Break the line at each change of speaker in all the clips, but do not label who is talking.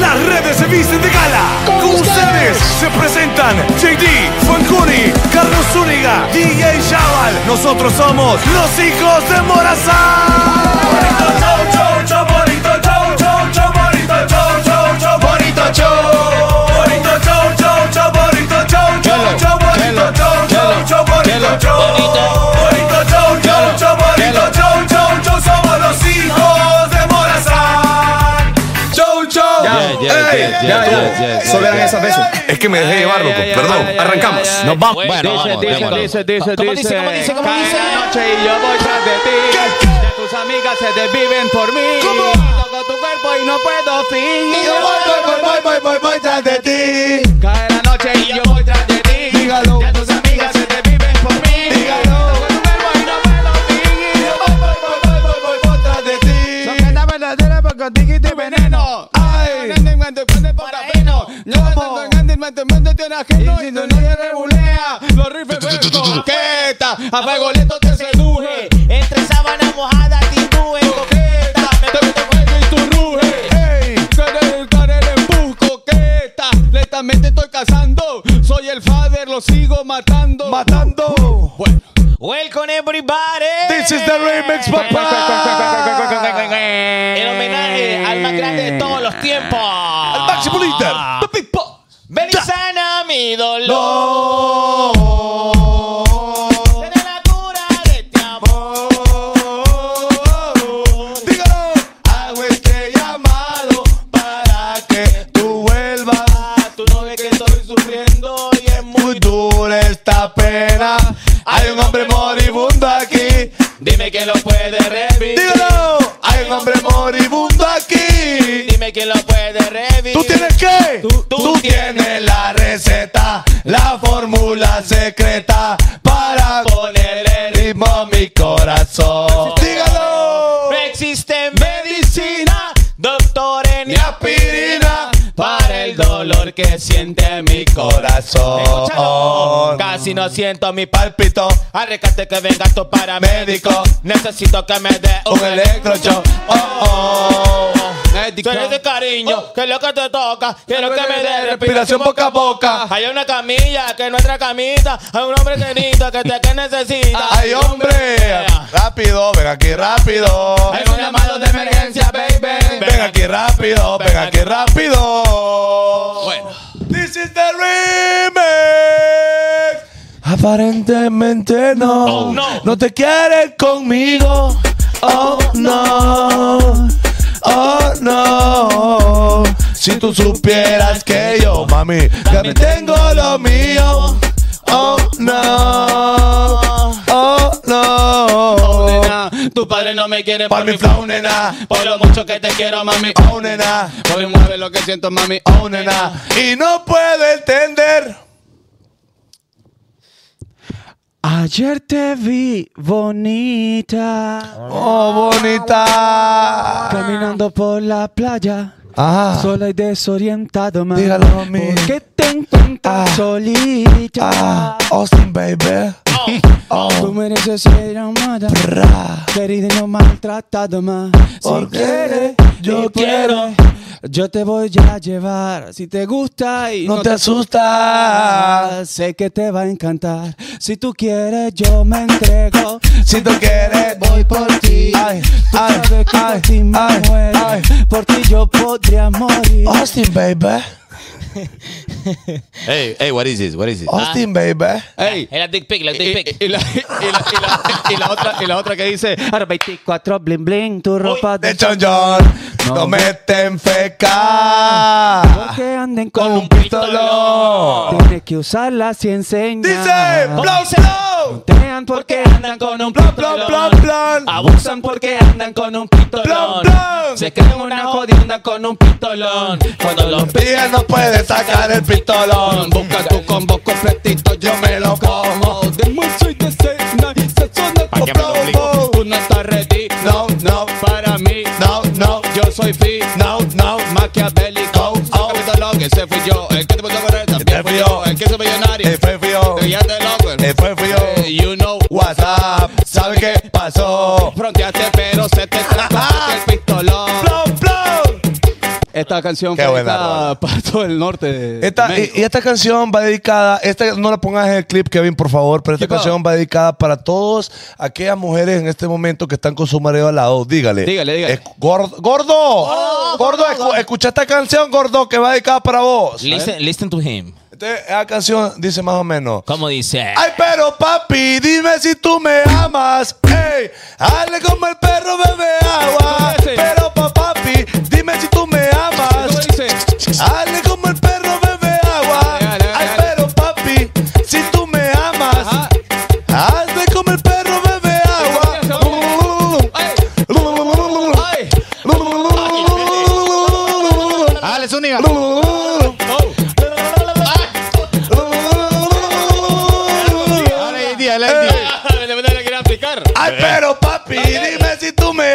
Las redes se visten de gala.
Con
Con ustedes
ustedes.
se presentan JD, Fancuni, Carlos Zúñiga, DJ Chaval. Nosotros somos los hijos de Morazán. Somos los hijos de Morazán. Chau, chau.
Ya, ya, ya,
Ey, ya,
ya,
ya,
ya, ya,
solo eran
ya.
esas veces. Es que me dejé llevarlo, perdón. Arrancamos.
Nos vamos. Bueno,
dice,
vamos,
dice,
démosle.
dice, dice,
¿Cómo dice, cómo dice, cómo
Cae
dice?
la noche y yo voy tras de ti. Ya Tus amigas se desviven por mí. Toco tu cuerpo y no puedo fingir. Cae la noche y yo voy tras de ti. Ya tus amigas se desviven por mí. Toco tu cuerpo y no puedo fingir. Son que la verdadera porque tiki te veneno. Ay, no cuando cuando por apeno. No ando en cuando cuando te ajeno. Y si tu novia rebulea, los rifles ven coqueta. A Fagolito te seduje.
Entre sábana mojada, titube,
Coqueta, te meto fuego y tú ruge. Ey, tú eres el carel en bus, coqueta. Lentamente estoy cazando. Soy el father, lo sigo matando.
Matando.
Bueno.
Welcome everybody.
This is the remix, papá.
El homenaje al más grande de todos los tiempos.
Al máximo líder. Papi, po.
Ven y sana mi dolor. De la natura de este amor.
Dígalo. Hago este llamado para que tú vuelvas.
Tú no ves que estoy sufriendo y es muy.
Muy dura esta pena. Hay un hombre moribundo aquí.
Dime que lo puede revivir.
Dígalo. Hay un hombre moribundo aquí.
Dime que lo puede revivir.
¿Tú tienes qué?
Tú- tú
tienes la receta, la fórmula secreta para
Ponerle
ritmo a mi corazón. Dígalo.
No existe medicina, doctor ni
Ni aspirina
aspirina para el dolor que siente mi corazón. Escúchalo.
Corazón.
Casi no siento mi pal.
Palpito.
Al rescate que venga tu paramédico. Necesito que me dé
Un electrocho. Oh, oh.
Tú eres de
Uh.
cariño, que es lo que te toca. Quiero que me dé respiración.
Respiración boca a boca.
Hay una camilla que no es otra camita. Hay un hombre tenido que te que necesita.
Ay, hombre. Rápido, ven aquí rápido.
Hay un llamado de emergencia, baby.
Ven aquí rápido, ven aquí rápido.
Bueno.
This is the remix. Aparentemente no.
Oh, no.
te quieres conmigo. Oh no. Oh no. Si tú supieras que yo, mami, ya me tengo lo mío. Oh no. Oh no.
Oh, Nena, Tu padre no me quiere
Para mi flow, nena.
Por lo mucho que te quiero, mami.
Oh nena.
Hoy mueve lo que siento, mami.
Oh nena. Y no puedo entender.
Ayer te vi bonita,
Oh, bonita.
caminando por la playa.
Ah,
Sola y desorientado, mami.
Dígalo, mami.
¿Por qué te encuentras
Ah.
solita?
ah, Austin, baby.
Tú
Oh,
mereces ser amada,
ra.
querida y no maltratada más. Si
Porque
quieres,
yo
y puedes, Yo te voy a llevar. Si te gusta y
No te
asustas,
asustas.
sé que te va a encantar. Si tú quieres, yo me entrego.
Si tú quieres, voy por ti. Ay,
Tú
ay,
sabes que
ay,
por ti me
ay,
muero.
ay. Oh.
Por ti yo podría morir.
Austin, baby.
Hey, hey, what is this? What is this?
Austin, baby.
Ey.
Era dick pic, la dick pic.
Y, y la, y la- y la- y la otra, y la otra que dice, ahora 24 bling bling, tu ropa
De chonjón, no meten feca.
que anden
Con ah, un
pito.
pistolón.
Tienes que usarla si enseñas.
Dice, blow, blow.
Tean porque andan con un
Blon,
plop
blon,
plop
blon,
plop.
blon.
Abusan porque andan con un pistolón.
Plon, plon.
Se creen una jodienda con un pistolón. Cuando los
Dije, no puedes sacar el pistolón.
Busca tu combo completito, yo me lo como. De mucho y de seis, nadie se suena
Pa' que me lo obligo.
Tú no estás ready,
No, no,
para mí.
no, no,
Yo soy fi,
no, no.
maquiavélico.
Oh, oh.
Sácame ese long, ese fui yo. El que te puso a correr
Ese
también
Este fui
fui
yo.
yo. El que es millonario.
Después fui yo,
Que ya te loco.
después fui yo.
You know.
WhatsApp, ¿sabe qué
pasó.
Fronteaste, pero se te escapa el pistolón.
Plom, plom.
Esta canción
Qué
fue
buena
dedicada
rola.
para todo el norte. de
Esta, y,
México.
y esta canción va dedicada, esta no la pongas en el clip, Kevin, por favor, pero esta
Chico.
canción va dedicada para todas aquellas mujeres en este momento que están con su marido al lado. Dígale.
Dígale, dígale.
Escu- gordo, gordo, gordo, escu- escucha esta canción, gordo, que va dedicada para vos.
Eh.
Listen, listen to him.
Entonces, esa canción dice más o menos.
¿Cómo dice?
Ay, pero papi, dime si tú me amas. Ey, hazle como el perro bebe agua.
¿Cómo dice?
Pero pa papi, dime si tú me amas.
¿Cómo dice?
Hazle como el perro bebe agua.
Dale, dale,
Ay,
dale.
pero papi, si tú me amas.
Ajá.
Hazle como el perro bebe
Eso,
agua.
Ay, ay.
Dale, Zúñiga.
Oh.
Dale, India, dale, India.
Le voy a querer aplicar.
Eh. Ay, pero papi, dime si tú me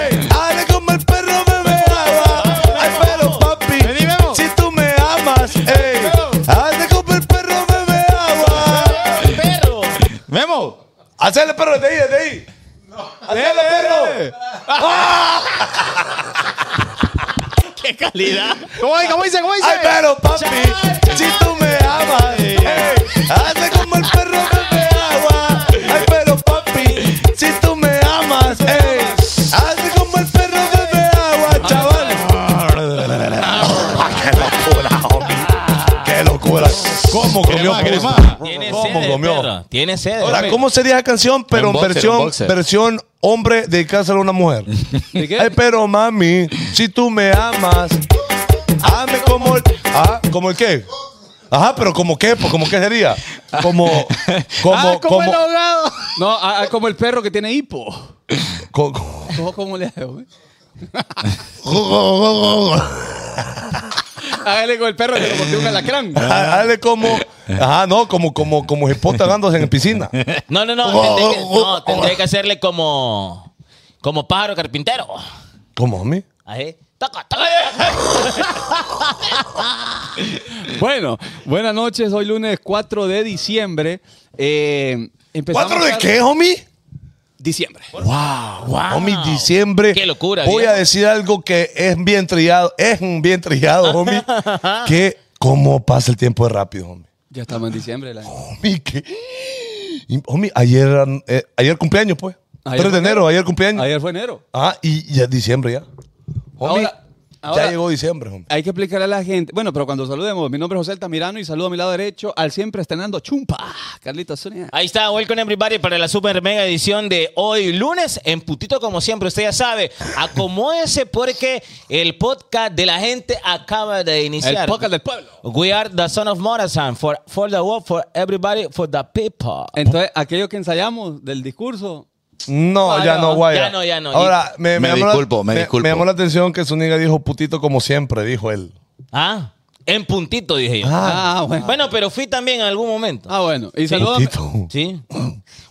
Ey, hazle como el perro bebe agua. Ay, pero papi,
Vení, Memo.
si tú me amas. Ey, hazle como el perro bebe agua.
¡Perro!
Memo.
Hacele perro desde ahí, desde ahí. Hacele perro.
¡Qué calidad!
¿Cómo dice? ¿Cómo dice? ¿Cómo dice?
Ay, pero papi, si tú me amas, ey, hazle como el perro bebe agua. Ay, pero papi, si tú me amas, ey, hazle como el perro bebe agua, chaval. Qué locura, homie. Qué locura. ¿Cómo comió?
más, ¿querés
puso?
más?
Tiene sed,
¿Cómo
el
comió?
perro. Tiene sed.
Ahora,
hombre.
¿cómo sería esa canción, pero
En
en
boxer, en
versión,
boxer.
versión hombre dedicársela a una mujer?
¿De qué?
Ay, pero mami, si tú me amas, hazme como el. Ah, ¿como el qué? Ajá, pero ¿como qué? Pues, ¿Como qué sería? Como. Como.
Ah, como
como,
el ahogado. No, ah, ah, como el perro que tiene hipo.
co- co-
¿Cómo, cómo le hago?
Dale,
Hágale con el perro que como tiene un alacrán.
ah, Dale como. Ajá, no, como, como, como hipota dándose en piscina.
No, no, no. tendré que, no, tendré que hacerle como. Como pájaro carpintero.
¿Cómo, mami?
Ahí. Toca, toca.
Bueno, buenas noches. Hoy lunes 4 de diciembre. Eh, empezamos
¿Cuatro de
tarde.
qué, homie?
Diciembre.
Wow.
Homie, diciembre.
Qué locura,
Voy
viejo.
a decir algo que es bien trillado. Es un bien trillado, homie. que cómo pasa el tiempo de rápido, homie.
Ya estamos en diciembre. La... Hoy
Homie, que. y, homie, ayer, eran, eh, ayer cumpleaños, pues.
Ayer
3 de
fue
enero, ayer cumpleaños.
Ayer fue enero.
Ah, y ya es diciembre ya. Homie,
Ahora- ahora-
ya llegó diciembre, homie.
Hay que explicarle a la gente. Bueno, pero cuando saludemos, mi nombre es José Altamirano y saludo a mi lado derecho al siempre estrenando Chumpa, Carlitos Zúñiga.
Ahí está, welcome everybody para la super mega edición de hoy lunes en putito como siempre, usted ya sabe, acomódese porque el podcast de la gente acaba de iniciar.
El podcast del pueblo.
We are the son of Morazan for, for the world, for everybody, for the people.
Entonces, aquello que ensayamos del discurso.
No,
Ah,
ya
no,
no, guaya.
ya no, ya no.
Ahora, me,
Me
llamó la-
disculpo, me disculpo.
Me llamó la atención que Zuniga dijo putito como siempre, dijo él.
Ah, en puntito dije yo.
Ah, bueno.
Bueno, pero fui también en algún momento.
Ah, bueno. Y saludo.
Putito.
Sí.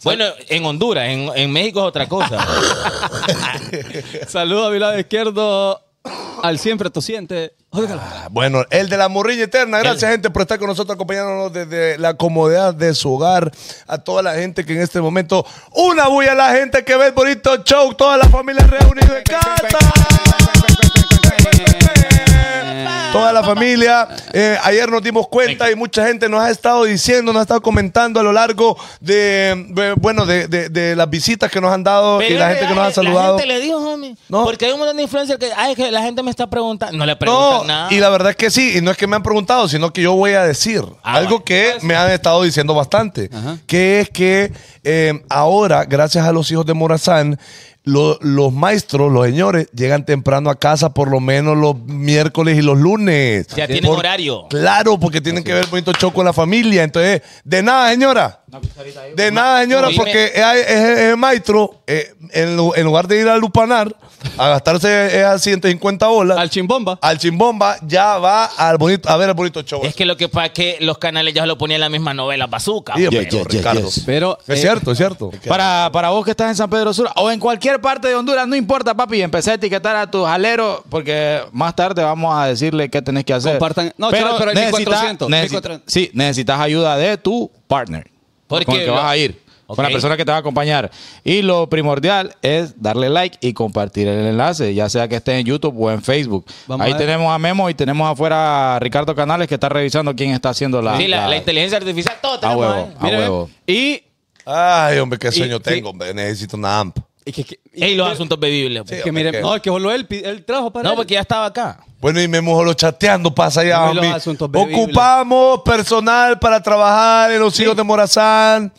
Bueno, en Honduras, en, en México es otra cosa.
Saludo a mi lado izquierdo, al siempre tosiente. José Calvo.
Ah, Bueno, el de la morrilla eterna. Gracias, gente, por estar con nosotros, acompañándonos desde la comodidad de su hogar. A toda la gente que en este momento. Una bulla a la gente que ve el bonito show. Toda la familia reunida en casa. Toda la familia. Eh, ayer nos dimos cuenta y mucha gente nos ha estado diciendo, nos ha estado comentando a lo largo de, de- bueno, de, de- de las visitas que nos han dado y
Pero
la
es
gente que
real,
nos ha saludado.
La gente le dijo, homie.
No.
Porque hay un montón de influencers que, ay, que la gente me está preguntando. No le preguntan
No,
nada.
y la verdad es que sí, y no es que me han preguntado, sino que yo voy a decir
Ah,
algo
bueno.
que me han estado diciendo bastante, que es que eh, ahora, gracias a los hijos de Morazán, lo- los maestros, los señores, llegan temprano a casa por lo menos los miércoles y los lunes.
Ya tienen horario.
Claro, porque tienen que ver bonito show con la familia. Entonces, de nada, señora. De nada, señora,
Oíme.
porque es, es- es maestro. eh, en, lu- en lugar de ir al Lupanar a gastarse esas 150 bolas,
Al
al,
chimbomba.
Chimbomba ya va al bonito, a ver el bonito show.
Es que lo que pasa es que los canales ya lo ponían en la misma novela, Bazooka.
Sí,
pues.
pero,
yeah, yeah,
Ricardo.
yes.
Pero.
Es
eh,
cierto, es cierto.
Para, para vos que estás en San Pedro Sur o en cualquier parte de Honduras, no importa, papi, empecé a etiquetar a tus aleros porque más tarde vamos a decirle qué tenés que hacer.
Compartan- no, chaval, pero hay 1400,
necesita-
1400.
sí, necesitas ayuda de tu partner.
Porque
con el que
lo-
vas a ir. Con
Ok.
la persona que te va a acompañar. Y lo primordial es darle like y compartir el enlace, ya sea que estés en YouTube o en Facebook.
Vamos
Ahí
a ver.
tenemos a Memo y tenemos afuera a Ricardo Canales que está revisando quién está haciendo la.
Sí, la, la inteligencia artificial,
Ah,
todo
a
tenemos.
huevo,
¿eh?
a
mire, ve,
huevo.
Y.
Ay, hombre, qué sueño
y-
tengo, hombre. Necesito una AMP.
y que- que- y-
Y los
que-
asuntos bebibles. pues.
Sí,
Que mire,
Porque-
no, es que solo él, pi- él trajo para.
No,
él.
porque ya estaba acá.
Bueno, y me mojó lo chateando, pasa allá.
Y los
homie.
asuntos bebibles.
Ocupamos personal para trabajar en los hijos de Morazán.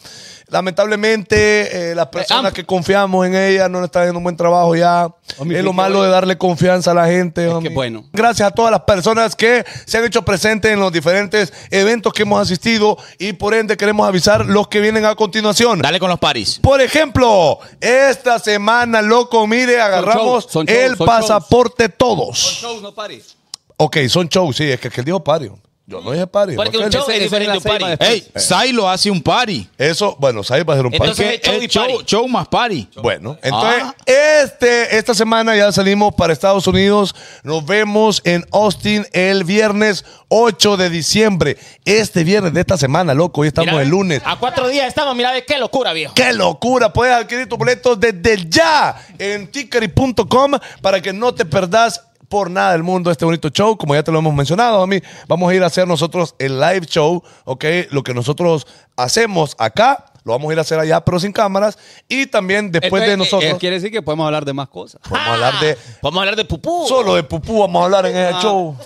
Lamentablemente, eh, las personas
amp.
que confiamos en ellas no le están haciendo un buen trabajo ya.
Homie,
es
qué-
lo
qué
malo
bueno.
de darle confianza a la gente.
que
homie.
bueno.
Gracias a todas las personas que se han hecho presentes en los diferentes eventos que hemos asistido y por ende queremos avisar los que vienen a continuación.
Dale con los paris.
Por ejemplo, esta semana, loco, mire, agarramos
shows, son shows,
el
son
pasaporte todos.
Shows, no parties.
Ok, son shows, sí, es que, que él dijo pario. Yo no dije pario.
Porque
¿no?
un show
ese-
es
esa es
diferente
la
a un party.
ceiba de-
Eh.
Ey, Silo hace un party.
Eso, bueno, Said va a ser un pario.
Entonces,
Que
es show
es
y
show,
party.
show más party.
Bueno, entonces,
Ah.
este, esta semana ya salimos para Estados Unidos. Nos vemos en Austin el viernes 8 de diciembre. Este viernes de esta semana, loco, hoy estamos
Mira,
el lunes.
A cuatro días estamos, mira, ve qué locura, viejo.
¡Qué locura! Puedes adquirir tus boletos desde ya en tickery.com para que no te perdás por nada del mundo este bonito show. Como ya te lo hemos mencionado, a mí vamos a ir a hacer nosotros el live show, ¿ok? Lo que nosotros hacemos acá, lo vamos a ir a hacer allá, pero sin cámaras. Y también después
Entonces,
de
eh,
nosotros,
eh, quiere decir que podemos hablar de más cosas.
vamos a hablar de...
Ah, Vamos a hablar de pupú.
Solo de pupú vamos a hablar en ese show.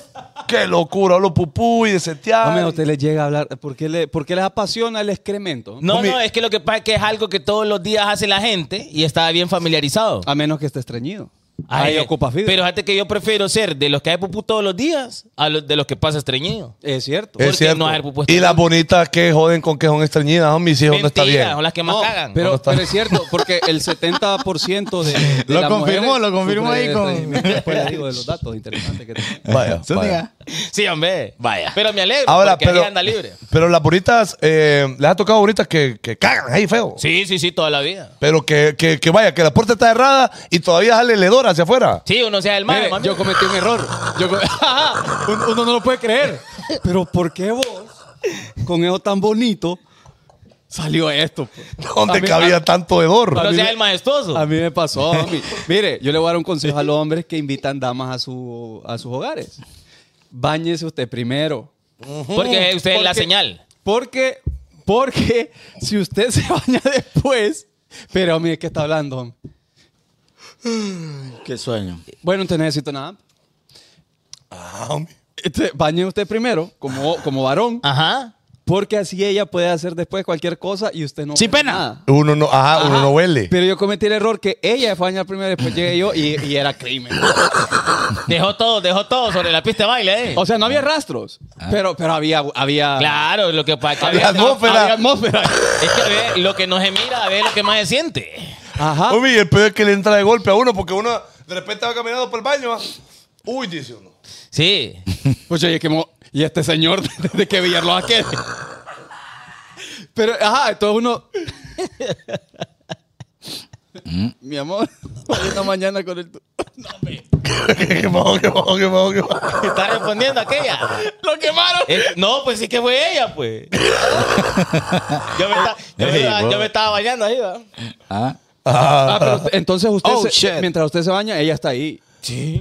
¡Qué locura! Hablo pupú y de setear.
Hombre, a usted les llega a hablar. ¿Por qué, le- por qué les apasiona el excremento?
No,
Homie.
no, es que lo que pasa es que es algo que todos los días hace la gente y está bien familiarizado.
A menos que esté estreñido.
Ay,
Ah,
eh,
Ahí ocupa fibra.
Pero fíjate que yo prefiero ser de los que hay pupú todos los días a los de los que pasa estreñido.
es cierto.
Eh,
es
porque
cierto.
no hay pupú
y
estreñido.
las bonitas que joden con que son estreñidas, homie, si eso no está
Mentira,
bien.
Son las que más
No,
cagan.
Pero,
No, no está.
pero es cierto, porque el 70% de, de
Lo
las
confirmó,
mujeres
lo confirmó
sufre
ahí
de
con-
estreñimiento. Después le digo de los datos interesantes que tengo.
Vaya, vaya.
Zúñiga.
sí, hombre. Vaya. Pero me alegro
Ahora,
porque ahí
pero,
anda libre.
pero las bonitas, eh, les ha tocado bonitas que, que cagan ahí feo.
Sí, sí, sí, toda la vida.
Pero que, que, que vaya, que la puerta está cerrada y todavía sale el hedor hacia afuera.
Sí, uno sea el
Mire,
más.
yo cometí un error. Yo co- Ajá, un- uno no lo puede creer. Pero ¿por qué vos, con eso tan bonito, salió esto? pues?
Donde
A mí-
cabía
a-
ah,
tanto hedor.
no
mí
sea
me-
el majestuoso.
A mí me pasó. a mí. Mire, yo le voy a dar un consejo a los hombres que invitan damas a, su, a sus hogares. Báñese usted primero.
Porque usted es la
Porque-
señal.
Porque, porque si usted se baña después. Pero, mire, ¿qué está hablando?
Qué sueño.
Bueno, entonces necesito nada.
Ah, homie.
Este, bañe usted primero, como, como varón.
Ajá.
Porque así ella puede hacer después cualquier cosa y usted no.
Sin
hace
pena.
nada.
Uno no, ajá, uno no huele.
Pero yo cometí el error que ella fue a bañar primero, después llegué yo y, y era crimen.
Dejó todo, dejó todo sobre la pista de baile, ¿eh?
O sea, no había rastros,
Ah.
pero, pero había. había
claro, lo que pasa es que
La
a veces-
atmósfera.
Había atmósfera.
Es que a veces lo que no se mira, a veces lo que más se siente.
Ajá.
Homie, y el peor es que le entra de golpe a uno porque uno de repente va caminando por el baño. va. Uy, dice uno.
Sí.
Pues oye, que mo- y este señor desde que Villarloa quede. Pero, ajá, entonces uno. Mi amor, esta mañana con el. tu-
qué mojo, qué mojo, qué mojo, qué mojo.
Está respondiendo aquella.
¡Lo quemaron!
Eh, no, pues sí que fue ella, pues. yo, me esta- yo me
Ey,
estaba-
vos.
yo me estaba bañando ahí, ¿verdad?
Ah.
Ah, pero usted- entonces usted,
Oh,
se-
shit.
mientras usted se baña, ella está ahí.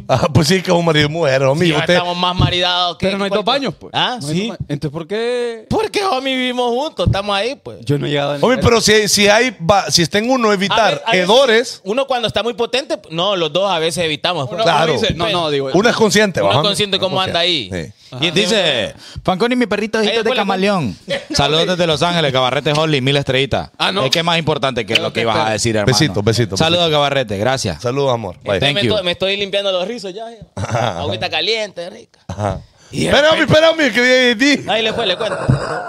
Ah, pues sí, que es un marido y mujer, homie.
Sí, ahora
usted-
estamos más maridados que.
Pero no hay dos
cualquier-
baños, pues.
Ah,
No hay
sí.
dos baños. Entonces, ¿por qué?
Porque, homie, vivimos juntos, estamos ahí, pues.
Yo no he llegado a
Homie, pero si, si hay, va- si está en uno
A
evitar
ver, a veces
hedores,
Uno cuando está muy potente, no, los dos a veces evitamos. pues.
Claro.
no, no, digo.
uno es consciente,
Uno
va,
es
homie.
consciente cómo anda ahí.
Sí.
Y
Dice, Fanconi, mi perrito
Ahí
es de
después la-
camaleón. Saludos desde Los Ángeles, Cabarrete Holly, mil estrellitas.
Ah, no.
Es que es más importante que
Creo
lo que
que
ibas
espera.
a decir, hermano.
Besitos, besitos,
Saludos, Cabarrete, gracias.
Saludos, amor. Bye.
Entonces
Thank
me,
you.
estoy, me estoy limpiando los rizos ya. ya. Agüita caliente, rica.
Ajá.
Y de
Espera, hombre, espera, hombre, que viene de ti.
Ahí le fue, le cuento.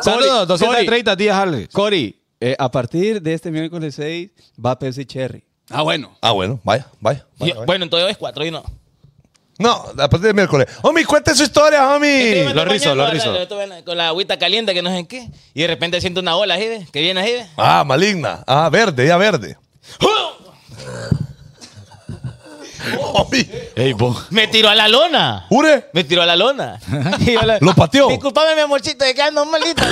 Saludos,
Cory,
230 días, Alex.
Cory, Eh, a partir de este miércoles 6 va Pepsi Cherry. Ah, bueno.
Ah, bueno, vaya, vaya.
Y-
vaya, vaya.
Bueno, entonces hoy es cuatro y no.
No, a partir de miércoles. Homie, cuente su historia, homie.
Lo
rizo, lo rizo.
Con la agüita caliente que no sé en qué. Y de repente siento una ola, ¿sí? ve? Que viene ahí, ve.
Ah, maligna. Ah, verde, ya verde. ¡Ah! homie,
Ey, vos.
Me tiró a la lona.
jure.
Me tiró a la lona. Y yo le-
Lo pateó.
Disculpame, mi amorcito, de que ando malito.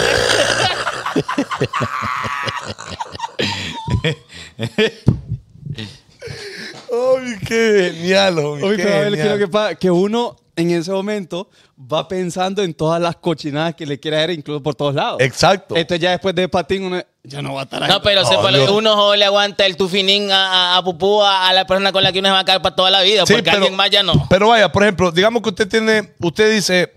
Homie, qué genial, homie.
Hoy
qué
probable
genial.
quiero que, pa- que uno en ese momento va pensando en todas las cochinadas que le quiere hacer, incluso por todos lados.
Exacto.
Entonces ya después de patín uno yo no voy a estar ahí.
No, pero
No,
sepa lo que
yo-
uno solo le aguanta el tufinín a, a, a Pupú, a, a la persona con la que uno se va a quedar para toda la vida.
Sí,
porque alguien más ya no.
Pero vaya, por ejemplo, digamos que usted tiene, usted dice,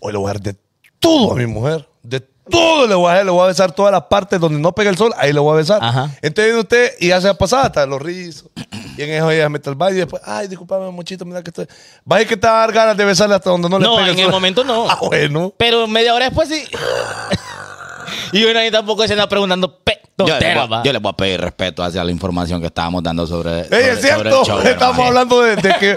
hoy le voy a dar de todo a mi mujer, de todo le voy a dar, le voy a besar todas las partes donde no pega el sol, ahí le voy a besar.
Ajá.
Entonces viene usted y hace la pasada, hasta los rizos, y en eso ella se mete al baño y después, ay, disculpame, mochito, mira que estoy. Va a ir que te va a dar ganas de besarle hasta donde no, le
No,
pega el
en el
sol.
momento no.
Ah, bueno.
Pero media hora después sí. y uno ahí tampoco se anda preguntando pe,
Yo le,
tontera,
voy, a-
va.
yo le voy a pedir respeto hacia la información que estábamos dando sobre.
Ey,
sobre-
es
sobre el
cierto,
show,
estamos
hermano.
hablando de, de que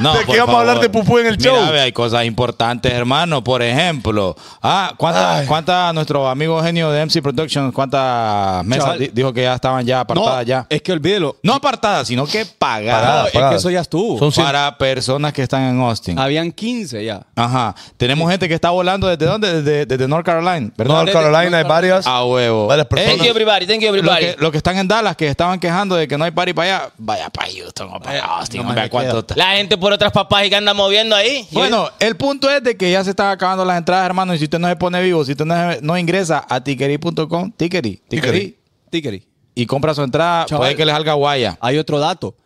No,
de
por
que íbamos a hablar
favor.
de pupú en el
Mira,
show.
ve, hay cosas importantes, hermano. Por ejemplo, ah, ¿cuántas
Ay.
cuánta, nuestro amigo genio de MC Productions, cuántas mesas
Chaval.
di- dijo que ya estaban ya apartadas
no, eh,
ya?
es que olvídelo.
No apartadas, sino que
Pagadas,
pagadas.
es que eso ya estuvo.
Son cien-
para personas que están en Austin.
Habían 15 ya.
Ajá. Tenemos gente que está volando desde dónde? Desde, desde North Carolina, ¿verdad?
North Carolina hay varias.
A huevo.
Varias personas.
Thank you everybody, thank you
Los que,
everybody.
lo que están en Dallas, que estaban quejando de que no hay party para allá, vaya para Houston o para Austin.
no
hombre,
me
¿cuánto
queda.
está?
La gente por otras papas y que anda moviendo ahí.
Bueno, el punto es de que ya se están acabando las entradas, hermano. Y si usted no se pone vivo, si usted no, se- no ingresa a tiqueri.com, tiqueri, tiqueri,
Tiqueri.
Tiqueri.
y compra su entrada,
Chaval.
puede que le salga guaya.
Hay otro dato.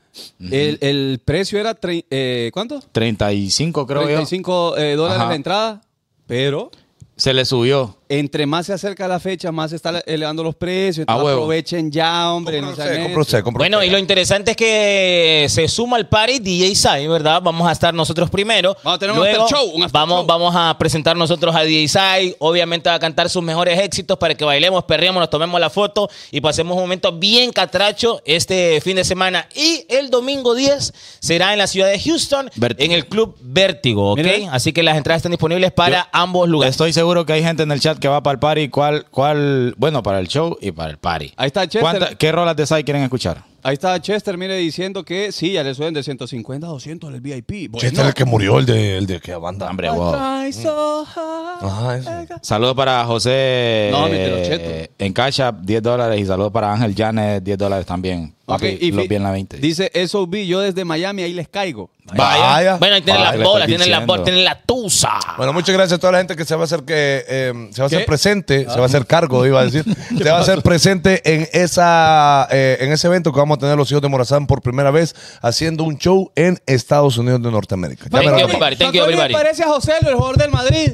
el, el precio era. tre- eh, ¿Cuánto?
35, creo yo.
35 eh, dólares
Ajá.
la entrada. Pero
Se le subió.
entre más se acerca la fecha, más se está elevando los precios.
A
Entonces
huevo.
aprovechen ya, hombre.
Compró
no
usted,
sean
compró usted,
necios.
compró
Bueno,
usted.
y lo interesante es que se suma al party DJ Sai, ¿verdad? Vamos a estar nosotros primero.
Vamos a tener un
Luego,
after show, un after
vamos,
show.
vamos a presentar nosotros a DJ Sai. Obviamente va a cantar sus mejores éxitos para que bailemos, perreemos, nos tomemos la foto y pasemos un momento bien catracho este fin de semana. Y el domingo 10 será en la ciudad de Houston,
Vértigo.
en el club Vértigo, ¿ok?
Mira.
Así que las entradas están disponibles para
Yo-
ambos lugares.
Estoy seguro que hay gente en el chat que va para el party. ¿Cuál, cuál? Bueno, para el show y para el party.
Ahí está Chester.
¿Cuánta- ¿Qué rolas de Sai quieren escuchar?
Ahí está Chester, mire, diciendo que sí, ya le suben de 150 a 200 el VIP. Bueno.
Este es el que murió, el de, el de que banda.
Hombre, wow.
I so high.
Mm. Ajá, Ah, ese.
Saludos para José
No, mi
eh,
Tenocheto.
en Cash App, 10 dólares. Y saludos para Ángel Llanes, 10 dólares también.
Ok,
Papi,
y
los
fi-
vi en la 20.
Dice SOB, yo desde Miami, ahí les caigo.
Vaya.
Bueno, ahí tienen
Vaya,
las
le estoy
bolas, tienen las
diciendo.
bolas, tienen la tusa.
Bueno, muchas gracias a toda la gente que se va a hacer que eh, se va a hacer
¿Qué?
presente, se va a hacer cargo, iba a decir, se va a hacer presente en esa eh, en ese evento que vamos a tener los hijos de Morazán por primera vez haciendo un show en Estados Unidos de Norteamérica. Ya
Thank
verán
you,
la-
everybody, thank you,
Sacó bien,
everybody.
parece a José, el jugador del Madrid.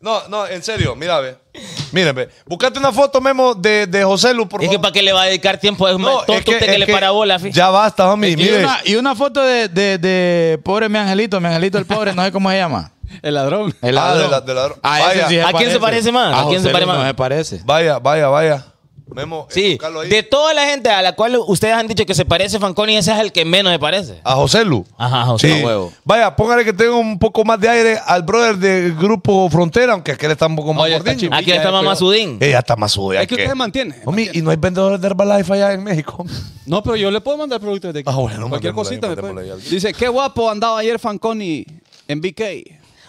no, no, en serio, mira ve. Mira, ve. Buscate una foto Memo de, de José Lu, por
Es que
favor.
para qué le va a dedicar tiempo a un
No,
tonto
es que-
usted que,
es
le
que
parabola. fi.
Ya basta, homie,
Y
mire.
una, y una foto de, de- de pobre mi angelito, mi angelito el pobre, no sé cómo se llama.
El ladrón.
El
Ah,
ladrón.
de la- de ladrón.
A ese
Vaya.
sí
¿A quién se parece más?
A,
¿A quién se
José
parece
Luis
más?
No se parece.
Vaya, vaya, vaya. Memo, eh,
Sí,
búscalo ahí.
de toda la gente a la cual ustedes han dicho que se parece Fanconi, ese es el que menos se parece.
A José Lu.
Ajá, José
Sí.
a huevo.
Vaya, póngale que tenga un poco más de aire al brother del grupo Frontera, aunque aquel está un poco más
Oye, está
gordillo.
chivo.
Aquí está
ya,
Mamá
pero-
Sudín.
Ella está más suya.
Es que ustedes mantienen.
Homie, y no hay vendedores de Herbalife allá en México.
No, pero yo le puedo mandar productos de aquí.
Ah, bueno,
Cualquier
mandémosle ahí,
cosita me
mandémosle
puede.
ahí.
Dice, qué guapo andaba ayer Fanconi en BK.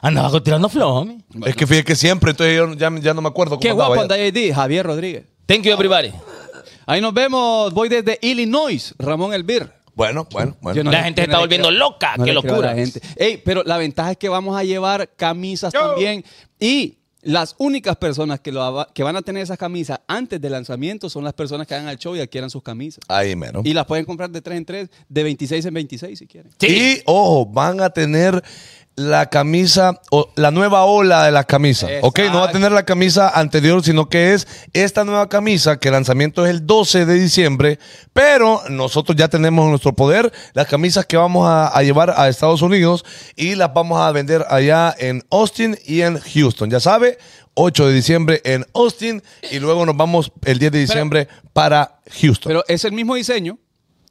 Andaba con- tirando flow, homie.
Es que fíjate que siempre, entonces yo ya, ya no me acuerdo cómo
Qué
andaba
guapo
ella.
andaba JD, Javier Rodríguez.
Thank you, everybody.
Ahí nos vemos, voy desde Illinois, Ramón Elvir.
Bueno, bueno, bueno.
Yo no
la
le-
gente
yo
se está
no le
volviendo
creo-
loca.
no
Ah, Qué
le creo a
locura.
la gente. Ey, pero la ventaja es que vamos a llevar camisas también. Y las únicas personas que, lo, va- que van a tener esas camisas antes del lanzamiento son las personas que hagan al show y adquieran sus camisas.
Ahí mero.
Y las pueden comprar de 3 en 3, de 26 en 26 si quieren.
Sí.
Y, ojo, van a tener la camisa, o la nueva ola de las camisas. Ok, no va a tener la camisa anterior, sino que es esta nueva camisa, que el lanzamiento es el 12 de diciembre, pero nosotros ya tenemos en nuestro poder las camisas que vamos a, a llevar a Estados Unidos y las vamos a vender allá en Austin y en Houston. Ya sabe, 8 de diciembre en Austin y luego nos vamos el 10 de diciembre para Houston.
Pero es el mismo diseño,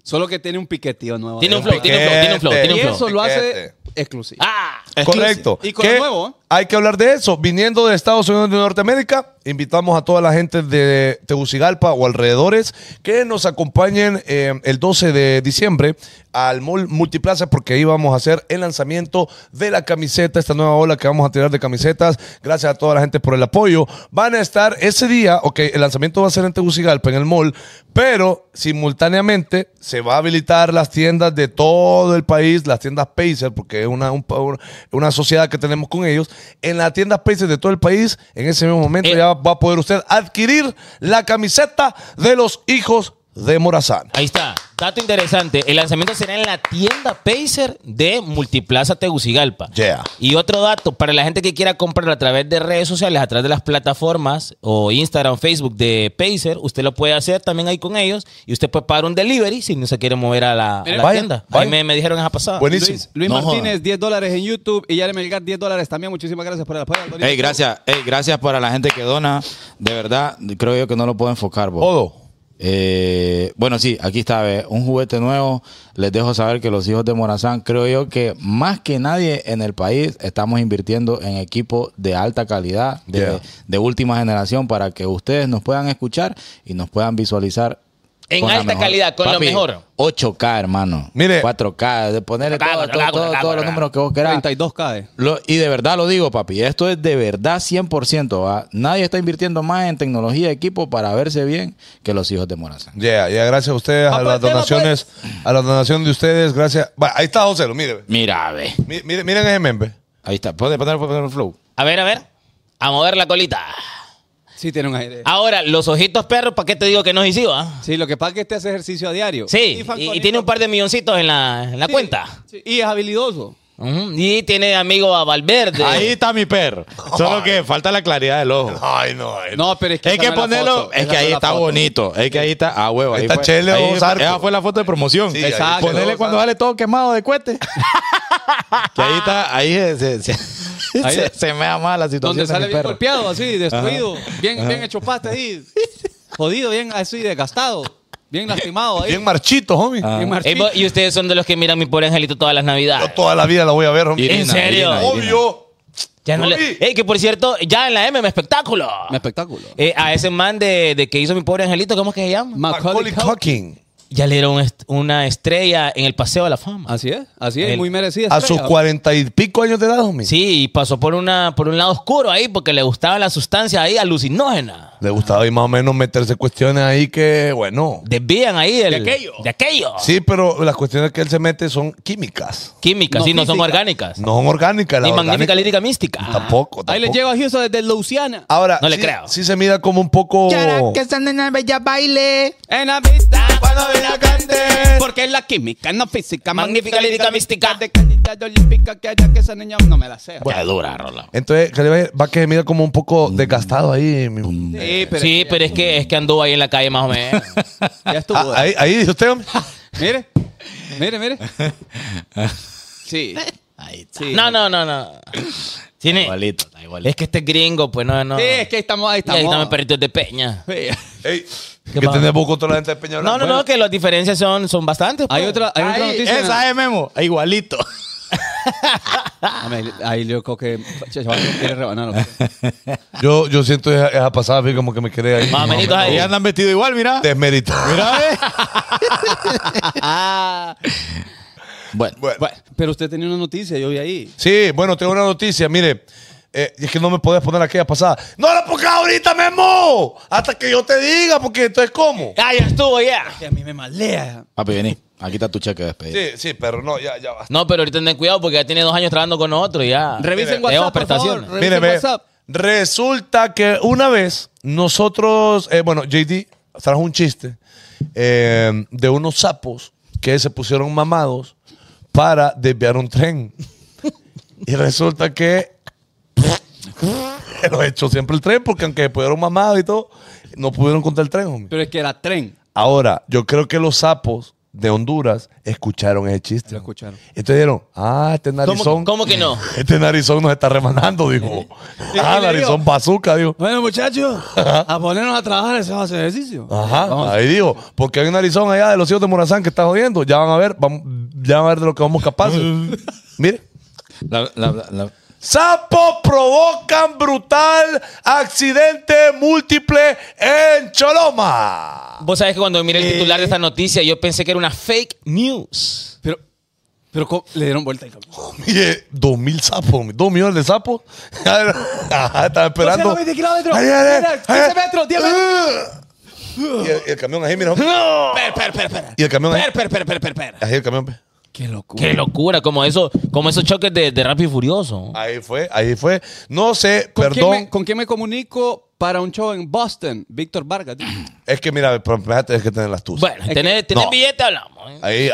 solo que tiene un piquetío nuevo. Eh,
Tiene un flow, tiene un flow, tiene un flow,
Piquete.
tiene un flow.
Y eso lo hace
Piquete.
exclusivo.
¡Ah!
Correcto.
Y con lo
Que
nuevo, ¿eh?
Hay que hablar de eso. Viniendo de Estados Unidos de Norteamérica, invitamos a toda la gente de Tegucigalpa o alrededores que nos acompañen eh, el 12 de diciembre al Mall Multiplaza porque ahí vamos a hacer el lanzamiento de la camiseta, esta nueva ola que vamos a tirar de camisetas. Gracias a toda la gente por el apoyo. Van a estar ese día, ok, el lanzamiento va a ser en Tegucigalpa, en el Mall, pero simultáneamente se va a habilitar las tiendas de todo el país, las tiendas Pacer, porque es una, un pa- un- una sociedad que tenemos con ellos. En las tiendas Pacer de todo el país, en ese mismo momento
Eh.
ya va a poder usted adquirir la camiseta de los hijos de Morazán.
Ahí está. Dato interesante. El lanzamiento será en la tienda Pacer de Multiplaza Tegucigalpa.
Yeah.
Y otro dato, para la gente que quiera comprar a través de redes sociales, a través de las plataformas o Instagram, Facebook de Pacer, usted lo puede hacer también ahí con ellos y usted puede pagar un delivery si no se quiere mover a la, a la
Vaya,
tienda.
vaya.
Ahí me, me dijeron esa pasada.
Buenísimo.
Luis, Luis
No
Martínez,
jodan.
10 dólares en YouTube. Y Yarem Elgar, 10 dólares también. Muchísimas gracias por el apoyo. Antonio.
Ey, gracias, ey, gracias para la gente que dona. De verdad, creo yo que no lo puedo enfocar, vos.
Todo.
Eh, bueno, sí, aquí está, ve, un juguete nuevo. Les dejo saber que los hijos de Morazán, creo yo que más que nadie en el país estamos invirtiendo en equipo de alta calidad, de,
Yeah.
de última generación, para que ustedes nos puedan escuchar y nos puedan visualizar.
En
con la
alta
mejor-
calidad, con lo
Papi,
mejor.
8K, hermano.
Mire.
4K, de ponerle
4K,
todo- todo-
4K,
todo- todos los
4K.
números que vos querás.
32 cae.
Lo- y de verdad lo digo, papi. Esto es de verdad 100%. ¿va? Nadie está invirtiendo más en tecnología y equipo para verse bien que los hijos de Morazán.
Yeah, yeah, gracias a ustedes, a
Papá,
las
tema, pues.
donaciones, a la donación de ustedes, gracias. Va, ahí está José, lo mire.
Mira, ve.
Mi- mire- Miren ese membe.
Ahí está. Puedes poner, puedes poner el flow.
A ver, a ver. A mover la colita.
Sí, tiene un aire.
Ahora, los ojitos perros, ¿para qué te digo que nos hicimos? ah?
Sí, lo que pasa es que este hace ejercicio a diario.
Sí, y- y,
Falconito-
tiene un par de milloncitos en la, en la
Sí,
cuenta.
sí. Y es habilidoso.
Ujú. Y tiene amigo a Valverde.
Ahí está mi perro. Solo que falta la claridad del ojo.
Ay, no, eh. ay,
No, pero es que.
Hay que ponerlo. Es que ahí está bonito. Es que ahí está. Ah, huevo.
Ahí
Ahí
está
fue-
Chele
ahí-
o Zarco.
Esa fue la foto de promoción.
Sí,
Exacto.
ahí quedó,
Ponele cuando sale todo quemado de cohete. que ahí está. Ahí se, se, se-
Ahí-
se- se me da mal la situación.
Donde
de
sale
mi
bien
perro.
golpeado, así, destruido. Bien, bien hecho pasta ahí. Jodido, bien así, desgastado. Bien lastimado
eh.
ahí.
Bien marchito, homie.
Bien
Ey,
marchito.
vos- y ustedes son de los que miran mi pobre angelito todas las navidades.
Yo toda la vida la voy a ver, homie.
¿En serio?
Irina, Irina.
Obvio.
Ya no le-
Uy.
Ey, que por cierto, ya en la M, me espectáculo.
Un espectáculo.
Eh, a ese man de, de que hizo mi pobre angelito, ¿cómo es que se llama?
Macaulay Culkin.
Ya le dieron un est- una estrella en el Paseo de la Fama.
Así es, así es,
El-
muy merecida.
A sus
estrella.
cuarenta y pico años de edad, homie.
Sí, y pasó por, una, por un lado oscuro ahí porque le gustaban las sustancias ahí alucinógenas.
Le gustaba ahí más o menos meterse cuestiones ahí que, bueno.
Desvían ahí el, de aquello. De aquello.
Sí, pero las cuestiones que él se mete son químicas.
Químicas,
No
sí, no son
física.
orgánicas.
No son orgánicas.
Ni
las
magnífica
orgánicas-
lírica mística.
Tampoco,
Ahí les
tampoco.
lleva a Houston desde Louisiana.
Ahora,
No le
sí,
creo.
sí se mira como un poco...
En la vista,
Cuando vi la cante.
porque es la química, no física.
Magnífica, lírica, mística.
De calidad olímpica que haya que esa niña no me la sé.
Qué dura, Rola.
Entonces, que le va- va que se mira como un poco
Mm.
desgastado ahí. mi-
Sí, pero,
sí, pero es que, es que andó ahí en la calle más o menos.
ya estuvo.
Ah, ahí, ahí dice usted, homie.
Mire, mire, mire. Sí.
Ahí está.
sí.
No, no, no, no. Tiene,
Igualito, está igualito.
es que este es gringo, pues no, no.
Sí, es que ahí estamos, ahí
Y ahí
estamos.
están los perritos de peña.
Sí.
Ey, que
pasa?
tenés vos contra la gente de Peña
No,
Blanca?
no, no, que las diferencias son, son bastantes.
Hay
pues.
otra, hay otra
Ahí,
noticia.
esa es Memo, igualito.
Ah, me- Ahí yo creo que chaval no quiere rebanar. ¿o qué?
Yo, yo siento esa, esa pasada, así como que me quedé ahí.
Más o menos ahí.
Ahí andan vestidos igual, mira.
Desmeritado.
Mira, eh. bueno,
Bueno.
Ah. Bueno, pero usted tenía una noticia, yo vi ahí.
Sí, bueno, tengo una noticia, mire. Eh, y es que no me podías poner aquella pasada. ¡No la pongas ahorita, Memo! Hasta que yo te diga, porque entonces, ¿cómo?
Ah, ya estuvo, ya.
Que a mí me malea.
papi, vení. Aquí está tu cheque de despedida.
Sí, sí, pero no, ya, ya basta.
No, pero ahorita ten cuidado porque ya tiene dos años trabajando con nosotros y ya.
Revisen
Le damos
WhatsApp, por favor.
prestaciones.
Mire,
Revisen
ve,
WhatsApp.
resulta que una vez nosotros, eh, bueno, JD trajo un chiste eh, de unos sapos que se pusieron mamados para desviar un tren. Y resulta que lo echó siempre el tren, porque aunque pudieron mamado y todo, no pudieron contra el tren, homie.
Pero es que era tren.
Ahora, yo creo que los sapos de Honduras escucharon ese chiste.
Lo escucharon.
Entonces dijeron, ah, este narizón.
¿Cómo, cómo que no?
Este narizón nos está remanando, dijo. ah,
y le digo-
narizón bazooka, dijo.
Bueno, muchachos, a ponernos a trabajar ese ejercicio.
Ajá, ahí digo, porque hay un narizón allá de los hijos de Morazán que está jodiendo. Ya van a ver, vamos- ya van a ver de lo que vamos capaces. Mire.
La- la- la- la-
Sapos provocan brutal accidente múltiple en Choloma.
Vos sabés que cuando miré el titular de esta noticia, yo pensé que era una fake news.
Pero, pero ¿cómo? le dieron vuelta. y todo.
Mire, dos mil sapos, dos millones de sapos. Ajá, estaba esperando.
12 a 20 kilómetros.
Ahí viene,
Mira,
ahí viene.
15 metros, 10
Y el, y el camión ahí, mira.
Per, per, per, per.
Y el camión ahí.
Per, per, per, per, per, per.
Ahí el camión. pues. pe.
Qué locura.
Qué locura, como eso, como esos choques de, de rápido y furioso.
Ahí fue, ahí fue. No sé,
¿Con quién
perdón.
me- ¿Con quién me comunico para un show en Boston? Víctor Vargas.
Es que mira, pero espérate, es que tener las tus.
Bueno, tenés, tenés
No.
billete, hablamos. ¿eh?
Ahí,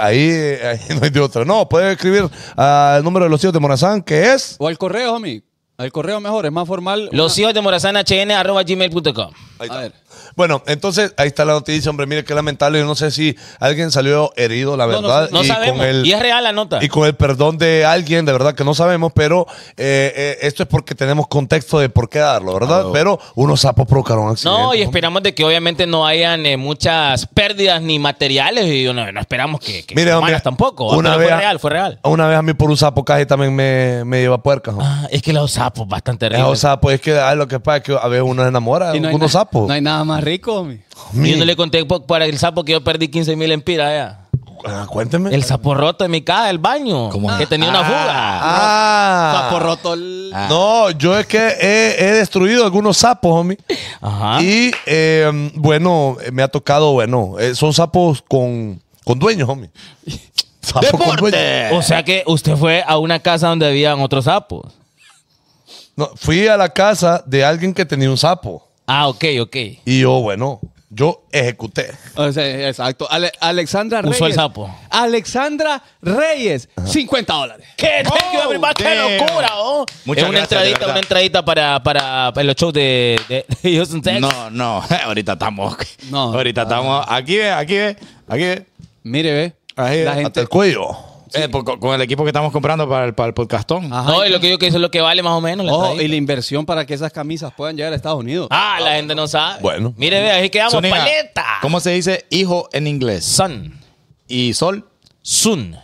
ahí, ahí no hay de otra. No, puedes escribir al número de los hijos de Morazán, que es.
O al correo, homie. Al correo mejor, es más formal.
Los hijos de Morazán, hn, arroba gmail.com.
Ahí
A
está.
ver.
Bueno, entonces ahí está la noticia, hombre. Mire qué lamentable. Yo no sé si alguien salió herido, la
No, no
verdad.
sé.
No
y
sabemos.
Con el,
y es real la nota.
y con el perdón de alguien, de verdad que no sabemos, pero eh, eh, esto es porque tenemos contexto de por qué darlo, ¿verdad? Pero unos sapos provocaron accidentes.
No, y esperamos de que obviamente no hayan eh, muchas pérdidas ni materiales y no, no esperamos que, que
Mire,
humanas
hombre,
tampoco. ah,
una
Pero
vez
fue
a-
real, fue real.
Una vez a mí por un sapo casi también me, me lleva puercas. hombre.
Ah, es que los sapos bastante
Eh, o
reales.
sea, pues es que ah, lo que pasa es que a veces uno se enamora de
Y no hay
Ah, unos
na-
sapos.
No hay nada más rico, homie.
Yo no le conté po- para el sapo que yo perdí 15 mil empiras allá.
Ah, cuénteme.
El sapo roto en mi casa, el baño. Que tenía una fuga.
ah,
Sapo roto. el-
No, yo es que he, he destruido algunos sapos, homie.
Ajá.
Y eh, bueno, me ha tocado, bueno, eh, son sapos con, con dueños, homie. Sapos con dueños.
O sea que usted fue a una casa donde habían otros sapos.
No, fui a la casa de alguien que tenía un sapo.
Ah, ok, ok.
Y yo, bueno, yo ejecuté.
O sea, exacto. Ale- Alexandra Reyes.
Usó el sapo.
Alexandra Reyes. 50 dólares.
¡Qué, thank you, everybody. ¡Qué
Oh, damn.
locura! Oh.
Muchas
Es
gracias,
una
de
entradita,
verdad.
una entradita para, para, para los shows de, de, de Houston, Texas.
No, no, ahorita estamos.
No.
ahorita estamos. Aquí ve, aquí ve, aquí ve.
Mire, ve.
Ahí, hasta
la
Hasta
gente.
el cuello.
Eh, por- con, con el equipo que estamos comprando para el, para el podcastón.
Ajá.
No, y lo que yo que eso es lo que vale más o menos. la
Oh,
Ojo,
entradita.
y la inversión para que esas camisas puedan llegar a Estados Unidos.
Ah, la gente no sabe.
Bueno.
Mire, ve, ahí quedamos.
Zúñiga,
paleta.
ah, ¿Cómo se dice hijo en inglés?
Sun.
¿Y sol?
Sun.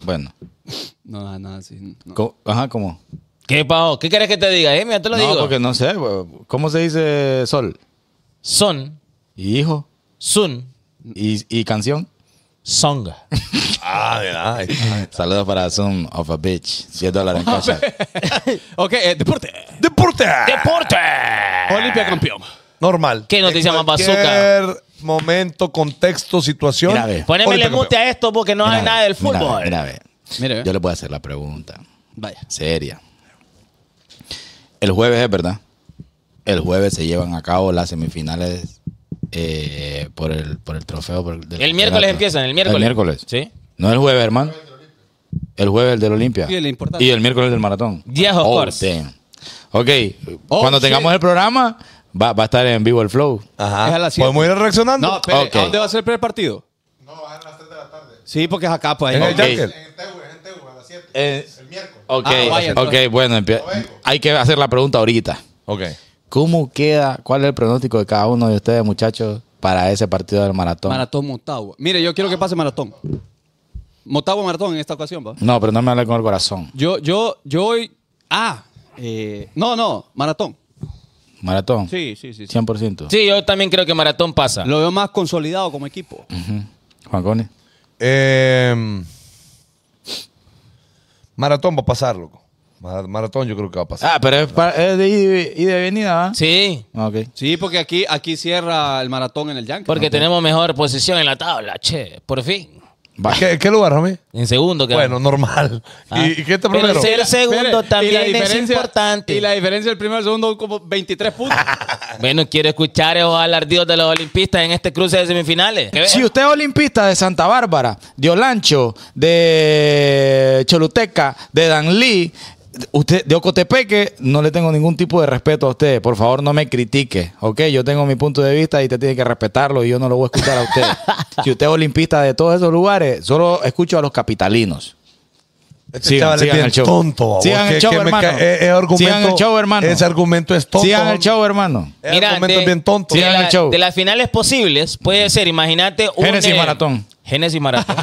Bueno.
No, nada, sí. no.
co- ajá, ¿cómo?
¿Qué, pao? ¿Qué querés que te diga? Eh, mira, te lo
no,
digo.
porque no sé. ¿Cómo se dice sol?
Son.
¿Y hijo?
Sun.
¿Y, y canción?
Song.
Ah, mira, ahí está.
Saludos para Son of a Bitch. 10 dólares en casa.
Ok, eh, deporte.
Deporte.
¡Deporte!
Ah.
Olimpia campeón.
Normal.
¿Qué noticia
En
más bazooka?
Cualquier momento, contexto, situación.
Mira, ve.
Ponémele
Olimpia
mute a esto porque no
Mira,
hay nada del
mira,
fútbol. ¿Eh?
Mira, ve.
Mire, ve.
Yo le voy a hacer la pregunta.
Vaya.
Seria. El jueves es verdad. El jueves se llevan a cabo las semifinales eh, por, el, por el trofeo. por del
El miércoles
campeonato.
empiezan, el miércoles.
El miércoles.
Sí.
No el jueves, hermano. El jueves el del Olimpia.
Y el importante.
Y el miércoles del maratón. Oh,
Yes, of course.
damn. Ok.
Oh,
Cuando
shit.
tengamos el programa, va, va a estar en vivo el flow.
Ajá.
Es a las siete.
¿Podemos ir reaccionando?
No, espere,
Ok.
¿a dónde va a ser el primer partido? No, es a las 3 de la tarde. Sí, porque es acá, pues.
En
ahí.
el Yankee.
Eh,
Ok,
Ah, vaya, entonces.
ok, bueno, empie- hay que hacer la pregunta ahorita.
Ok.
¿Cómo queda? ¿Cuál es el pronóstico de cada uno de ustedes, muchachos, para ese partido del maratón?
Maratón Motagua. Mire, yo quiero que pase maratón. Motagua maratón en esta ocasión, va.
no, pero no me hable con el corazón.
Yo, yo, yo hoy. Ah, eh, no, no, maratón.
Maratón.
Sí, sí, sí. sí.
100%.
Sí, yo también creo que Maratón pasa.
Lo veo más consolidado como equipo.
Juan Cone.
Em, maratón va a pasar, loco. Mar- Maratón yo creo que va a pasar.
Ah, pero es, para- es de ida y- ida y venida, ¿va?
Sí.
Ok.
Sí, porque aquí, aquí cierra el maratón en el Yankee.
Porque tenemos mejor posición en la tabla, che. Por fin.
Va.
¿Qué, qué lugar, Rami?
En segundo, quedamos.
Bueno, normal.
Ah.
¿Y, y qué te
Pero
primero?
ser segundo
Espere, y la
también es
diferencia-
importante.
Y la diferencia del primero al segundo, como 23 puntos.
Bueno, quiero escuchar esos alardeos de los olimpistas en este cruce de semifinales. Que vean.
Si usted es olimpista de Santa Bárbara, de Olancho, de Choluteca, de Danlí, usted de Ocotepeque no le tengo ningún tipo de respeto a usted. Por favor, no me critique, ¿ok? Yo tengo mi punto de vista y usted tiene que respetarlo y yo no lo voy a escuchar a usted. si usted es olimpista de todos esos lugares, solo escucho a los capitalinos.
Este
Sigan,
chaval es
sigan
bien
el show.
tonto. babo,
Sigan
que-
el show,
que me
hermano.
ca- eh, eh,
Sigan
argumento-
el show, hermano.
Ese argumento es tonto.
Sigan el show, hermano.
Ese argumento es bien tonto.
de,
Sigan
la-
el show.
de las finales posibles, puede ser, imagínate un.
Génesis Maratón.
Génesis Maratón.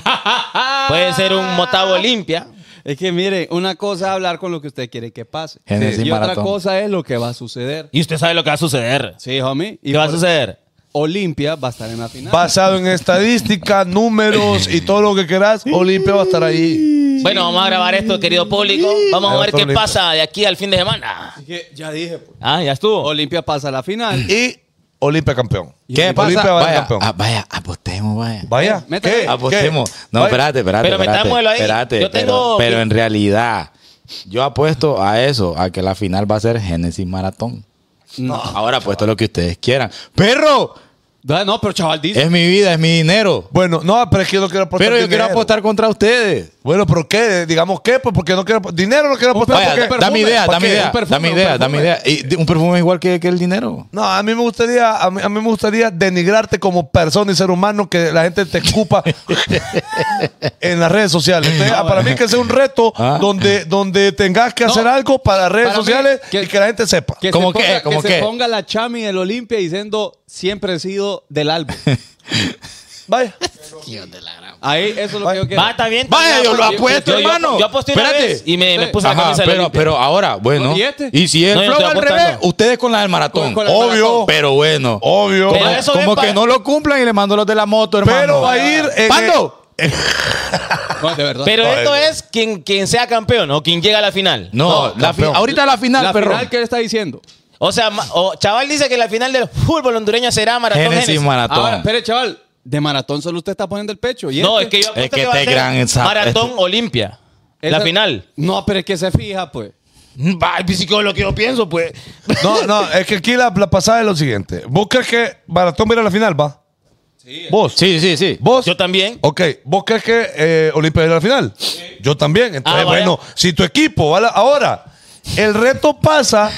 puede ser un Motavo Olimpia.
Es que mire, una cosa es hablar con lo que usted quiere que pase.
Génesis
y otra
Maratón.
cosa es lo que va a suceder.
Y usted sabe lo que va a suceder.
Sí, homie.
¿Qué
Y
va a
por-
suceder?
Olimpia va a estar en la final.
Basado en estadística, números y todo lo que querás, Olimpia va a estar ahí.
Bueno, vamos a grabar esto, querido público. Vamos a
Ahí va
ver qué
Pablito.
pasa de aquí al fin de semana.
Así que ya dije, pues.
Ah, ya estuvo.
Olimpia pasa a la final.
Y Olimpia campeón.
¿Qué
Olimpia
pasa?
va a ser
Vaya,
campeón.
ah, vaya, apostemos, vaya.
Vaya.
Métale.
¿Qué?
Apostemos.
¿Qué?
Ah, pues, No,
Vaya.
espérate, espérate.
Pero
espérate,
metámoslo ahí.
Espérate,
Yo
pero-
tengo-
pero, en realidad, yo apuesto a eso, a que la final va a ser Génesis Maratón. Ahora apuesto lo que ustedes quieran. ¡Perro!
Ah, No, pero chaval, dice.
Es mi vida, es mi dinero.
Bueno, no, pero es que yo no quiero apostar.
Pero yo quiero
dinero.
apostar contra ustedes.
Bueno, pero ¿qué? Digamos, ¿qué? Pues porque no quiero. Dinero no quiero apostar.
Vaya,
porque-
dame idea,
¿Por
dame
qué?
idea,
Un perfume,
dame
un
idea, dame
perfume.
idea. ¿Y de- un perfume es igual que, que el dinero?
No, a mí me gustaría, a mí, a mí me gustaría denigrarte como persona y ser humano que la gente te escupa en las redes sociales. Entonces, para mí que sea un reto
Ah.
donde, donde tengas que hacer algo para redes
Para mí,
sociales
que-
y que la gente sepa.
Que
¿Cómo
se
qué?
ponga, que
¿Cómo
se
qué?
ponga la chami del Olimpia diciendo siempre he sido del álbum.
Vaya.
Ahí, eso es lo que yo quiero.
Va, está bien.
Vaya,
está bien.
yo lo apuesto, hermano.
Yo, aposté una
Espérate.
vez y me, me
Sí.
puse la
Ajá,
camisa de
pero,
Olimpia.
pero ahora, bueno.
¿Y este?
Y si el
No, yo
flow
estoy
al revés,
apostando.
ustedes con la del maratón.
Con la del
Obvio.
maratón.
Pero bueno.
Obvio.
Pero
Como,
eso
como
es pa-
que no lo cumplan y le mando los de la moto, hermano.
Pero va a ir en-
¿Pando?
No, de verdad.
Pero
No,
esto
eh,
es quien, quien sea campeón o quien llega a la final.
No, la fi-
campeón.
ahorita la final,
la
perro.
final que le está diciendo.
O sea, ma- o Chaval dice que la final del fútbol hondureño será maratón.
Génesis
Génesis.
Maratón.
Ahora, espere, chaval. De maratón solo usted está poniendo el pecho. ¿y
No, es
este?
que yo apuesto
Es que
que va a
te
ser
gran esa- este-
maratón Olimpia. La
Esa-
final.
No, pero es que se fija, pues.
Ay, psicólogo, lo que yo pienso, pues.
No, no, es que aquí la, la pasada es lo siguiente. ¿Vos crees que Maratón va a ir a la final, va? Sí. ¿Vos?
Sí, sí, sí. Oh,
¿Vos?
Yo también.
Ok, ¿vos crees que eh, Olimpia va a ir a la final? Yo también. Entonces,
Ah, vaya.
bueno, si tu equipo va a la- Ahora, el reto pasa.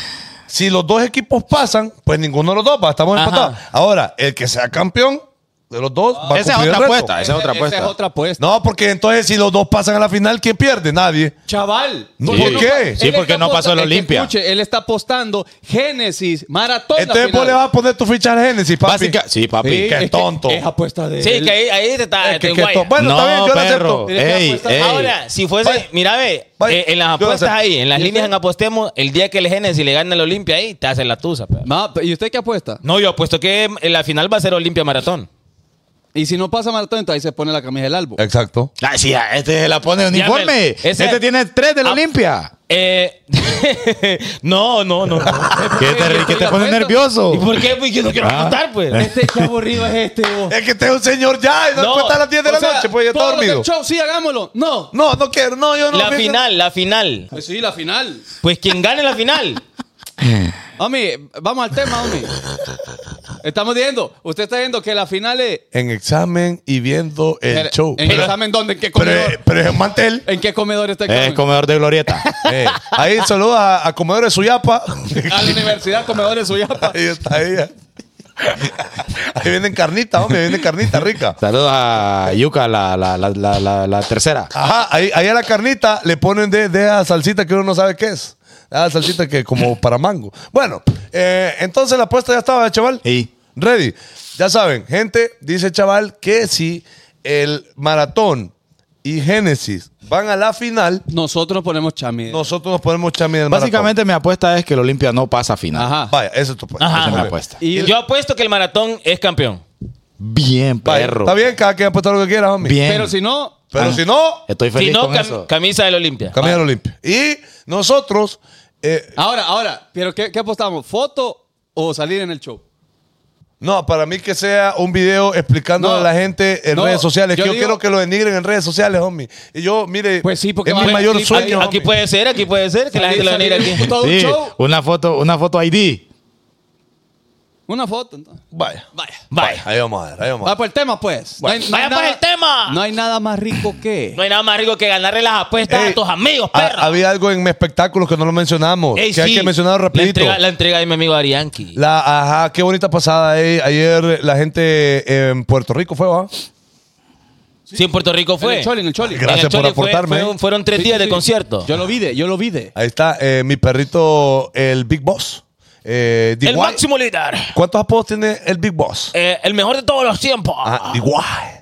Si los dos equipos pasan, pues ninguno de los dos va. Estamos
Ajá.
empatados. Ahora, el que sea campeón de los dos va a
Esa es
cumplir
otra
el reto.
apuesta,
eh.
esa es otra
Esa es
apuesta.
otra apuesta.
No, porque entonces si los dos pasan a la final, ¿quién pierde? Nadie.
Chaval.
No,
porque
¿por
no
qué?
pa-
Sí,
él está
porque no pasó
aposta-
el
es que
Olimpia.
Escuche, él está apostando Génesis, maratón. la
Entonces vos
final.
Este le vas a poner tu ficha al Génesis, papi.
Básica. Sí, papi.
Sí,
qué
es que
tonto.
Es apuesta de
Sí,
él.
que ahí, ahí te está.
Es que-
te
que
guaya.
to- Bueno, está bien, yo lo acepto.
Ey,
Mira,
ey.
Ahora, si fuese,
Vaya.
mira, ve,
Vaya.
eh, en las
Yo lo
apuestas
acepto.
ahí, en las
¿Y
líneas
usted?
en apostemos, el día que el Génesis le gane el Olimpia ahí, te hacen la tusa. pero-
Ma, ¿Y usted qué apuesta?
No, yo apuesto que en la final va a ser Olimpia Maratón.
Y si no pasa maratón, entonces ahí se pone la camisa del álbum.
Exacto.
Ah, sí, ah, este se la pone de
Ya,
uniforme.
pero, ese-
este tiene tres de la
Ah.
Olimpia.
Eh, no, no, no.
Que te, que te pone
apuesto.
nervioso.
¿Y por qué? Pues yo no quiero
Ah.
apostar, pues.
Este, qué aburrido es este, vos.
Es que este es un señor ya y no,
No,
cuesta a las 10 de
O
la
sea,
noche, pues ya está
todo lo del
dormido.
show, sí, hagámoslo. No.
No, no quiero, no, yo no.
La
fíjate.
final, la final.
Pues sí, la final.
Pues quien gane la final.
Homie, vamos al tema, homie. Estamos diciendo, usted está diciendo que la final es...
En examen y viendo el
Mira,
show.
¿En qué
Pero-
examen dónde? ¿En qué
Pero, eh,
comedor?
pero es un mantel.
¿En qué comedor está el
Es
examen?
comedor de glorieta.
Eh, ahí saludos a, a Comedores Suyapa.
A la universidad, comedores Suyapa.
ahí está ella. Ahí vienen carnitas, hombre, vienen carnitas ricas.
Saludos a Yuka, la, la, la, la, la, la tercera.
Ajá, ahí, ahí a la carnita le ponen de, de esa salsita que uno no sabe qué es. La salsita que como para mango. Bueno, eh, entonces la apuesta ya estaba, chaval.
Y
Ready. Ya saben, gente, dice chaval que si el maratón y Génesis van a la final,
Nosotros ponemos chami.
nosotros nos ponemos chami del maratón.
básicamente mi apuesta es que el Olimpia no pasa a final.
ah. Ajá.
Vaya, eso es tu apuesta.
Ajá.
Esa
Esa es
es
mi
mi
Ajá.
apuesta.
Y
Yo apuesto que el maratón es campeón.
Bien,
Vaya,
perro.
Está bien, cada quien apuesta lo que quiera, homie.
Bien. Ah.
Pero si no,
Pero si no,
Estoy feliz
Si no,
con
cam-
eso.
camisa del Olimpia.
camina al
Ah.
Olimpia. Y nosotros, eh,
ahora, ahora, ¿pero qué, qué apostamos? ¿Foto o salir en el show?
no, para mí que sea un video explicando
No.
a la gente en
No,
redes sociales.
yo
que yo
digo-
quiero que lo denigren en redes sociales, homie. Y yo, mire,
Pues sí, porque
es
va a
mi
haber
mayor
clip.
sueño.
aquí
homie.
puede ser, aquí puede ser, que la gente lo
Salir-
venir aquí.
Todo un
Sí,
show.
una foto, una foto ID.
Una foto, entonces.
Vaya.
Vaya.
Vaya.
Ahí vamos a ver, ahí vamos a
Vaya
ver.
por el tema, pues. No hay- no hay
Vaya por
nada-
el tema.
No hay nada más rico que.
No hay nada más rico que ganarle las apuestas
Ey,
a tus amigos,
ha-
perro.
había algo en mi espectáculo que no lo mencionamos.
Ey,
que hay
sí.
que mencionarlo
La
rapidito.
entrega, la entrega de mi amigo Arianki.
La, ajá, qué bonita pasada. eh. Ayer la gente en Puerto Rico fue, ¿va?
Sí, en Puerto Rico
En
fue.
el Choli, en el Choli.
Gracias
En
por
el Choli fue-
aportarme.
fueron, fueron tres
Sí,
días
sí,
de
sí.
concierto.
Yo lo vi, de- yo lo vi. de.
Ahí está eh, mi perrito, el Big Boss. Eh,
el
DY.
máximo líder.
¿Cuántos apodos tiene el Big Boss?
Eh, el mejor de todos los tiempos.
Ah, Diguay. Ah,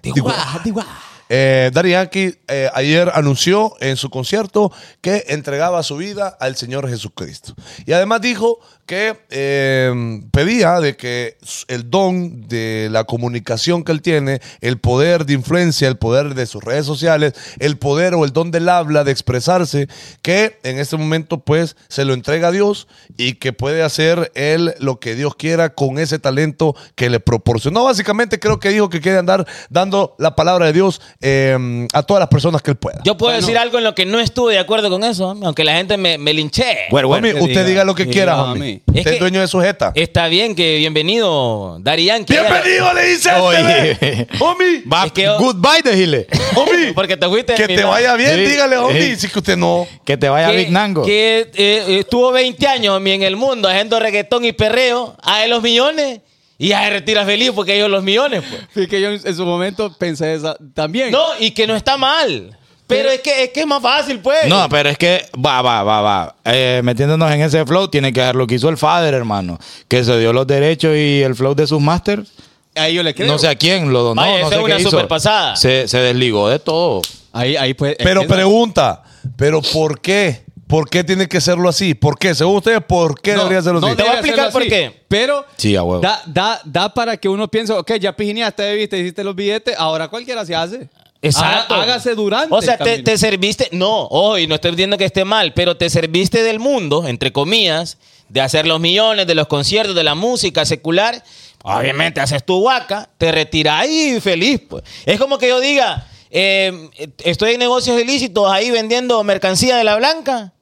Diguay.
Eh, Daddy Yankee eh, ayer anunció en su concierto que entregaba su vida al Señor Jesucristo. Y además dijo que eh, pedía de que s- el don de la comunicación que él tiene, el poder de influencia, el poder de sus redes sociales, el poder o el don del habla, de expresarse, que en este momento pues se lo entrega a Dios y que puede hacer él lo que Dios quiera con ese talento que le proporcionó. Básicamente creo que dijo que quiere andar dando la palabra de Dios eh, a todas las personas que él pueda.
Yo puedo decir algo en lo que no estuve de acuerdo con eso, aunque la gente me, me linché.
Homie,
que
usted
diga,
diga lo que
que
quiera,
diga,
homie.
homie.
Usted
Es
es
que-
dueño de su jeta.
Está bien que bienvenido, Daddy Yankee.
¡Bienvenido, le dice!
Oye.
¡Homie!
Va,
Es que-
goodbye, decirle.
¡Homie!
Porque te fuiste.
que
mi
te
bro.
vaya bien,
Sí.
dígale, homie.
Sí.
Si que usted no.
Que te vaya Big Nango.
que, eh, estuvo 20 años mi, en el mundo haciendo reggaetón y perreo, a los millones y ya se retira feliz porque ellos los millones. Pues.
Sí, que yo en en su momento pensé esa también.
No, y que no está mal. Pero es que es, que es más fácil, pues.
No, pero es que va, va, va, va. Eh, metiéndonos en ese flow, tiene que hacer lo que hizo el father, hermano. Que se dio los derechos y el flow de sus masters.
Ahí yo le creo.
No sé a quién lo donó.
Vaya,
no
esa
sé
es
qué
una
hizo.
superpasada.
Se, se desligó de todo.
Ahí, ahí pues.
Pero
es que-
pregunta, ¿pero por qué? ¿Por qué tiene que serlo así? ¿Por qué? Según ustedes, ¿por qué
No,
debería serlo
no
así?
Te voy a
debería
explicar
hacerlo
por
así,
qué.
Pero
Sí, a huevo.
da, da, da para que uno piense, ok, ya pijineaste, bebiste, hiciste los billetes, ahora cualquiera se hace.
Exacto.
Haga- hágase durante.
O sea,
el
te,
camino.
te serviste, no, hoy no estoy diciendo que esté mal, pero te serviste del mundo, entre comillas, de hacer los millones, de los conciertos, de la música secular. Obviamente haces tu huaca, te retiras y feliz. Pues. Es como que yo diga, eh, estoy en negocios ilícitos ahí vendiendo mercancía de la blanca,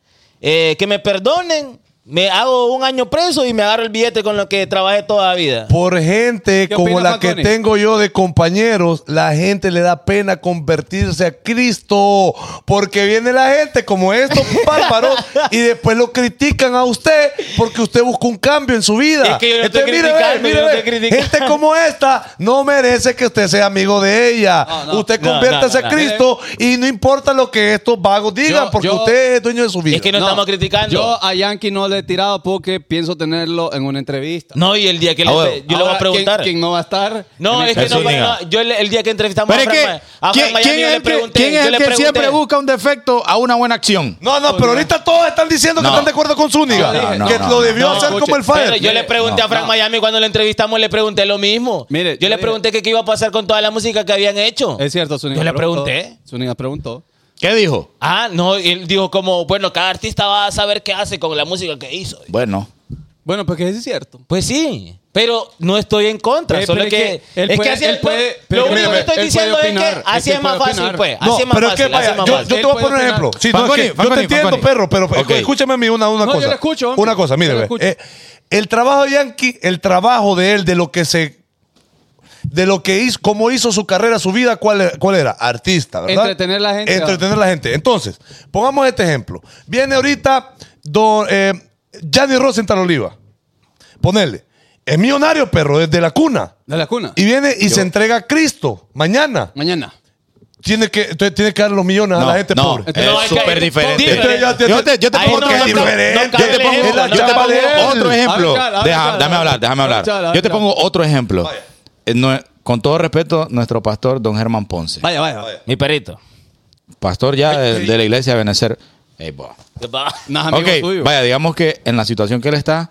eh, que me perdonen, me hago un año preso y me agarro el billete con lo que trabajé toda la vida.
Por gente
¿Qué
como
opina,
la
Falcone?
que tengo yo de compañeros, la gente le da pena convertirse a Cristo. Porque viene la gente como estos bárbaros y después lo critican a usted porque usted buscó un cambio en su vida.
Es que yo no estoy
mire, ve,
criticando,
mire,
yo no
ve,
estoy criticando.
gente como esta no merece que usted sea amigo de ella.
No, no.
usted
No,
conviértase
no, no,
a
no.
Cristo y no importa lo que estos vagos digan
Yo-
porque
yo-
usted es dueño de su vida.
Es que no, estamos criticando.
Yo a Yankee no le he tirado porque pienso tenerlo en una entrevista.
no, y el día que le-
Ah, bueno.
yo le voy
Ahora,
a preguntar.
¿quién, quién no va a estar?
No,
En
es
el-
que no,
Eso
va-
diga.
no, yo el, el día que entrevistamos
Pero es
a Frank,
que,
Ma- a Frank
¿quién,
Miami,
quién
yo
es
le
el que,
pregunté,
quién es
yo
el
le
que
pregunté.
siempre busca un defecto a una buena acción?
No, no, pero ahorita todos están diciendo
No.
que están de acuerdo con Zúñiga.
No, no, no,
que
no,
lo
no.
debió
No,
hacer
escuche,
como el
Pero
Fire.
yo le pregunté a Frank
no.
Miami cuando lo entrevistamos, le pregunté lo mismo.
Mire,
yo le
mire.
pregunté que qué iba a pasar con toda la música que habían hecho.
Es cierto, Zúñiga
Yo le
preguntó.
pregunté.
Zúñiga preguntó.
¿Qué dijo?
Ah, no, él dijo como, bueno, cada artista va a saber qué hace con la música que hizo.
Bueno,
Bueno, pues que es cierto.
Pues sí, pero no estoy en contra,
Ve,
solo
Eh, pero
que,
es que
es
él
que
puede-
así
él
es- pues,
puede- pero
lo
mire,
único que
ve,
estoy
él puede
diciendo es que
opinar,
así
es que
es más
puede
fácil,
opinar.
pues,
No,
así es más
pero es que
fácil, así
vaya,
es más
yo,
fácil.
yo te voy a
Él
poner un
puede
ejemplo.
opinar.
Sí, no, es
Fanconi,
que yo te
Fanconi,
entiendo,
Fanconi.
perro, pero
Ok.
escúchame a mí una, una
No, yo
cosa.
lo escucho, hombre.
una cosa, mire,
Yo lo
ve,
escucho.
eh, el trabajo de Yankee, el trabajo de él, de lo que se. De lo que hizo, cómo hizo su carrera, su vida, ¿cuál, cuál era? Artista, ¿verdad?
Entretener la gente.
Entretener la gente. Entonces, pongamos este ejemplo. Viene ahorita don, eh, Johnny Rosenthal Oliva. Ponerle. Es millonario, perro, desde la cuna.
De la cuna.
Y viene y se entrega a Cristo mañana.
Mañana.
Tiene que, entonces tiene que dar los millones a
no,
la gente
no,
pobre.
es
No, es que-
súper diferente.
Entonces
ya te-
Yo te, yo te
Ahí
pongo
no,
otro
no,
es
no,
ejemplo.
diferente.
no,
Yo te pongo,
no,
Es la
no,
yo te
chamba
pongo
de él.
otro ejemplo.
Habla, habla,
Deja-
habla,
dame hablar, déjame hablar.
habla, habla.
Yo te pongo otro ejemplo. Eh, no- con todo respeto, nuestro pastor, don Germán Ponce.
Vaya, vaya. vaya.
Mi perrito.
Pastor ya de, de la iglesia de Benecer. Ey, bo.
Nah, amigo
Ok,
tuyo.
vaya, digamos que en la situación que él está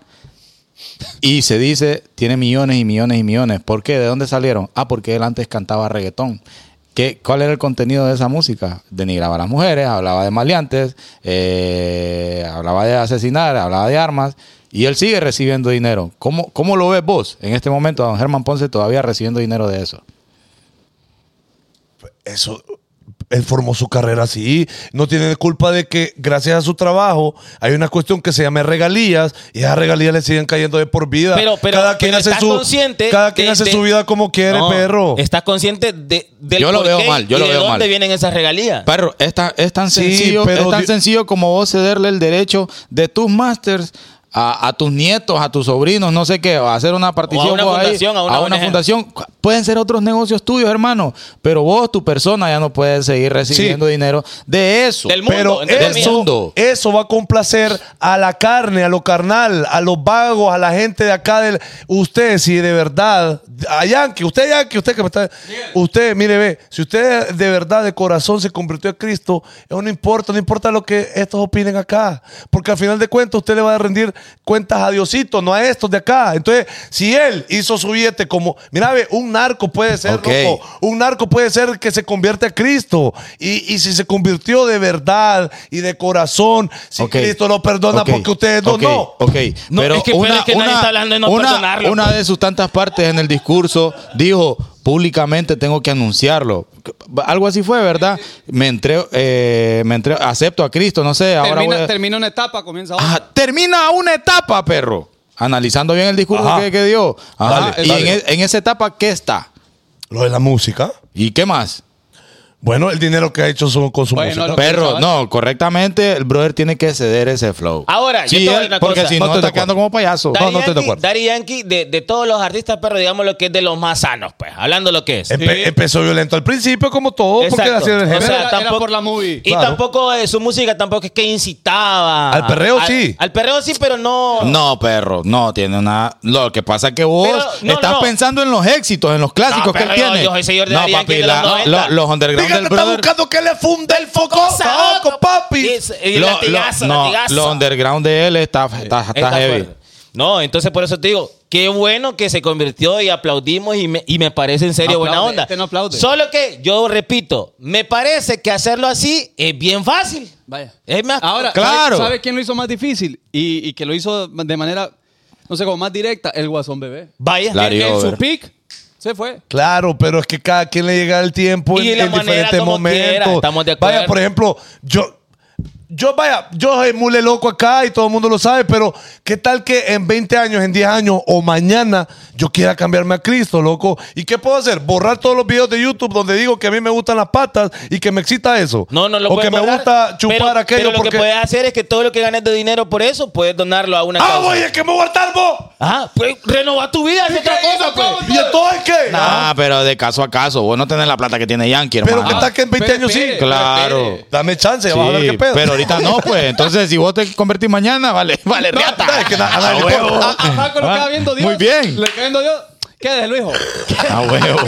y se dice, tiene millones y millones y millones. ¿Por qué? ¿De dónde salieron? Ah, porque él antes cantaba reggaetón. ¿Qué, ¿Cuál era el contenido de esa música? Denigraba a las mujeres, hablaba de maleantes, eh, hablaba de asesinar, hablaba de armas. Y él sigue recibiendo dinero. ¿Cómo, ¿Cómo lo ves vos en este momento, don Germán Ponce, todavía recibiendo dinero de eso?
Eso. él formó su carrera así. No tiene culpa de que, gracias a su trabajo, hay una cuestión que se llama regalías y esas regalías le siguen cayendo de por vida.
Pero, pero,
cada quien
pero
hace,
estás
su,
consciente
cada quien
de-
hace
de-
su vida como quiere,
No,
perro.
Estás consciente de, del
Yo lo
porqué
veo mal, yo
y
lo
de
veo
dónde
mal.
vienen esas regalías.
Perro, es tan, es tan
Sí,
sencillo,
pero
es tan
di-
sencillo como vos cederle el derecho de tus masters a, a tus nietos, a tus sobrinos, no sé qué, a hacer una partición
una
vos ahí,
fundación, a una ONG.
fundación. Pueden ser otros negocios tuyos, hermano, pero vos, tu persona, ya no puedes seguir recibiendo dinero de eso.
Del mundo.
Pero
entre
del
comillas.
mundo.
eso, eso va a complacer a la carne, a lo carnal, a los vagos, a la gente de acá del. Usted, si de verdad, a Yankee, usted Yankee, usted que me está. Usted, mire, ve, si usted de verdad, de corazón, se convirtió a Cristo, eso no importa, no importa lo que estos opinen acá. Porque al final de cuentas, usted le va a rendir cuentas a Diosito, no a estos de acá. Entonces, si él hizo su billete como. Mira, ve, un narco puede ser,
Ok.
loco, un narco puede ser que se convierte a Cristo. Y, y si se convirtió de verdad y de corazón, si
Ok.
Cristo lo perdona
Ok.
porque ustedes dos
Ok.
no.
Ok,
No,
pero
es que, pero
una,
es que nadie
una-
está hablando de no
una-
perdonarlo,
una
pues.
de sus tantas partes en el discurso dijo públicamente tengo que anunciarlo. Algo así fue, ¿verdad? Me entré, eh, me entré, acepto a Cristo, no sé, ahora voy
Termina,
a-
termina una etapa, comienza otra.
Ajá, termina una etapa, perro. Analizando bien el discurso
Ajá.
que, que dio. Ajá,
Dale,
y
dale.
En, e- en esa etapa, ¿qué está?
Lo de la música.
¿Y qué más?
Bueno, el dinero que ha hecho son con su
Bueno,
música.
lo- que
Perro,
chaval.
no, correctamente el brother tiene que ceder ese flow.
Ahora, yo
sí,
te voy a
él-
una
porque
cosa.
si
No
no,
estoy
está
de acuerdo.
quedando como payaso.
Daddy
No, no estoy de
Yankee,
acuerdo.
Daddy Yankee, de, de todos los artistas, perro, digamos lo que es de los más sanos, pues. Hablando lo que es.
Empe-
Sí.
Empezó violento al principio, como todo, porque
Exacto.
así era el
O
género.
sea,
era, era
tampoco-
por la movie.
Y
Claro.
tampoco eh, su música tampoco es que incitaba.
Al perreo sí.
Al perreo sí, pero no.
No, perro, no tiene una. Lo que pasa es que vos
Oh. Pero, no,
estás
no.
pensando en los éxitos, en los clásicos
No,
que él
perro,
tiene.
yo soy señor de
no,
Daddy Yankee
papi,
de
la-
los 90.
lo- los underground
Fíjate,
del
está
brother.
buscando que le funde el foco, saoco, papi.
Es- y
lo-
latigazo,
lo- no,
latigazo.
los underground de él está, está, está
Está
heavy.
fuerte. No, entonces por eso te digo, qué bueno que se convirtió y aplaudimos y me, y me parece en serio
No
buena
aplaude,
onda.
este no aplaude.
Solo que yo repito, me parece que hacerlo así es bien fácil.
Vaya.
Es más,
Ahora,
Claro.
¿sabes quién lo hizo más difícil? Y, y que lo hizo de manera, no sé, como más directa, el Guasón Bebé.
vaya.
Claro.
En, en su
Over.
pick se fue.
Claro, pero es que cada quien le llega el tiempo
Y
en,
la
en
manera
diferentes
como
momentos.
quiera, estamos de acuerdo.
Vaya, por ejemplo, yo, yo vaya, yo soy mule loco acá y todo el mundo lo sabe, pero ¿qué tal que en 20 años, en 10 años o mañana yo quiera cambiarme a Cristo, loco? ¿Y qué puedo hacer? Borrar todos los videos de YouTube donde digo que a mí me gustan las patas y que me excita eso.
No, no
O
lo
que
puedes
me
borrar,
gusta chupar
pero-
aquello
Pero lo
porque.
que puedes hacer es que todo lo que ganes de dinero por eso, puedes donarlo a una
¡Ah,
causa.
güey! ¡Es que me voy a hartar, vos!
Ajá, pues renovar tu vida es otra cosa, pues.
¿Y entonces qué?
Nah, Ah, pero de caso a caso, vos no tenés la plata que tiene Yankee, hermano.
Ah,
pero ¿qué tal que en 20
Pero
años sí?
espere,
Claro.
pero espere.
Dame chance,
Sí,
vas a ver qué pedo.
pero ahorita no, pues. Entonces, si vos te convertís mañana, vale, vale, riata. Ah,
no, es que na- a nadie le
huevo.
importa.
A Paco lo
Ah,
queda viendo Dios.
muy bien.
Le queda viendo Dios. ¿Qué es el hijo?
A huevo.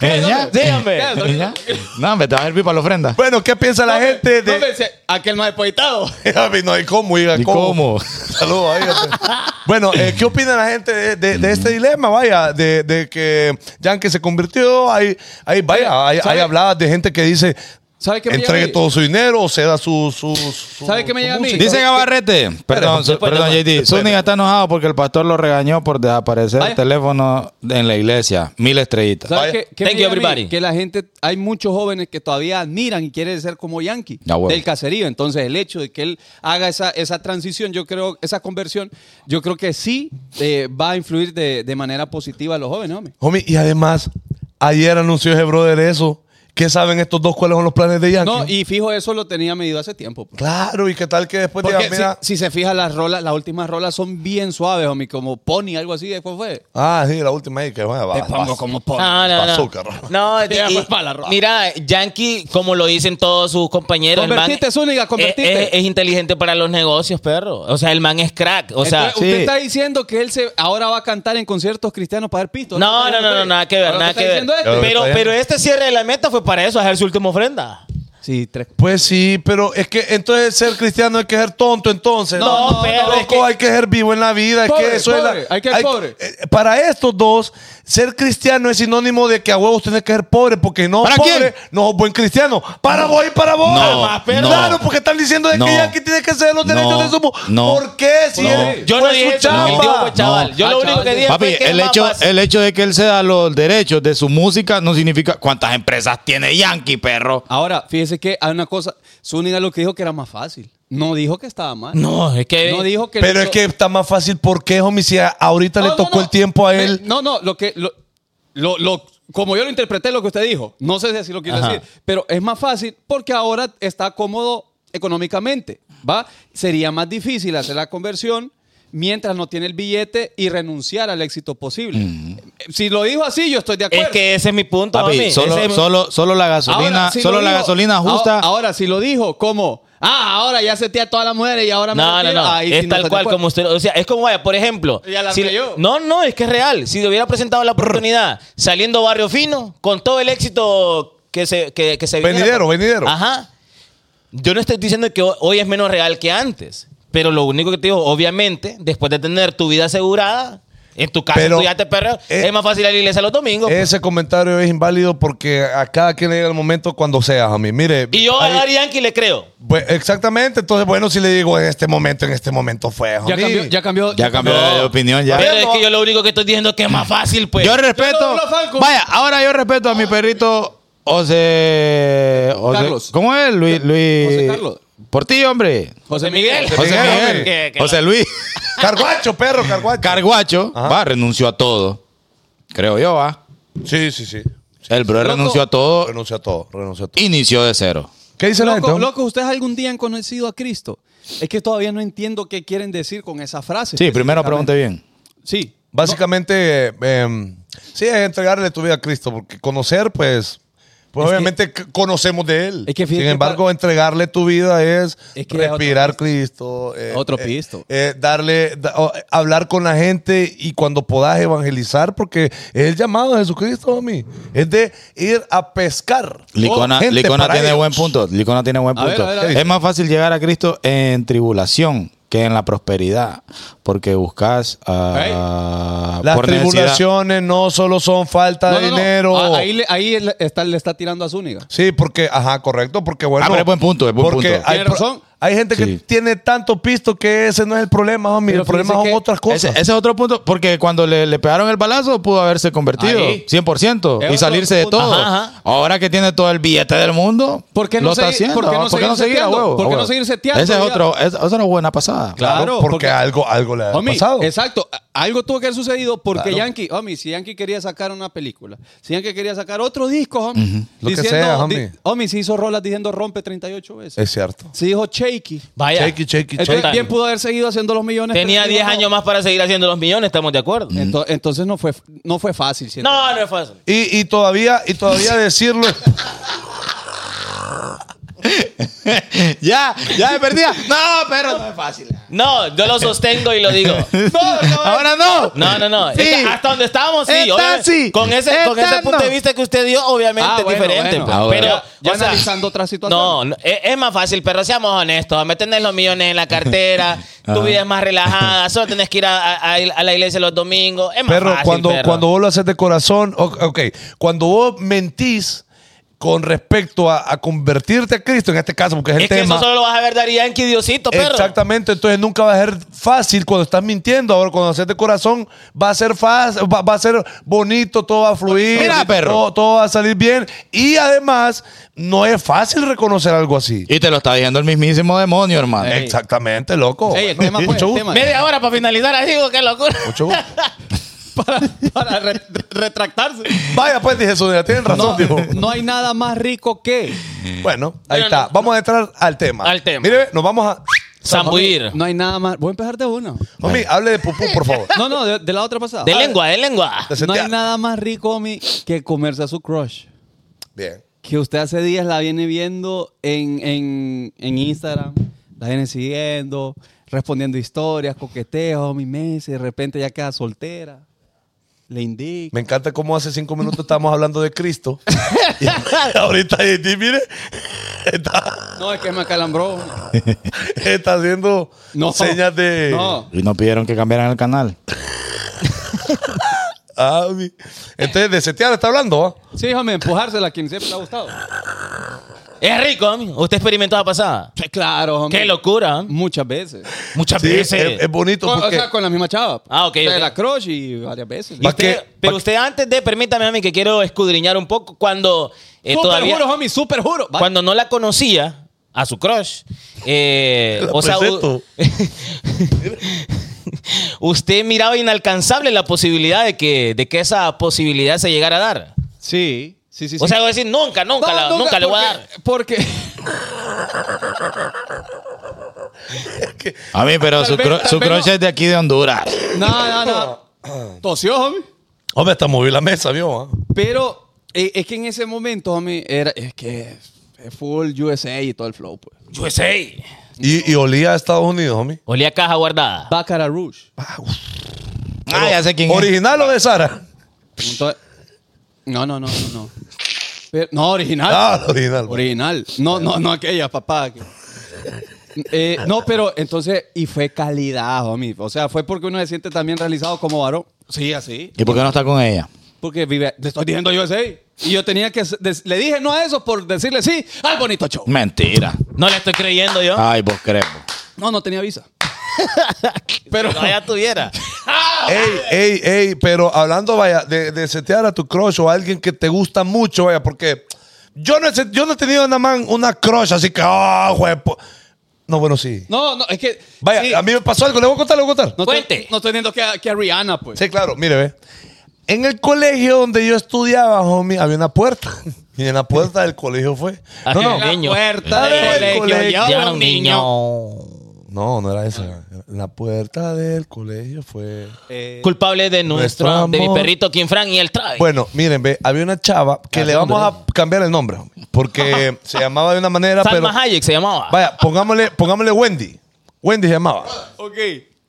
Eh, ya.
Dígame.
Eh, ya. No, me te va a servir para la ofrenda.
Bueno, ¿qué piensa la gente de.?
No, me decía, aquel más depositado.
A mí no hay cómo, diga,
¿Y
cómo.
cómo?
Saludos, ahí, hombre. Bueno, eh, ¿qué opina la gente de, de- de este dilema? Vaya, de, de que Yankee se convirtió. Hay, hay, vaya, hay, hay
¿sabe?
habladas de gente que dice.
¿Sabe qué me
entregue
llama a mí?
todo su dinero o ceda su. su, su-
¿Sabe qué me
su
llama a mí?
música.
Dice Gabarrete, perdón, su-
después,
perdón
después.
JD, Zúñiga está enojado porque el pastor lo regañó por desaparecer
Vaya.
el teléfono en la iglesia. Mil estrellitas.
¿Sabes
Vaya.
qué, qué
Thank
me
you,
llega a mí?
everybody.
Que la gente, hay muchos jóvenes que todavía admiran y quieren ser como Yankee
Ah,
Ya, huevo.
del caserío. Entonces, el hecho de que él haga esa, esa transición, yo creo, esa conversión, yo creo que sí eh, va a influir de, de manera positiva a los jóvenes, hombre.
Homie, y además, ayer anunció ese brother eso. ¿Qué saben estos dos cuáles son los planes de Yankee?
No, y fijo, eso lo tenía medido hace tiempo. pues.
Claro, ¿y qué tal que después
Porque
digan, mira.
si, si se fija, las rolas, las últimas rolas son bien suaves, homie, como Pony, algo así, después fue.
Ah, sí, la última ahí que vaya, va.
Te
va-
pongo como Pony.
No, no, no.
Bazooka,
No, y-
Ya,
y-
pues, pa' la roja.
mira, Yankee, como lo dicen todos sus compañeros, el man
Convertite, Zúñiga, convertite.
Es, es- es inteligente para los negocios, perro. O sea, el man es crack. O sea,
Entonces, usted
sí.
está diciendo que él se ahora va a cantar en conciertos cristianos para dar pisto.
no, no, no, no, nada que ver,
Ahora
nada
usted
que ver.
está diciendo esto.
Yo lo que
Pero,
estoy
pero este cierre de la meta fue para eso, hacer su última ofrenda.
Sí, tres.
Pues sí, pero es que entonces ser cristiano hay que ser tonto entonces.
No, pero es
loco,
que-
hay que ser vivo en la vida. es
Pobre,
que eso es la-
pobre, hay que ser pobre.
eh, Para estos dos, ser cristiano es sinónimo de que a huevos tenés que ser pobre, porque no
¿Para
pobre,
quién?
no sos buen cristiano. Para vos y para vos.
No,
Ah,
no.
claro, porque están diciendo de
No.
que ya que tiene que ser los
No,
derechos de su mu-
no.
¿Por qué? Si
No.
él-
Yo no
fue su
dije eso,
chamba.
el tío fue chaval.
No.
Yo lo
Ah,
único
chaval,
que dije
Papi,
fue que
el
es más
hecho,
fácil.
el hecho de que él se da los derechos de su música no significa cuántas empresas tiene Yankee, perro.
Ahora, fíjese que hay una cosa. Zúñiga lo que dijo que era más fácil. No dijo que estaba mal.
No, eh, es que.
No dijo que.
Pero es que está más fácil porque, homie, si a- ahorita
No,
le
no,
tocó
no.
el tiempo a
Me-
él.
No, no, lo que. Lo, lo- lo- como yo lo interpreté lo que usted dijo. No sé si así lo quiso
Ajá.
decir. Pero es más fácil porque ahora está cómodo económicamente. ¿Va? Sería más difícil hacer la conversión mientras no tiene el billete y renunciar al éxito posible. Si lo dijo así, yo estoy de acuerdo.
Mm. Es que ese es mi punto,
Papi,
mami.
solo,
Ese es mi-
solo, solo la gasolina,
Ahora, si
solo
lo
la
dijo-
gasolina
ahora-
justa.
Ahora, si lo dijo, ¿cómo? Ah, ahora ya acepté a todas las mujeres y ahora me
No, no,
retiro.
no.
Ahí
es
sí no
tal
estoy de
cual
acuerdo.
como usted. O sea, es como vaya, por ejemplo.
Ya la
si-
armé yo.
no, no, es que es real. Si le hubiera presentado la oportunidad saliendo Barrio Fino, con todo el éxito que se, que, que se viniera-
Venidero, venidero.
Ajá. Yo no estoy diciendo que ho- hoy es menos real que antes. Pero lo único que te digo, obviamente, después de tener tu vida asegurada, en tu casa
Pero-
tú ya te perreo,
eh,
es más fácil ir a la iglesia los domingos.
Ese comentario es inválido porque a cada quien le llega el momento cuando sea, a mí. Mire.
y yo a
ahí-
Daddy Yankee le creo.
Pues, exactamente, entonces bueno, si le digo en este momento, en este momento fue.
Ya
homie.
cambió, ya cambió.
ya cambió de opinión, ya.
Pero es que yo lo único que estoy diciendo es que es más fácil, pues.
yo respeto.
hablo franco.
Vaya, ahora yo respeto a mi perrito José. José-
Carlos.
¿Cómo es? Luis. Luis
José Carlos.
Por ti, hombre.
José Miguel.
José
José
Miguel.
Miguel.
Que- que
José Luis.
Carguacho, perro, carguacho.
Carguacho.
Ajá.
Va, renunció a todo. Creo yo, va.
sí, sí, sí.
El bro
Loco.
renunció a todo.
Renuncia a todo, renuncia a todo.
Inició de cero.
¿Qué dice la gente?
Loco,
homie?
loco, ¿ustedes algún día han conocido a Cristo? Es que todavía no entiendo qué quieren decir con esa frase.
Sí, primero pregunte bien.
Sí.
Básicamente, eh, em, sí, es entregarle tu vida a Cristo, porque conocer, pues, pues
Es
obviamente c- conocemos de Él.
es que fíjate
Sin
que
embargo,
pa-
entregarle tu vida es,
Es que es otro
respirar Cristo. eh,
Otro
eh,
pisto.
eh, darle, da- o- hablar con la gente y cuando puedas evangelizar, porque es el llamado de Jesucristo, mí Es de ir a pescar.
Licona,
Oh, gente
Licona
para
tiene
ellos.
buen punto. Licona tiene buen
A ver,
punto.
a ver, a ver.
Es más fácil llegar a Cristo en tribulación que en la prosperidad, porque buscas ah,
Las
por necesidad.
tribulaciones no solo son falta
No,
de
no, no.
dinero.
Ah, Ahí, le, ahí le está, le está tirando a Zúñiga.
Sí, porque, ajá, correcto, porque bueno.
Ah, pero es buen punto, es buen
porque
punto.
Hay,
Tiene
pro-
razón.
hay gente que
Sí.
tiene tanto pisto que ese no es el problema, homie.
Pero
el problema son
fíjese que
otras
Ese,
cosas.
ese es otro punto, porque cuando le, le pegaron el balazo pudo haberse convertido
Ahí.
100%
Es
y
otro
salirse de
punto.
todo.
Ajá, ajá.
Ahora que tiene todo el billete del mundo,
¿Por qué no
lo está
segui-
haciendo.
por qué no
¿Por qué no
seguir
seguir a
seteando?
huevo?
¿Por qué
A
no
huevo.
seguir seteando?
Ese es
Ya.
otro, es, esa es una buena pasada.
Claro,
Claro,
porque,
porque-
algo, algo le ha
Homie,
pasado.
exacto. A- Algo tuvo que haber sucedido porque
Claro.
Yankee, homie, si Yankee quería sacar una película, si Yankee quería sacar otro disco, homie,
Lo que sea, homie.
di- homie, se hizo rolas diciendo rompe 38 veces.
Es cierto.
Se dijo shaky.
Vaya.
Shaky, shaky,
Ah, Entonces,
shaky.
¿quién pudo haber seguido haciendo los millones?
Tenía
Pero
10
no.
años más para seguir haciendo los millones, estamos de acuerdo.
Ento- Entonces no fue, no fue fácil. siento.
No, no es fácil.
Y, y todavía, y todavía decirlo.
ya, ya me perdía. No, pero no es fácil.
No, yo lo sostengo y lo digo.
Ahora no.
No, no, no. Es que hasta donde estábamos, sí.
Está
obviamente.
sí.
Con ese, con
Está
ese punto de
no.
vista que usted dio, obviamente
Ah,
es
bueno,
diferente.
bueno.
pues.
Ah, bueno.
Pero,
Ya
o sea,
analizando otras situaciones.
no, no, es, es más fácil, pero seamos honestos. Me tenés los millones en la cartera, tu vida es más relajada, solo tenés que ir a, a- a- a la iglesia los domingos. Es más
Perro,
Ah,
fácil,
cuando,
perro.
cuando vos lo haces de corazón, o- ok, cuando vos mentís con respecto a, a convertirte a Cristo, en este caso, porque es el
es que
tema.
eso solo lo vas a ver Daddy Yankee y Diosito, perro.
Exactamente, entonces nunca va a ser fácil cuando estás mintiendo. Ahora, cuando haces de corazón, va a ser fácil, va, va a ser bonito, todo va a fluir.
Mira, perro.
Todo, todo va a salir bien. Y además, no es fácil reconocer algo así.
Y te lo está diciendo el mismísimo demonio, hermano.
Exactamente, loco.
Ey, el tema fue,
Mucho
el
gusto.
tema.
Media hora para finalizar así, digo, qué locura.
Mucho gusto.
para, para re- re- retractarse.
Vaya, pues dije eso, tienen razón,
No,
dijo.
no hay nada más rico que
Bueno, ahí
Mira,
está.
no-
vamos a entrar al tema.
Al tema.
Mire, nos vamos a.
Zambuir.
No hay nada más. Voy a empezar de uno.
Homie, hable de pupú, por favor.
No, no, Ah, de, de la otra pasada.
De
A ver,
lengua, de lengua.
De
No
setear.
hay nada más rico, homie, que comerse a su crush.
Bien.
Que usted hace días la viene viendo en, en, en Instagram, la viene siguiendo, respondiendo historias, coqueteos, homie, meses, de repente ya queda soltera. Le indica.
Me encanta cómo hace cinco minutos estábamos hablando de Cristo. Y ahorita, y- y mire. Está,
No, es que me acalambró.
está haciendo
No.
señas de.
No.
Y no pidieron que cambiaran el canal.
Ah, mi- entonces, de setear está hablando. ¿ah?
Sí, déjame empujársela a quien siempre le ha gustado.
Es rico, homie. Usted experimentó la pasada.
Sí, claro, hombre.
Qué locura. homie.
Muchas veces.
Muchas
Sí, es,
veces.
es bonito.
Con- o
porque-
sea, con la misma chava.
Ah, ok,
O sea,
ok.
la crush y varias veces. eh,
Y
Pa'
usted-
que-
pero
pa'
usted antes de, permítame, homie, que quiero escudriñar un poco cuando eh,
super
todavía...
juro, homie, super juro. Va-
Cuando no la conocía, a su crush, eh,
La
o sea,
presento.
u- usted miraba inalcanzable la posibilidad de que, de que esa posibilidad se llegara a dar.
Sí, sí, sí.
O
sí.
sea, voy a decir, nunca, nunca, la-
No,
nunca, le voy a dar.
porque- Porque.
A mí, pero su,
vez-
cro-
tal
su
vez
crush
no.
es de aquí de Honduras.
No, no, no. Tosió, homie.
Hombre, hasta moví la mesa, vio. ¿ah?
Pero eh, es que en ese momento, homie, era, es que es full USA y todo el flow, pues.
USA.
Y, y olía a Estados Unidos, homie.
Olía a caja guardada.
Baccarat Rouge.
Ah, ya sé quién es.
¿Original o de Sara?
Entonces- no, no, no, no, no. Pero- no, original.
Ah, original.
Original. No, no, no aquella, papá. que- Eh, no, pero entonces, y fue calidad, homie. O sea, fue porque uno se siente también realizado como varón. Sí, así.
¿Y por qué no está con ella?
Porque vive, le estoy diciendo yo ese. Y yo tenía que, des- le dije no a eso por decirle sí al bonito show.
Mentira.
No le estoy creyendo
Ah,
yo.
Ay, vos crees.
No, no tenía visa. Pero,
No, ya tuviera.
Ey, ey, ey, pero hablando, vaya, de, de setear a tu crush o a alguien que te gusta mucho, vaya, porque yo no he, set- yo no he tenido nada más una crush, así que, ah, güey, po- No, bueno, sí.
no, no, es que.
Vaya,
sí,
a mí me pasó algo, le voy a contar, le voy a contar.
No
Cuente.
estoy, no estoy viendo que a, que a Rihanna, pues.
Sí, claro, mire, ve. En el colegio donde yo estudiaba, homie, había una puerta. Y en la puerta del colegio fue.
Ah,
No, no,
El niño.
puerta
El
del
colegio
colegio
lleva un niño.
no, no era esa. En la puerta del colegio fue.
Eh,
Culpable de nuestro,
Nuestro
de mi
amor.
perrito Kim Frank y el traje.
Bueno, miren, ve, había una chava que le vamos a cambiar el nombre, homie, porque se llamaba de una manera, pero.
Salma Hayek se llamaba.
Vaya, pongámosle, pongámosle Wendy. Wendy se llamaba.
ok.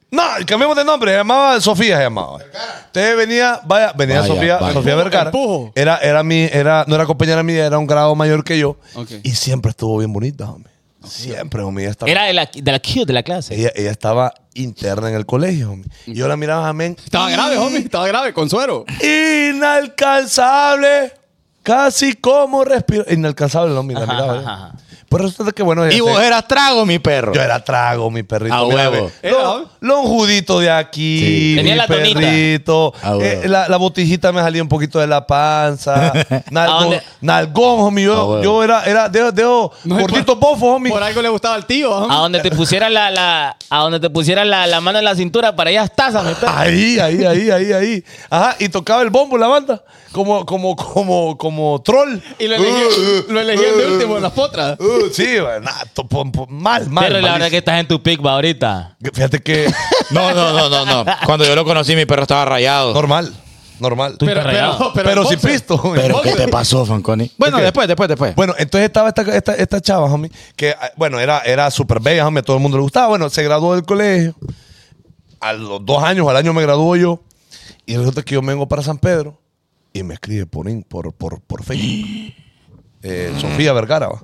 No, cambiamos de nombre. Se llamaba Sofía, se llamaba. Usted venía, vaya, venía
Vaya,
Sofía,
vaya.
Sofía Vergara.
Empujo.
Era, era mi, era, no era compañera mía, era un grado mayor que yo.
Ok.
Y siempre estuvo bien bonita, hombre. Siempre, hombre. Ella estaba,
Era de la, de la cute de la clase.
ella, ella estaba interna en el colegio, hombre. Y yo la miraba, amén.
Estaba grave, homie. Estaba grave, con suero.
Inalcanzable. Casi como respirar. Inalcanzable, no, mira,
Ajá,
miraba.
ajá,
eh.
ajá.
Pues resulta que bueno. ella
Y
se-
vos eras trago, mi perro.
Yo era trago, mi perrito.
Ah,
A
mira,
huevo.
ve.
Era,
Lo-
¿eh?
Lonjudito de aquí.
Sí.
Tenía
mi
la tonita. Ah,
perrito.
A huevo.
Eh, la, la botijita me salía un poquito de la panza.
¿A
Nalgón,
dónde? Ah,
nalgón, homie.
A
Yo,
huevo.
yo era, era, dedo, dedo
No, y
gordito bofo, homie.
Por algo le gustaba al tío, homie.
A donde te pusiera la, la- a donde te pusiera la, la mano en la cintura para allá tazas, mi perro.
Ahí, ahí, ahí, ahí, ahí. Ajá, y tocaba el bombo la banda. Como, como, como, como troll.
Y lo elegían, lo elegían de último en las potras.
Uh, sí, va, nah, to- po- po- mal, mal.
Pero la verdad que
malísimo.
estás en tu pick, va, ahorita.
Fíjate que
No, no, no, no, no. Cuando yo lo conocí, mi perro estaba rayado.
normal, normal.
Pero- pero-
Pero, sin pisto. homie.
Pero, ¿qué te pasó, Fanconi? Bueno,
¿Qué?
después, después, después.
Bueno, entonces estaba esta, esta, esta chava, homie, que ah, bueno, era, era súper bella, homie, a todo el mundo le gustaba. Bueno, se graduó del colegio. A los dos años, al año me graduó yo. Y resulta que yo me vengo para San Pedro y me escribe por, in- por, por, por Facebook. Eh, Sofía Vergara, va.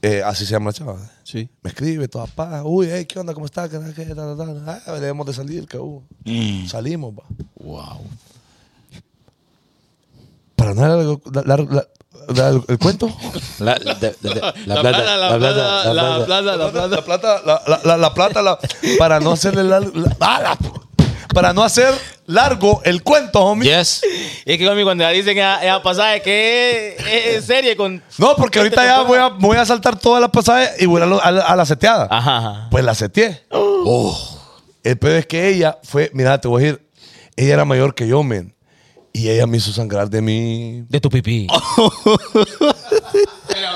Eh, así se llama la chava.
Sí.
Me escribe, toda paz. Uy, hey, ¿qué onda? ¿Cómo estás? ¿Qué, qué, ta, ta, ta? Ah, debemos de salir, que hubo. Salimos, va.
Wow.
Para nada, la- la- la- la- el cuento.
La, de- de- de-
La plata, la plata, la plata, la plata.
La plata, la, la- la- la plata, la- para no hacerle lar- la- ah, la- para no hacer largo el cuento, homie.
Yes.
Y es que conmigo cuando dicen esa, esa pasada es que es, es- es serie con.
No, porque ahorita ya voy a, voy a saltar toda la pasada y voy a, lo- a la- a la seteada.
Ah.
Ajá, ajá.
Pues la seteé.
Oh.
Oh. El peor es que ella fue, mira, te voy a decir, ella era mayor que yo, men. Y ella me hizo sangrar de mí.
De tu pipí.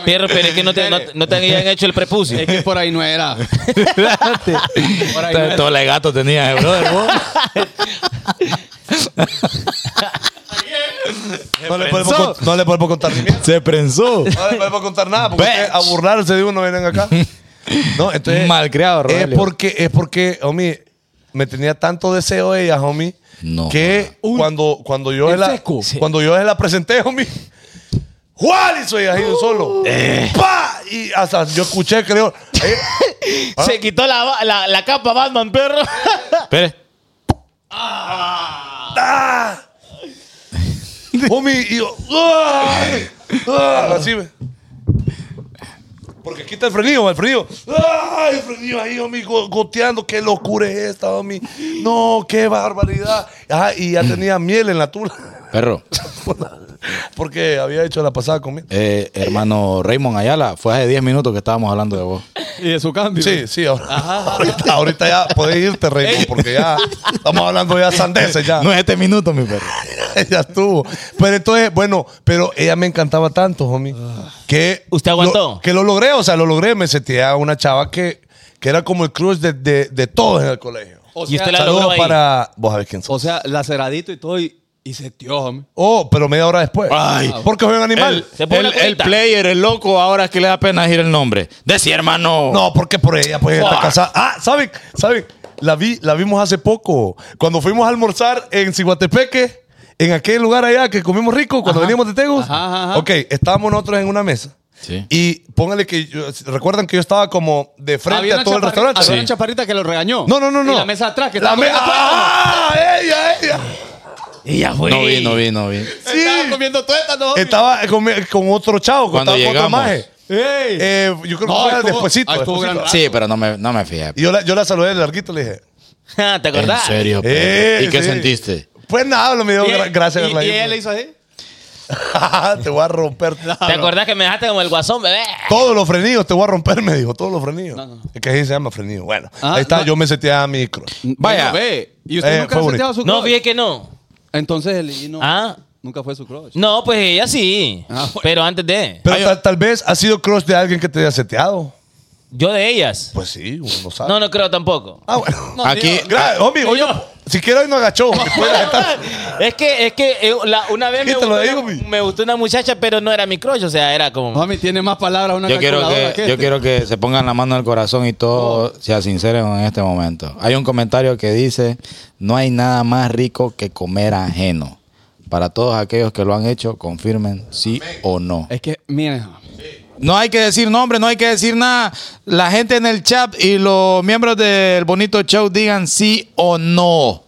Pero, pero es que no te, no, no te habían hecho el prepucio.
Es que por ahí no era. por ahí no era.
Todo el gato tenía, eh, brother. vos.
No le, podemos,
prensó.
con- no le podemos contar ni mierda.
Se prensó.
No le podemos contar nada, porque
Bitch.
ustedes a burlarse de uno vienen acá. No, entonces.
Malcriado,
Es
Rogelio.
porque, es porque, homie, me tenía tanto deseo ella, homie,
No,
que cuando, cuando yo
¿En
la,
seco?
cuando yo se la presenté, homie, ¡Jual! Y soy así de
Uh.
solo. ¡Pa! Y hasta yo escuché, creo. eh,
Se quitó la, la, la capa Batman, perro.
Espere.
¡Ah! Homie, y yo. ¡ah! ¡ah! Así me. Porque quita el frenillo, el frenillo. ¡Ah! El frenillo ahí, homie, go- goteando. ¡Qué locura es esta, homie! No, qué barbaridad. Ajá, y ya tenía miel en la tula.
Perro.
Porque había hecho la pasada conmigo.
Eh, hermano Raymond Ayala, fue hace 10 minutos que estábamos hablando de vos.
Y de su cambio.
Sí, sí, ahora, ahorita, ahorita ya podés irte, Raymond, porque ya estamos hablando ya sandeces ya.
No es este minuto, mi perro.
Ella estuvo. Pero entonces, bueno, pero ella me encantaba tanto, homie. Que
¿Usted aguantó?
lo- que lo logré, o sea, lo logré. Me senté a una chava que, que era como el crush de, de- de todos en el colegio.
O
y
sea,
usted la logró
Saludos
ahí.
para. Vos sabés quién sos.
O sea, laceradito y todo y, y se tío, homie.
Oh, pero media hora después.
Ay.
Porque soy un animal.
Se pone
el,
la colita.
el player, el loco, ahora es que le da pena decir el nombre. Decía, hermano.
No, porque por ella, pues ella está
Fuck.
casada. Ah, ¿saben? ¿Saben? La, vi, la vimos hace poco. Cuando fuimos a almorzar en Ciguatepeque, en aquel lugar allá que comimos rico cuando veníamos de Tegus.
Ajá, ajá, ajá.
Ok, estábamos nosotros en una mesa.
Sí.
Y póngale que. yo- recuerdan que yo estaba como de frente
Había
a
una
todo el
chaparri-
restaurante.
Había una chaparrita que lo regañó.
No, no, no, no.
Y la mesa atrás que
La
estaba
me-
comiendo tuétano.
¡Ah! ¡Ella, ella!
Y ya fue. No vi, no vi, no vi.
Sí.
Estaba comiendo tuétano. homie.
Estaba con, con otro chavo,
Cuando
estaba con otro
llegamos.
maje.
¡Ey!
Eh, yo creo que
No,
fue
estuvo-
despuesito.
ah, estuvo
despuesito.
gran-
Sí, pero no me, no me fijé.
Y yo la, yo la saludé de larguito le dije.
Ah, ¿Te
¿En
acordás?
serio? perro?
Eh,
¿Y qué
sí.
sentiste?
Pues nada, lo me dio
Y
gra-
él-
gracias
y-
verla ahí.
Y él le hizo así.
Ah, te voy a romper.
¿Te acordás que me dejaste como el guasón, bebé?
Todos los frenillos te voy a romper, me dijo. Todos los frenillos. Es que ahí se llama frenillo. Bueno,
Ah,
ahí está.
no.
Yo me sentía a micro.
Vaya.
Bueno, ve. Y usted
Eh,
nunca
fue
se
bonito.
a su
No,
crush.
fíjate que no.
Entonces el y no.
Ah.
Nunca fue su crush.
No, pues ella sí.
Ah, bueno.
Pero antes de.
Pero tal, tal vez ha sido crush de alguien que te haya seteado.
Yo de ellas.
Pues sí, uno no sabe.
No, no creo tampoco.
Ah, bueno.
Aquí,
Gra- homie, hoy no- si quiero hoy no agachó. Después la gente-
es que, es que eh, la- una vez
¿Qué
me
te
gustó,
lo
una,
digo, mi?
me gustó una muchacha, pero no era mi crush, o sea, era como.
Mami tiene más palabras una
yo quiero,
calculadora
que,
que
yo
este.
quiero que se pongan la mano en el corazón y todos sean sinceros en este momento. Hay un comentario que dice, no hay nada más rico que comer ajeno. Para todos aquellos que lo han hecho, confirmen sí o no.
Es que, miren.
No hay que decir nombre, no hay que decir nada. La gente en el chat y los miembros del bonito show digan sí o no.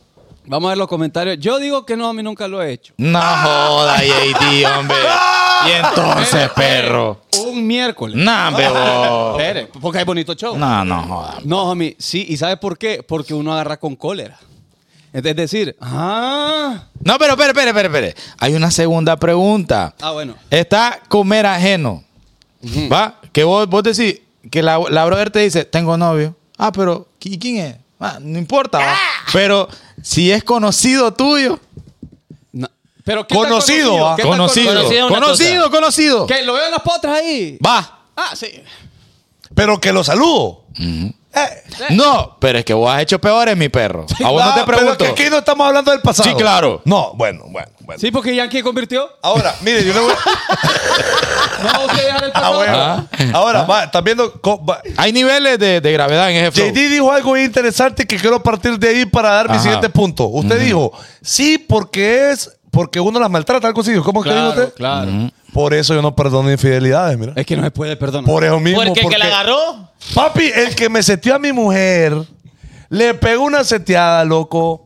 Vamos a ver los comentarios. Yo digo que no, a mí nunca lo he hecho.
No joda, JD, hombre. Y entonces, perro.
Un miércoles.
No, hombre, vos.
Espere, porque hay bonito show.
No, no joda.
No, homie, sí, ¿y sabes por qué? Porque uno agarra con cólera. Es de- es decir, ah,
No, pero, espere, espere, espere, espere. Hay una segunda pregunta.
ah, bueno.
Está comer ajeno. ¿Va? Que vos, vos decís, que la, la brother te dice, tengo novio. Ah, pero, ¿qui- ¿quién es? Ah, no importa, va. Pero si es conocido tuyo.
No. Pero ¿qué tal
Conocido, ah.
¿Qué tal
Conocido,
conocido?
conocido,
Una
conocido.
Que lo veo en las potras ahí.
Va.
Ah, sí.
Pero que lo saludo. Eh,
No, pero es que vos has hecho peores, mi perro. A vos no
ah,
te
pero
pregunto.
es que aquí no estamos hablando del pasado.
Sí, claro.
No, bueno, bueno, bueno.
Sí, porque Yankee convirtió.
Ahora, mire, yo le voy
No, usted dejar el
Ah,
pasado.
bueno.
Ah.
Ahora, va, estás viendo. co- va.
Hay niveles de, de gravedad en ese flow.
JD dijo algo interesante que quiero partir de ahí para dar mi
Ajá.
siguiente punto. Usted dijo, sí, porque es. Porque uno las maltrata, algo así. dijo. ¿Cómo es que dijo
Claro,
usted?
claro. Eh,
Por eso yo no perdono infidelidades, mira.
Es que no se puede perdonar.
Por eso mismo.
Porque el que la agarró.
Papi, el que me seteó a mi mujer, le pegó una seteada, loco,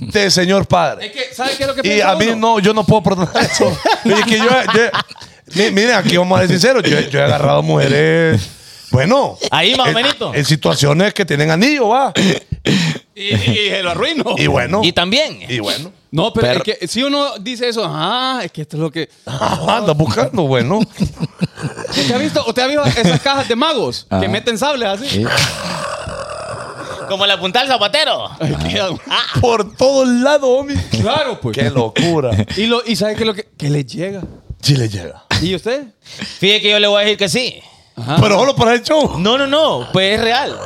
de señor padre.
Es que, ¿sabes qué es lo que
Y
piensa
a mí
uno?
no, yo no puedo perdonar eso. Mire, que yo, yo- mi- miren, aquí vamos a ser sinceros, yo, yo he agarrado mujeres, bueno.
Ahí, más o
Ah,
en-
menito.
En situaciones que tienen anillo, va.
Y, y se lo arruino.
Y bueno.
Y también.
Y bueno.
No, pero,
Pero-
es que si uno dice eso, ah, es que esto es lo que.
Ah, anda buscando, bueno.
¿Usted ha visto, usted ha visto esas cajas de magos que
Ajá.
meten sables así?
Sí.
Como la punta del zapatero. Ah,
Por todos lados, homie.
Claro, pues.
Qué locura.
Y, lo, y ¿sabes qué es lo que, que les llega?
Sí le llega.
¿Y usted?
Fíjate que yo le voy a decir que sí.
Ajá.
Pero solo para el show.
No, no, no. Pues es real.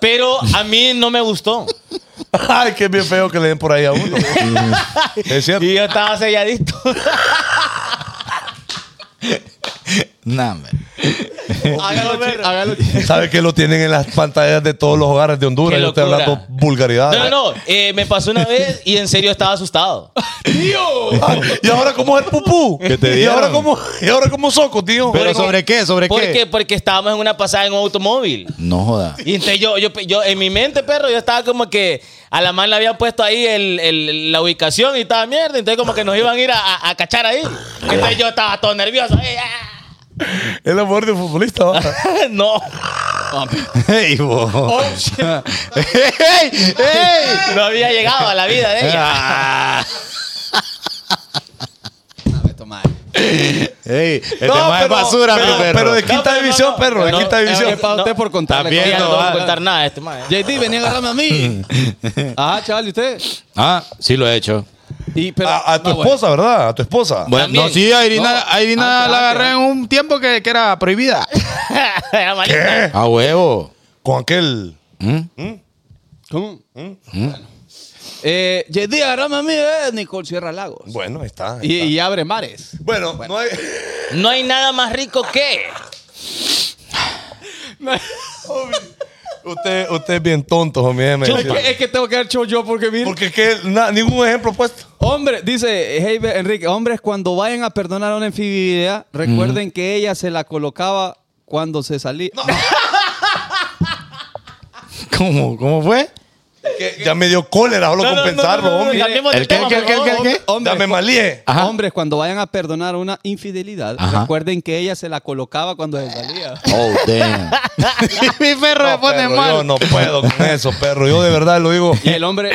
Pero a mí no me gustó.
Ay, qué bien feo que le den por ahí a uno. es cierto.
Y yo estaba selladito.
Nah, hombre.
Hágalo ver.
Hágalo.
¿Sabes que lo tienen en las pantallas de todos los hogares de Honduras?
Qué
Yo estoy
locura.
hablando vulgaridades.
No, no, no. eh, me pasó una vez y en serio estaba asustado.
Ah, ¿Y ahora cómo es el pupú?
¿Qué te
¿Y
dieron?
ahora cómo, ¿Y ahora cómo soco, tío?
¿Pero sobre qué? ¿Sobre
¿Por qué?
qué?
Porque estábamos en una pasada en un automóvil.
No joda.
Y entonces yo, yo, yo, en mi mente, perro, yo estaba como que a la man le habían puesto ahí el, el- la ubicación y estaba mierda. Entonces como que nos iban a ir a, a- a cachar ahí. Entonces yo estaba todo nervioso. eh, ah.
Es la muerte de un futbolista. ¿va?
No,
¡Ey, vos! ¡Ey! ¡Ey!
no había llegado a la vida de ella.
Ah. ¡Ey! Este
No,
más es
pero-
basura,
pero-
mi perro.
pero de quinta
No, pero
división,
no, no.
perro, de
No,
quinta
no,
división.
Es eh, para usted por contarle.
Está
Ya
bien,
no te
cosas.
voy a
va.
contar nada de este man.
JD, venía a agarrarme a mí. Ajá, chaval, ¿y usted?
Ah, sí lo he hecho.
Y, pero,
A, a tu
no, bueno.
esposa, ¿verdad? A tu esposa.
Bueno,
También.
no, sí, a Irina,
No,
a Irina
antes,
la
antes,
agarré en un tiempo que, que era prohibida.
Era malito.
¿Qué?
¡A huevo!
¿Eh? Con aquel.
¿Mm?
¿Cómo? Bueno. Eh, JD, agarrame a mí, eh, Nicole Sierra Lagos.
Bueno, ahí está. ahí
Y,
está.
y abre mares.
Bueno, no hay.
No hay nada más rico que.
Usted, usted es bien tonto, homie. déjeme
Es
decirle.
que, es que tengo que dar show yo porque mira.
Porque es que na- ningún ejemplo puesto.
Hombre, dice Heiber Enrique, hombres, cuando vayan a perdonar una infidelidad, recuerden que ella se la colocaba cuando se salía.
¿Cómo, cómo fue?
Que ya me dio cólera solo con pensarlo, hombre.
Cambiemos de
¿El qué,
tema,
el qué,
por
el qué, el qué, el
favor.
qué?
Ya me
Hombres,
malíe.
Ajá.
hombres, cuando vayan a perdonar una infidelidad,
Ajá.
recuerden que ella se la colocaba cuando se salía.
Oh, damn. mi perro me pone
Perro,
mal.
Yo no puedo con eso, perro. Yo de verdad lo digo.
Y el hombre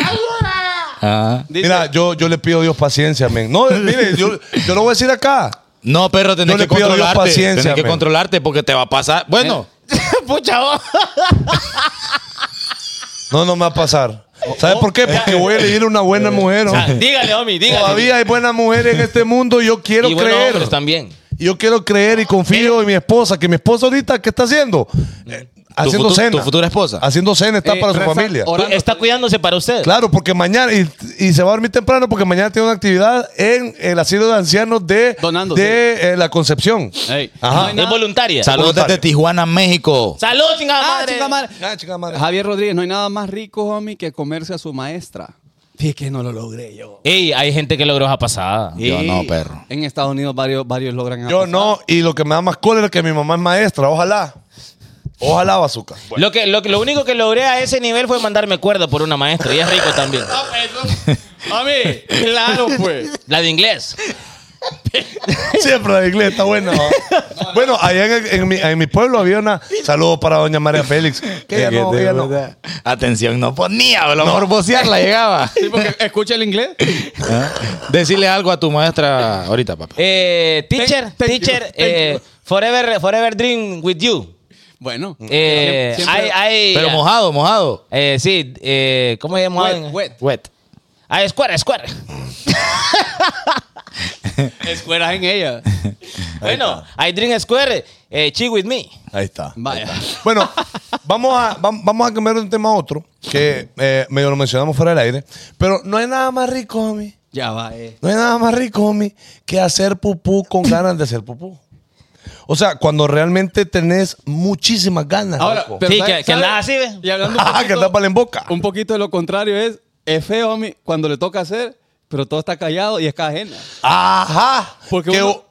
Ah.
dice,
Mira, yo, yo le pido a Dios paciencia, men. No, eh, mire, yo, yo lo voy a decir acá.
No, perro, tenés
Yo le
que
pido a Dios
controlarte.
paciencia,
tenés que
men.
controlarte porque te va a pasar. Bueno,
Pucha, vos.
No, no me va a pasar. ¿Sabes por qué? Porque voy a elegir una buena mujer.
Ah,
hombre.
dígale, homie, dígale.
Todavía hay buenas mujeres en este mundo. Yo quiero
y buenos
creer.
hombres también.
Yo quiero creer y confío en mi esposa. Que mi esposa ahorita, ¿qué está haciendo? Eh, haciendo
futu-
cena.
tu futura esposa.
Haciendo cena, está
Eh,
para su
reza-
familia.
or- Orando.
Está cuidándose para usted.
Claro, porque mañana, y, y se va a dormir temprano porque mañana tiene una actividad en el asilo de ancianos de,
Donando,
de eh, la Concepción.
Ey,
Ajá.
no hay
Es
nada-
voluntaria. Salud,
saludos desde
voluntario.
Tijuana, México.
chingada
Ah,
madre.
chinga madre.
Ah, chica madre.
Javier Rodríguez, no hay nada más rico, homie, que comerse a su maestra. Fíjate que no lo logré yo.
Ey, hay gente que logró esa pasada.
Yo
Y
no, perro.
En Estados Unidos varios, varios logran esa
Yo
pasada.
no, y lo que me da más cólera es que mi mamá es maestra, ojalá. Ojalá, bazooka.
Lo, que, lo, que- lo único que logré a ese nivel fue mandarme cuerda por una maestra. Y es rico también.
pues, Homie, claro, pues.
La de inglés.
Siempre la iglesia está buena. ¿no? Bueno, allá en, en mi, en mi pueblo había una. Saludos para doña María Félix. Que ella no, ella no.
Atención, no ponía, a lo mejor vocearla llegaba.
Sí, porque escucha el inglés.
Ah. Decirle algo a tu maestra ahorita, papá.
Eh, teacher,
Thank- thank you,
teacher,
thank
eh, forever, forever dream with you.
Bueno.
Eh,
Siempre-
I- I-
Pero mojado, mojado.
eh, sí, eh, ¿cómo se llama?
Wet, wet.
Wet.
Ah, square, square.
Escuelas en ella.
bueno, I drink square, eh, chi with me.
Ahí está.
Vaya.
Bueno, vamos a, vam- vamos a cambiar de un tema a otro, que eh, medio lo mencionamos fuera del aire. Pero no hay nada más rico, homie.
Ya va, eh.
No hay nada más rico, homie, que hacer pupú con ganas de hacer pupú. O sea, cuando realmente tenés muchísimas ganas.
Ahora,
loco.
pero
Sí,
¿sabe-
que- que
sabe?
andás así, ve.
Y hablando un
Ah, que
poquito,
andás para en boca.
un poquito de lo contrario es, es feo, homie, cuando le toca hacer, pero todo está callado y es caja ajena.
Ajá.
Porque
Que-
uno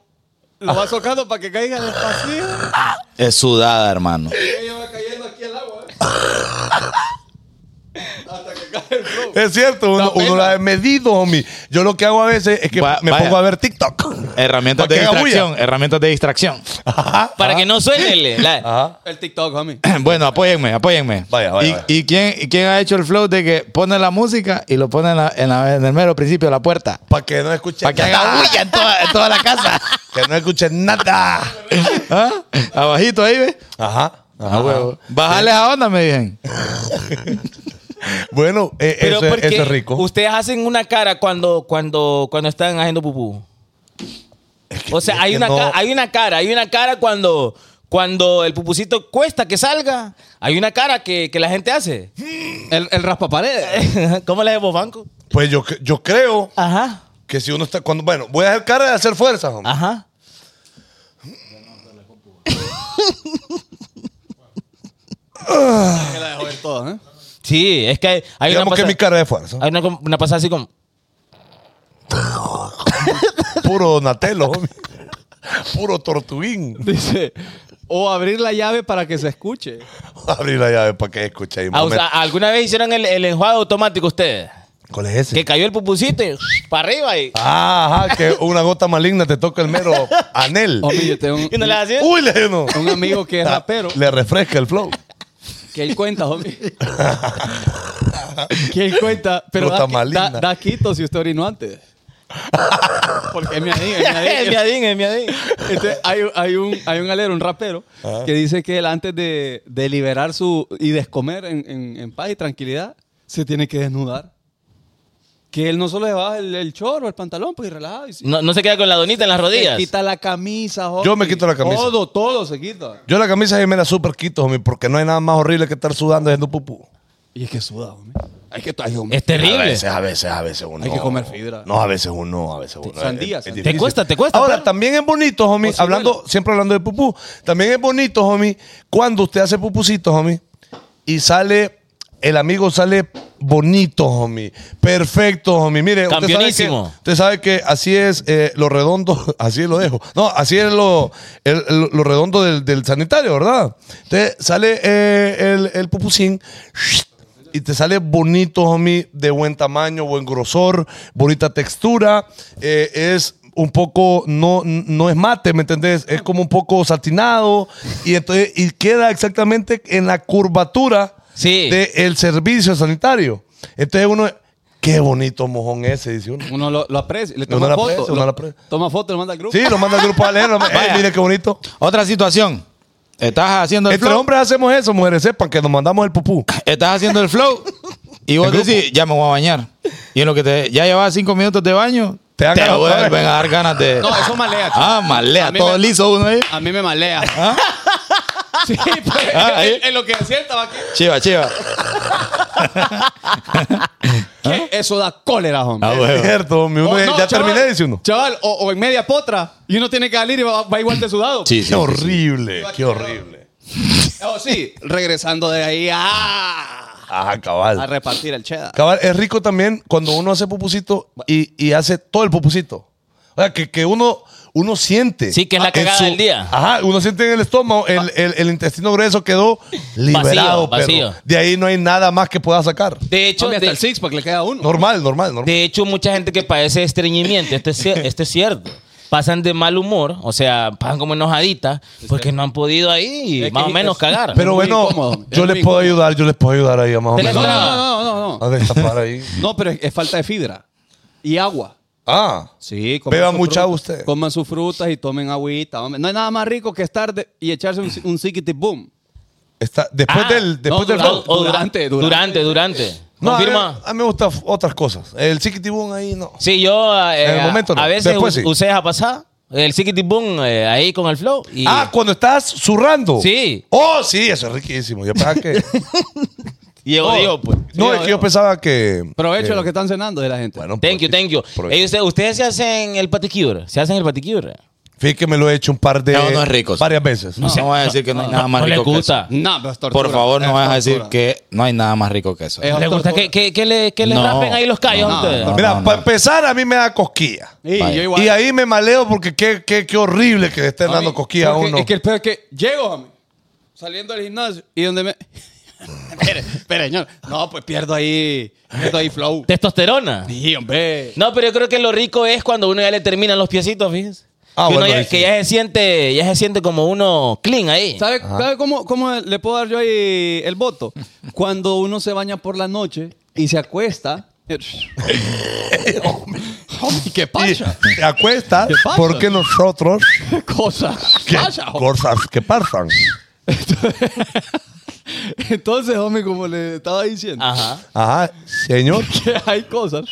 lo va socando para que caiga despacito.
Es sudada, hermano.
Y ella va cayendo aquí al agua, eh. Hasta que cae el flow.
Es cierto, uno,
pena.
uno la ha medido, homie. Yo lo que hago a veces es que
Va-
me
vaya.
pongo a ver TikTok.
Herramientas
Pa'
de
que haga
distracción.
bulla.
Herramientas de distracción.
Ajá.
Para que no suene. le- la-
Ajá.
El TikTok, homie.
bueno, apóyenme, apóyenme.
Vaya, vaya,
¿Y,
vaya.
y quién, y quién ha hecho el flow de que pone la música y lo pone en, la- en la- en el mero principio de la puerta?
Para que no escuche
Para que haga
nada.
bulla en toda, en toda la casa.
Que no escuche nada.
¿Ah? Abajito ahí, ¿ves?
Ajá.
A huevo. Bájale a onda, me dicen.
Bueno, eh,
Pero
eso, es-
porque
eso es rico.
ustedes hacen una cara cuando, cuando, cuando están haciendo pupú. o sea, hay
que
una,
no-
ca- hay una cara, hay una cara cuando, cuando el pupucito cuesta que salga. Hay una cara que, que la gente hace.
El, el raspa paredes.
¿Cómo la de Bobanco?
Pues yo, yo creo
Ajá,
que si uno está. cuando Bueno,
Ah,
voy a hacer cara de hacer fuerza, homie.
ajá.
Ah, ¿eh?
Sí, es que hay, hay una
Digamos que
pasada-
mi cara de esfuerzo.
Ah.
hay una, una pasada así como...
Puro Donatello, homie. Puro tortuín.
Dice, o abrir la llave para que se escuche.
Abrir la llave para que escuche ahí.
Ah, o
momento.
sea, ¿Alguna vez hicieron el, el enjuague automático ustedes?
¿Cuál es ese?
Que cayó el pupusito y para arriba y,
Ah, ajá, que una gota maligna te toca el mero anel.
Hombre, yo tengo un,
y no le hacían.
Uy, le no.
un amigo que es rapero,
Le refresca el flow.
que él cuenta, homie. que él cuenta, pero
Puta
da, qui-
maligna.
da- da quito si usted orinó antes. Porque es mi amigo, es mi amigo.
Es mi adín, es mi adín.
Entonces, hay, hay un, hay un alero, un rapero,
Ah.
que dice que él antes de, de liberar su y descomer en, en- en paz y tranquilidad, se tiene que desnudar. Que él no solo le baja el, el chorro, el pantalón, pues y relajado. Y sí.
No, no se queda con la donita en las
se
rodillas.
quita la camisa, homie.
Yo me quito la camisa.
Todo, todo se quita.
Yo la camisa sí me la super quito, homie, porque no hay nada más horrible que estar sudando haciendo pupú.
Y es que suda, Este homie. Hay que, ay, homie.
Es
A
terrible.
veces, a veces, a veces uno.
Hay que comer fibra.
No, a veces uno, a veces uno.
Sandía,
Es- es
sandía.
difícil.
Te cuesta, te cuesta,
Ahora,
pero-
también es bonito, homie,
O
hablando,
ciruela.
siempre hablando de pupú, también es bonito, homie, cuando usted hace pupusitos, homie, y sale, el amigo sale bonito, homie, perfecto, homie. Mire, usted sabe, que,
Campeonísimo.
usted sabe que así es eh, lo redondo, así lo dejo. No, así es lo, el- el- lo redondo del, del sanitario, ¿verdad? Entonces sale eh, el, el pupusín. Y te sale bonito, homie, de buen tamaño, buen grosor, bonita textura. eh, es un poco, no, no es mate, ¿me entendés? Es como un poco satinado. Y entonces, y queda exactamente en la curvatura
Sí.
del servicio sanitario. Entonces uno, qué bonito mojón ese, dice uno.
Uno lo, lo aprecia, le
Uno
toma
lo
foto.
aprecia, uno
lo-
lo aprecia.
Toma foto, lo manda al grupo.
Sí, lo manda al grupo a leer. mire qué bonito.
Otra situación. Estás haciendo el
Entre
flow.
hombres hacemos eso, mujeres, sepan que nos mandamos el pupú.
Estás haciendo el flow. Y vos
El grupo.
decís, ya me voy a bañar. Y en lo que te, ya llevas cinco minutos de baño,
Te
te,
dan ganas otra vez.
vuelven a dar ganas de.
No, eso malea. chico.
Ah,
A
malea,
mí
todo
me-
liso uno ahí.
A mí me malea.
Ah.
Sí, pues,
Ah, ahí.
en, en lo que acierta va aquí.
Chiva, chiva.
que Eso da cólera, hombre.
Ah,
Es
bueno.
cierto, mi uno
Oh,
ya
no,
ya
chaval,
terminé, dice uno.
Chaval, o, o en media potra y uno tiene que salir y va, va igual de sudado.
Sí,
Qué
sí.
horrible, qué horrible.
Oh, sí, regresando de ahí a,
Ajá,
a
cabal.
repartir el cheddar.
Cabal, es rico también cuando uno hace pupusito y, y hace todo el pupusito. O sea, que, que uno, uno siente. Ah,
Sí, que es la
en
cagada del día.
Ajá, uno siente en el estómago, el, el- el intestino grueso quedó liberado, pero
vacío.
De ahí no hay nada más que pueda sacar.
De hecho,
Hombre, hasta el
de,
six pack le queda uno.
Normal, normal, normal.
de hecho, mucha gente que padece de estreñimiento, esto es, cier- esto es cierto. Pasan de mal humor, o sea, pasan como enojaditas porque no han podido ahí
Es
más o
que
menos
es-
cagar.
Pero
muy
bueno,
incómodo, es
yo
muy
les puedo ayudar, yo les puedo ayudar ahí, más o
Te la
No,
menos.
no,
Ah.
no, no, no.
A destapar ahí.
No, pero es, es falta de fibra y agua.
Ah,
Sí,
Beba
su
mucha
fruta-
usted.
Coman sus frutas y tomen agüita, hombre. No hay nada más rico que estar de- y echarse un, un sickity boom.
está, después
Ah,
del. Después
no,
del
O-
flow.
dura-
o
durante,
durante,
durante.
durante, durante,
No, a mí,
Confirma.
a mí me gustan otras cosas. El chiquitibón ahí no.
Sí, yo eh,
En el
a-
momento no.
a veces
Después
us-
sí.
usé esa pasada, el Sikiti Boom eh, ahí con el flow. Y
Ah, cuando estás zurrando.
Sí.
Oh, sí, eso es riquísimo. Yo pensaba que.
y yo digo, pues.
oh. no,
Sí,
es que yo
bueno.
pensaba que.
Provecho
que-
de lo que están cenando de la gente.
Bueno, pues,
Thank you,
provecho.
thank you.
Provecho.
Ey, usted- ustedes se hacen el paticure, se hacen el paticure.
Fíjate que me lo he hecho un par de.
No, no es rico, sí.
Varias veces.
No, voy a decir que no hay nada más
no les
rico que eso.
gusta.
No, pero es tortura.
Por favor,
Es
no vas a decir
tortura.
que no hay nada más rico que eso.
Es
¿No les gusta que, que, que le, que le
No.
rapen ahí los callos a
No,
ustedes?
no.
Mira, para empezar, a mí me da cosquilla.
Y yo igual.
Y ahí me maleo porque qué, qué, qué horrible que le estén
A mí,
dando cosquilla a
porque
uno.
Es que el peor es que llego, homie, saliendo del gimnasio y donde me. Espere, espere, señor. No, pues pierdo ahí. Pierdo ahí flow.
Testosterona.
Sí, hombre.
No, pero yo creo que lo rico es cuando uno ya le terminan los piecitos, fíjense.
Ah,
que, uno
bueno,
ya,
ahí sí.
que ya se siente, ya se siente como uno clean ahí.
¿Sabe, sabe cómo, cómo le puedo dar yo ahí el voto? Cuando uno se baña por la noche y se acuesta. Homie, ¿qué
Y
pasa?
te acuestas
¿Qué pasa? Ah,
porque nosotros.
¿Qué cosa?
¿Qué
pasa, homie?
cosas que pasan?
Entonces, homie, como le estaba diciendo,
Ajá.
Ajá, señor.
que hay cosas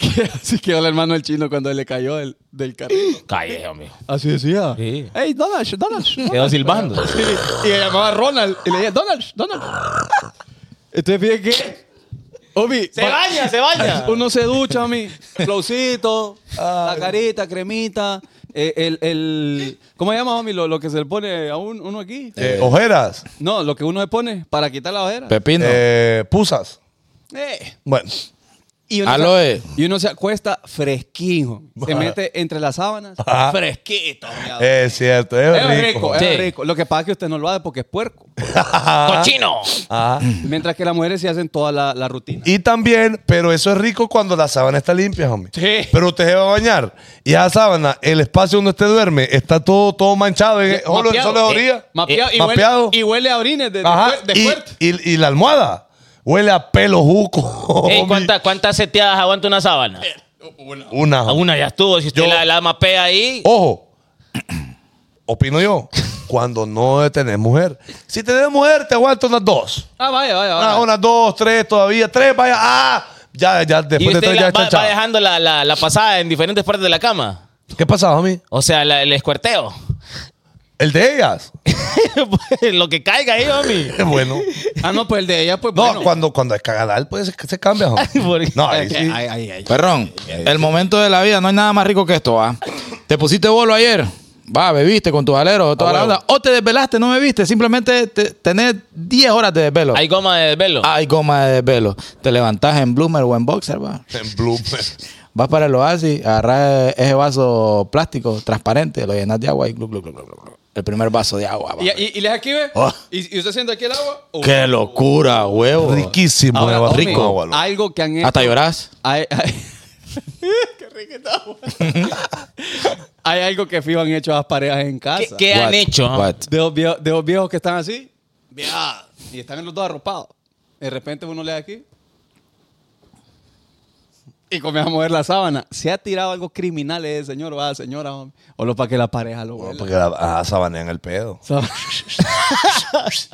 que así quedó el hermano del chino cuando le cayó el, del carrito.
Calle, homie.
Así decía.
Sí.
Hey, Donald, Donald.
Quedó silbando.
Sí, Y le llamaba Ronald. Y le decía, Donald, Donald. Entonces pide que. Obi.
Se baña, se baña.
Uno se ducha, mi. Flowcito, la carita, cremita, eh, el, el- ¿Cómo se llama, homie? Lo, lo que se le pone a un- uno aquí.
Eh, ojeras.
No, lo que uno se pone para quitar la ojera.
Pepino.
Eh, pusas.
Eh.
Bueno.
Y uno,
Aloe.
Se, y uno se acuesta fresquito. Se
Ajá.
mete entre las sábanas.
Ajá.
Fresquito. mi amor.
Es cierto, Ah, es,
es rico, es
Sí.
rico. Lo que pasa es que usted no lo hace porque es puerco.
¡Cochino!
Ajá.
Mientras que las mujeres se hacen toda la, la rutina.
Y también, pero eso es rico cuando la sábana está limpia, homie.
Sí.
Pero usted se va a bañar y esa sábana, el espacio donde usted duerme, está todo, todo manchado. eh, solo,
mapeado, Eh,
solo es orilla. Eh,
Mapeado, y,
mapeado.
Huele, y huele a orines de, de
Ajá.
puer- de
y,
puerco.
y- y la almohada huele a pelo juco.
Ey,
homie.
¿cuántas, ¿Cuántas seteadas aguanta una sábana?
Una.
A
homie.
una ya estuvo. Si usted
Eh, Yo- Oh,
la, la mapea ahí,
Ojo, opino yo, cuando no tenés mujer. Si tenés mujer, te aguanto unas dos.
Ah, vaya, vaya, vaya.
Ah, unas dos, tres todavía, tres, vaya, ah, ya, ya,
y
después de
usted
tres ya
la- va, va
chanchada.
dejando la, la- la pasada en diferentes partes de la cama.
¿Qué pasaba, homie?
O sea, la- el escuerteo. Pues,
El de ellas.
Lo que caiga ahí, homie.
Qué bueno.
Ah, no, pues el de ella, pues
No,
bueno.
cuando, cuando es cagadal, pues se, se cambia, homie. No, ahí sí.
Ay, ay, ay.
Perrón, el momento de la vida, no hay nada más rico que esto, ¿va? Te pusiste bolo ayer, va, bebiste con tus aleros, toda la onda, o te desvelaste, no bebiste, simplemente te- tenés 10 horas de desvelo.
Hay goma de velo.
Ah,
Hay goma de desvelo. Te levantás en bloomer o en boxer, va.
En blooper.
Vas para el oasis, agarrás ese vaso plástico transparente, lo llenas de agua y glu, glu, glu, glu, glu, glu. el primer vaso de agua. va.
Y, y, y les aquí ve.
Ah.
Oh.
Y, y usted siente aquí el agua. Uh.
¡Qué locura, huevo!
Riquísimo,
Ahora,
agua,
homie,
rico. agua, loco.
Algo que han hecho.
Hasta llorás.
Hay, hay- Qué rica esta agua. hay algo que fijo han hecho las parejas en
¿Qué,
casa.
qué han
What?
hecho? ah?
What?
De, los viejos, de los viejos que están así. vea, Y están los dos arropados. De repente uno le da aquí. Y comienza a mover la sábana. Se ha tirado algo criminal ese señor o a señora. hombre. O lo para que la pareja lo
No,
huela.
porque la, ah, sabanean el pedo.
Sab-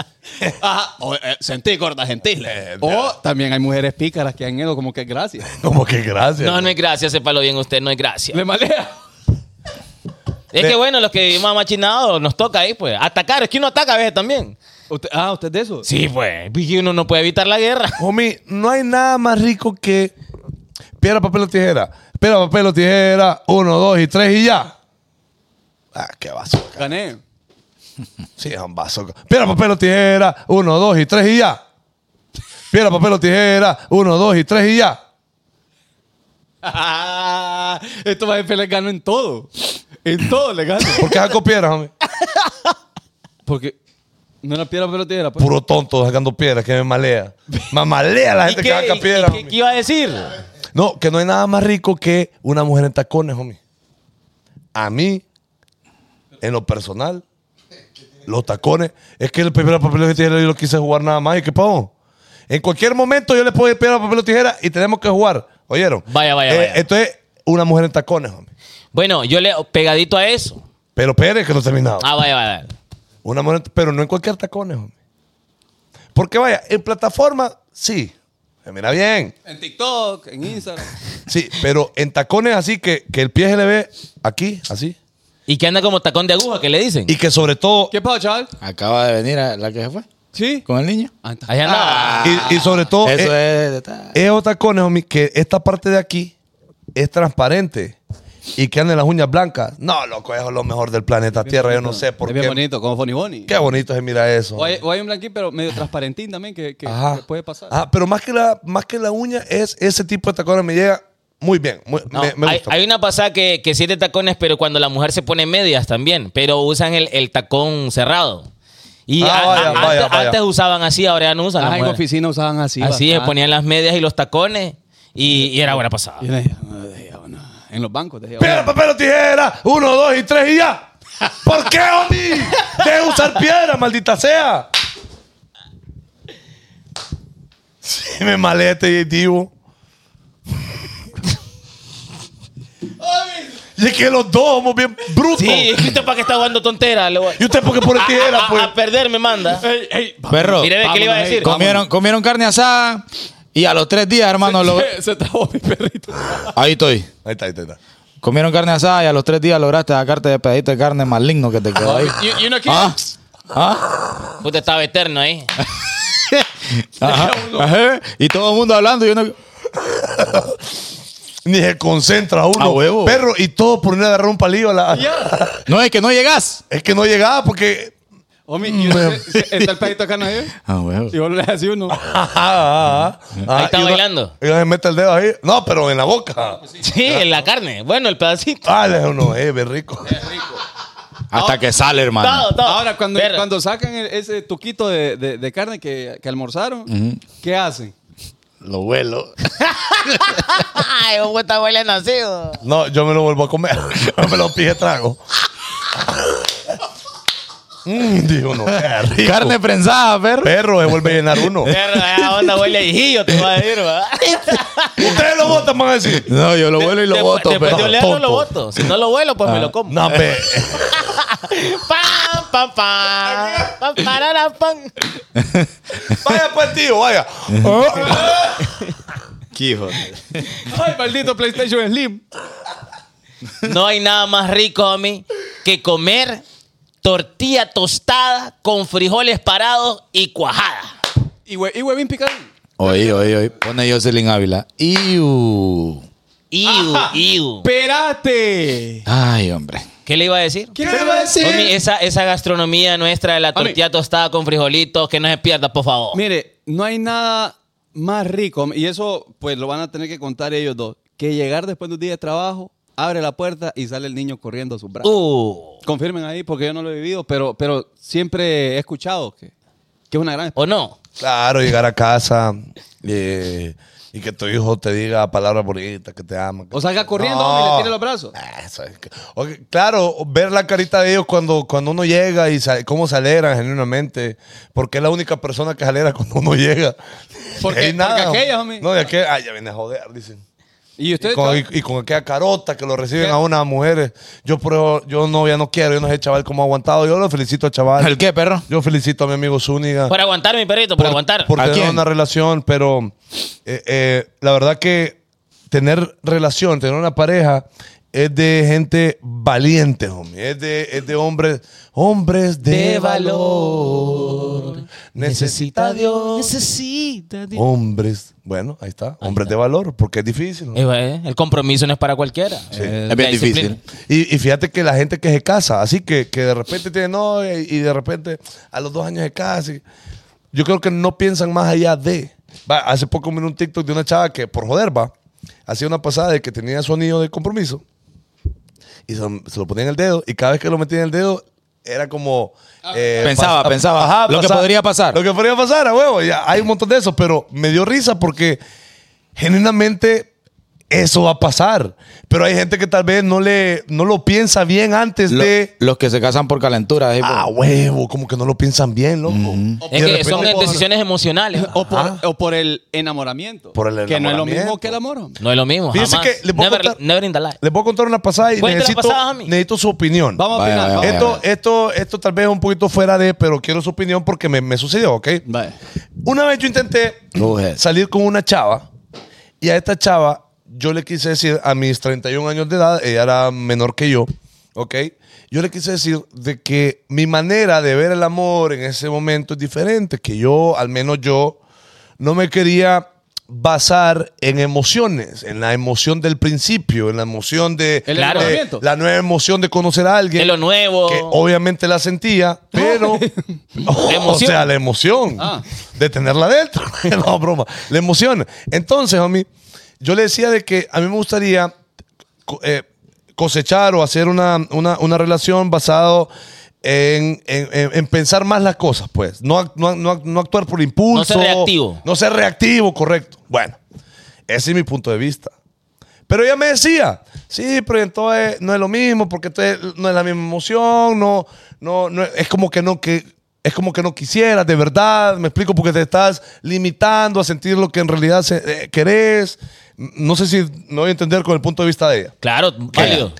Ajá, o, eh, sentí gorda gentil.
Eh,
O también hay mujeres pícaras que han ido como que gracias.
Como que gracias.
No, no es gracia, sépalo bien usted, no es gracia.
Le malea.
Es que bueno, los que vivimos machinados nos toca ahí, pues. Atacar, es que uno ataca a veces también.
Usted- ah, usted es de eso.
Sí, pues. Y uno no puede evitar la guerra.
Homie, no hay nada más rico que piedra, papel o tijera. Piedra, papel o tijera. Uno, dos y tres y ya. Ah, qué vaso.
Gané.
Sí, es un vaso. Piedra, papel o tijera. Uno, dos y tres y ya. Piedra, papel o tijera. Uno, dos y tres y ya.
Ah, estos más les ganó en todo. En todo le gano.
¿Por qué saco piedras, homie?
Porque no era piedra, pero tijera. Pues.
Puro tonto sacando piedras que me malea. Mamalea la
¿Y
gente que
qué,
saca
y-
piedras.
y qué-
homie.
qué iba a decir?
No, que no hay nada más rico que una mujer en tacones, homie. A mí, en lo personal, los tacones, es que el primer papel de tijera yo lo quise jugar nada más. ¿Y qué pago? En cualquier momento yo le puedo ir piedra, papel o tijera y tenemos que jugar. ¿Oyeron?
Vaya, vaya,
Eh,
vaya.
Entonces, una mujer en tacones, homie.
Bueno, yo le pegadito a eso.
Pero Pérez, que no he terminado.
Ah, vaya, vaya.
Una mujer, pero no en cualquier tacones, homie. Porque vaya, en plataforma, sí. Se mira bien.
En TikTok, en Instagram.
Sí, pero en tacones así que, que el pie se le ve aquí, así.
Y que anda como tacón de aguja, que le dicen.
Y que sobre todo,
¿Qué pasa, chaval?
Acaba de venir a- la que se fue
¿Sí?
con el niño.
Ah, está.
Ahí andaba.
y, y sobre todo, eh, es,
Eso es...
es otra cosa, homie, que esta parte de aquí es transparente y que anden las uñas blancas. No, loco, eso es lo mejor del planeta Tierra. Yo no sé por
Es bien
qué.
bonito, como Funny Bonnie.
Qué bonito se mira eso.
O hay, o hay un blanquín, pero medio transparentín también que, que- que puede pasar.
Ajá, Ah, pero más que, la, más que la uña, es ese tipo de tacones me llega muy bien. muy-
No,
me, me
hay,
gusta.
hay una pasada que, que sí es de tacones, pero cuando la mujer se pone medias también, pero usan el, el tacón cerrado. Y
Ah,
a- a-
vaya,
antes,
vaya, vaya.
antes usaban así, ahora ya no usan. las
Ah, en
mujeres.
oficina usaban así. Ah,
así se
bastante.
ponían las medias y los tacones y, y era buena pasada.
Y le- no, decía, bueno, En los bancos. decía,
Piedra,
bueno.
papel o tijera. Uno, dos y tres y ya. ¿Por qué, homie? Deja usar piedra, maldita sea. Sí, me malé este divo. Y es que los dos somos bien brutos.
Sí, ah, es que usted para qué está jugando tontera. Le voy-
¿Y usted por qué
a,
pone tijera,
a-
pues?
a perder me manda.
Perro,
Mire, ve, ¿qué le iba a decir?
comieron, comieron carne asada y a los tres días, hermano, lo-
Se- Se trabó mi perrito.
ahí estoy.
Ahí está, ahí está. ahí está.
Comieron carne asada y a los tres días lograste sacarte de pedacito de carne maligno que te quedó ahí.
Y, y uno aquí.
¿Ah? ¿Ah?
Usted estaba eterno ahí.
Ajá. Ajá. Y todo el mundo hablando y uno...
ni se concentra uno.
A huevo.
Perro, y todo por no agarrar un palillo. a la-
No, es que no llegas.
Es que no llegaba porque.
Homie, y usted- está el pedito acá, ¿no? ¿Eh?
Ah, huevo.
Y vos le haces uno.
Ah, ah, ah.
Ahí está
Y uno-
bailando.
Y uno se mete el dedo ahí. No, pero en la boca.
Sí, en la carne. Bueno, el pedacito.
Ah, le dijo, no, eh, bien rico.
Ah,
Hasta que sale, hermano.
Todo, todo.
Ahora, cuando,
Pero-
cuando sacan el- ese tuquito de, de- de carne que, que almorzaron, ¿qué hacen?
Lo vuelo.
Ay, vos estás bailando así. vos.
No, yo me lo vuelvo a comer. Yo me lo pije trago. Mm, dijo, no, qué rico.
Carne prensada, perro.
Perro, se vuelve a llenar uno.
Perro, esa onda huele a hijillo, te voy a decir, va.
Ustedes lo votan, van a decir.
No, yo lo vuelo y lo
Después-
boto,
Después de
perro.
olerlo, lo
Tonto.
boto. Si no lo vuelo, pues me lo como.
No, hombre.
Pam, pam, pam. Pam, parara, pam.
Vaya pues, tío, vaya. Oh.
¡Ay, maldito PlayStation Slim!
No hay nada más rico, homie, que comer tortilla tostada con frijoles parados y cuajada.
Y, hue- y huevín picado.
Oí, oí, oí. Pone Jocelyn Ávila. Iu.
Iu, iu.
¡Espérate!
Ay, hombre.
¿Qué le iba a decir?
¿Qué le va a decir?
Homie, esa, esa gastronomía nuestra de la
Homie.
tortilla tostada con frijolitos, que no se pierda, por favor.
Mire, no hay nada más rico, y eso pues lo van a tener que contar ellos dos, que llegar después de un día de trabajo, abre la puerta y sale el niño corriendo a sus brazos.
Uh,
Confirmen ahí, porque yo no lo he vivido, pero, pero siempre he escuchado que, que es una gran...
¿O no?
Claro, llegar a casa eh, y que tu hijo te diga palabras bonitas, que te ama.
O salga corriendo
No.
homie, y le tire los brazos.
Ah, eso es que- ok, claro, ver la carita de ellos cuando, cuando uno llega y sa- cómo se alegran genuinamente, porque es la única persona que se alegra cuando uno llega.
Porque-
Ahí
porque aquella, homie.
No, de aquella, ay, ya viene a joder, dicen.
Y
Y
usted...
con, y- y con aquella carota que lo reciben
¿Qué?
a unas mujeres. Yo, pero, yo no, ya no quiero, yo no sé, chaval, cómo ha aguantado. Yo lo felicito al chaval.
¿El qué, perro?
Yo felicito a mi amigo Zúñiga
Por aguantar, mi perrito, por, aguantar.
por
¿A
tener
quién?
una relación, pero eh, eh, la verdad que tener relación, tener una pareja, es de gente valiente, homie. Es de, es de hombres, hombres de,
De
valor. Necesita Dios.
Necesita
Oh.
Dios.
Hombres, bueno, ahí está, hombres de valor, porque es difícil. ¿no?
Eh, va, eh, El compromiso no es para cualquiera. Eh,
Es bien difícil.
Y, y fíjate que la gente que se casa, así que, que de repente tiene novia y, y de repente a los dos años se casa. y- Yo creo que no piensan más allá de. Va, hace poco miré un TikTok de una chava que, por joder, va, hacía una pasada de que tenía su anillo de compromiso y se, lo- se lo ponía en el dedo y cada vez que lo metía en el dedo era como... eh,
Pensaba,
pas-
pensaba, lo que podría pasar.
Lo que podría pasar, a huevo. ya, hay un montón de eso, pero me dio risa porque genuinamente eso va a pasar. Pero hay gente que tal vez no, le, no lo piensa bien antes
Lo-
Este-
de...
los que se casan por calentura. ahí,
Ah,
pues.
huevo, como que no lo piensan bien, loco. Y
Es
de
que son
repente-
decisiones emocionales.
Oh.
O por, o por el enamoramiento.
Por el
Que no es lo mismo
enamoramiento.
que el amor. homie.
No es lo mismo.
Fíjense
jamás.
que le puedo
never,
contar-
never in the life.
Les voy a contar una pasada y
Cuente la
necesito,
pasada, homie.
necesito su opinión.
Vamos a
Vaya,
opinar.
vaya,
vamos.
Esto, esto, esto tal vez es un poquito fuera de, pero quiero su opinión porque me, me sucedió, ¿ok?
Vaya.
Una vez yo intenté
Go ahead.
salir con una chava y a esta chava yo le quise decir a mis 31 años de edad, ella era menor que yo, ¿ok? Yo le quise decir de que mi manera de ver el amor en ese momento es diferente, que yo, al menos yo, no me quería basar en emociones, en la emoción del principio, en la emoción de,
El
de
enamoramiento.
la nueva emoción de conocer a alguien
Es lo nuevo.
que oh. obviamente la sentía, pero. o
emoción.
sea, la emoción
Ah.
de tenerla dentro. no, broma. La emoción. Entonces, homie, yo le decía de que a mí me gustaría co- eh, cosechar o hacer una, una- una relación basado en, en- en- en pensar más las cosas, pues. No, ac- no, ac- no ac- no actuar por impulso.
No ser reactivo.
No ser reactivo, correcto. Bueno, ese es mi punto de vista. Pero ella me decía, sí, pero entonces no es lo mismo, porque entonces no es la misma emoción, no, no, no es como que no que es como que no quisieras, de verdad, me explico, porque te estás limitando a sentir lo que en realidad se- eh, querés. No sé si me voy a entender con el punto de vista de ella.
Claro, válido.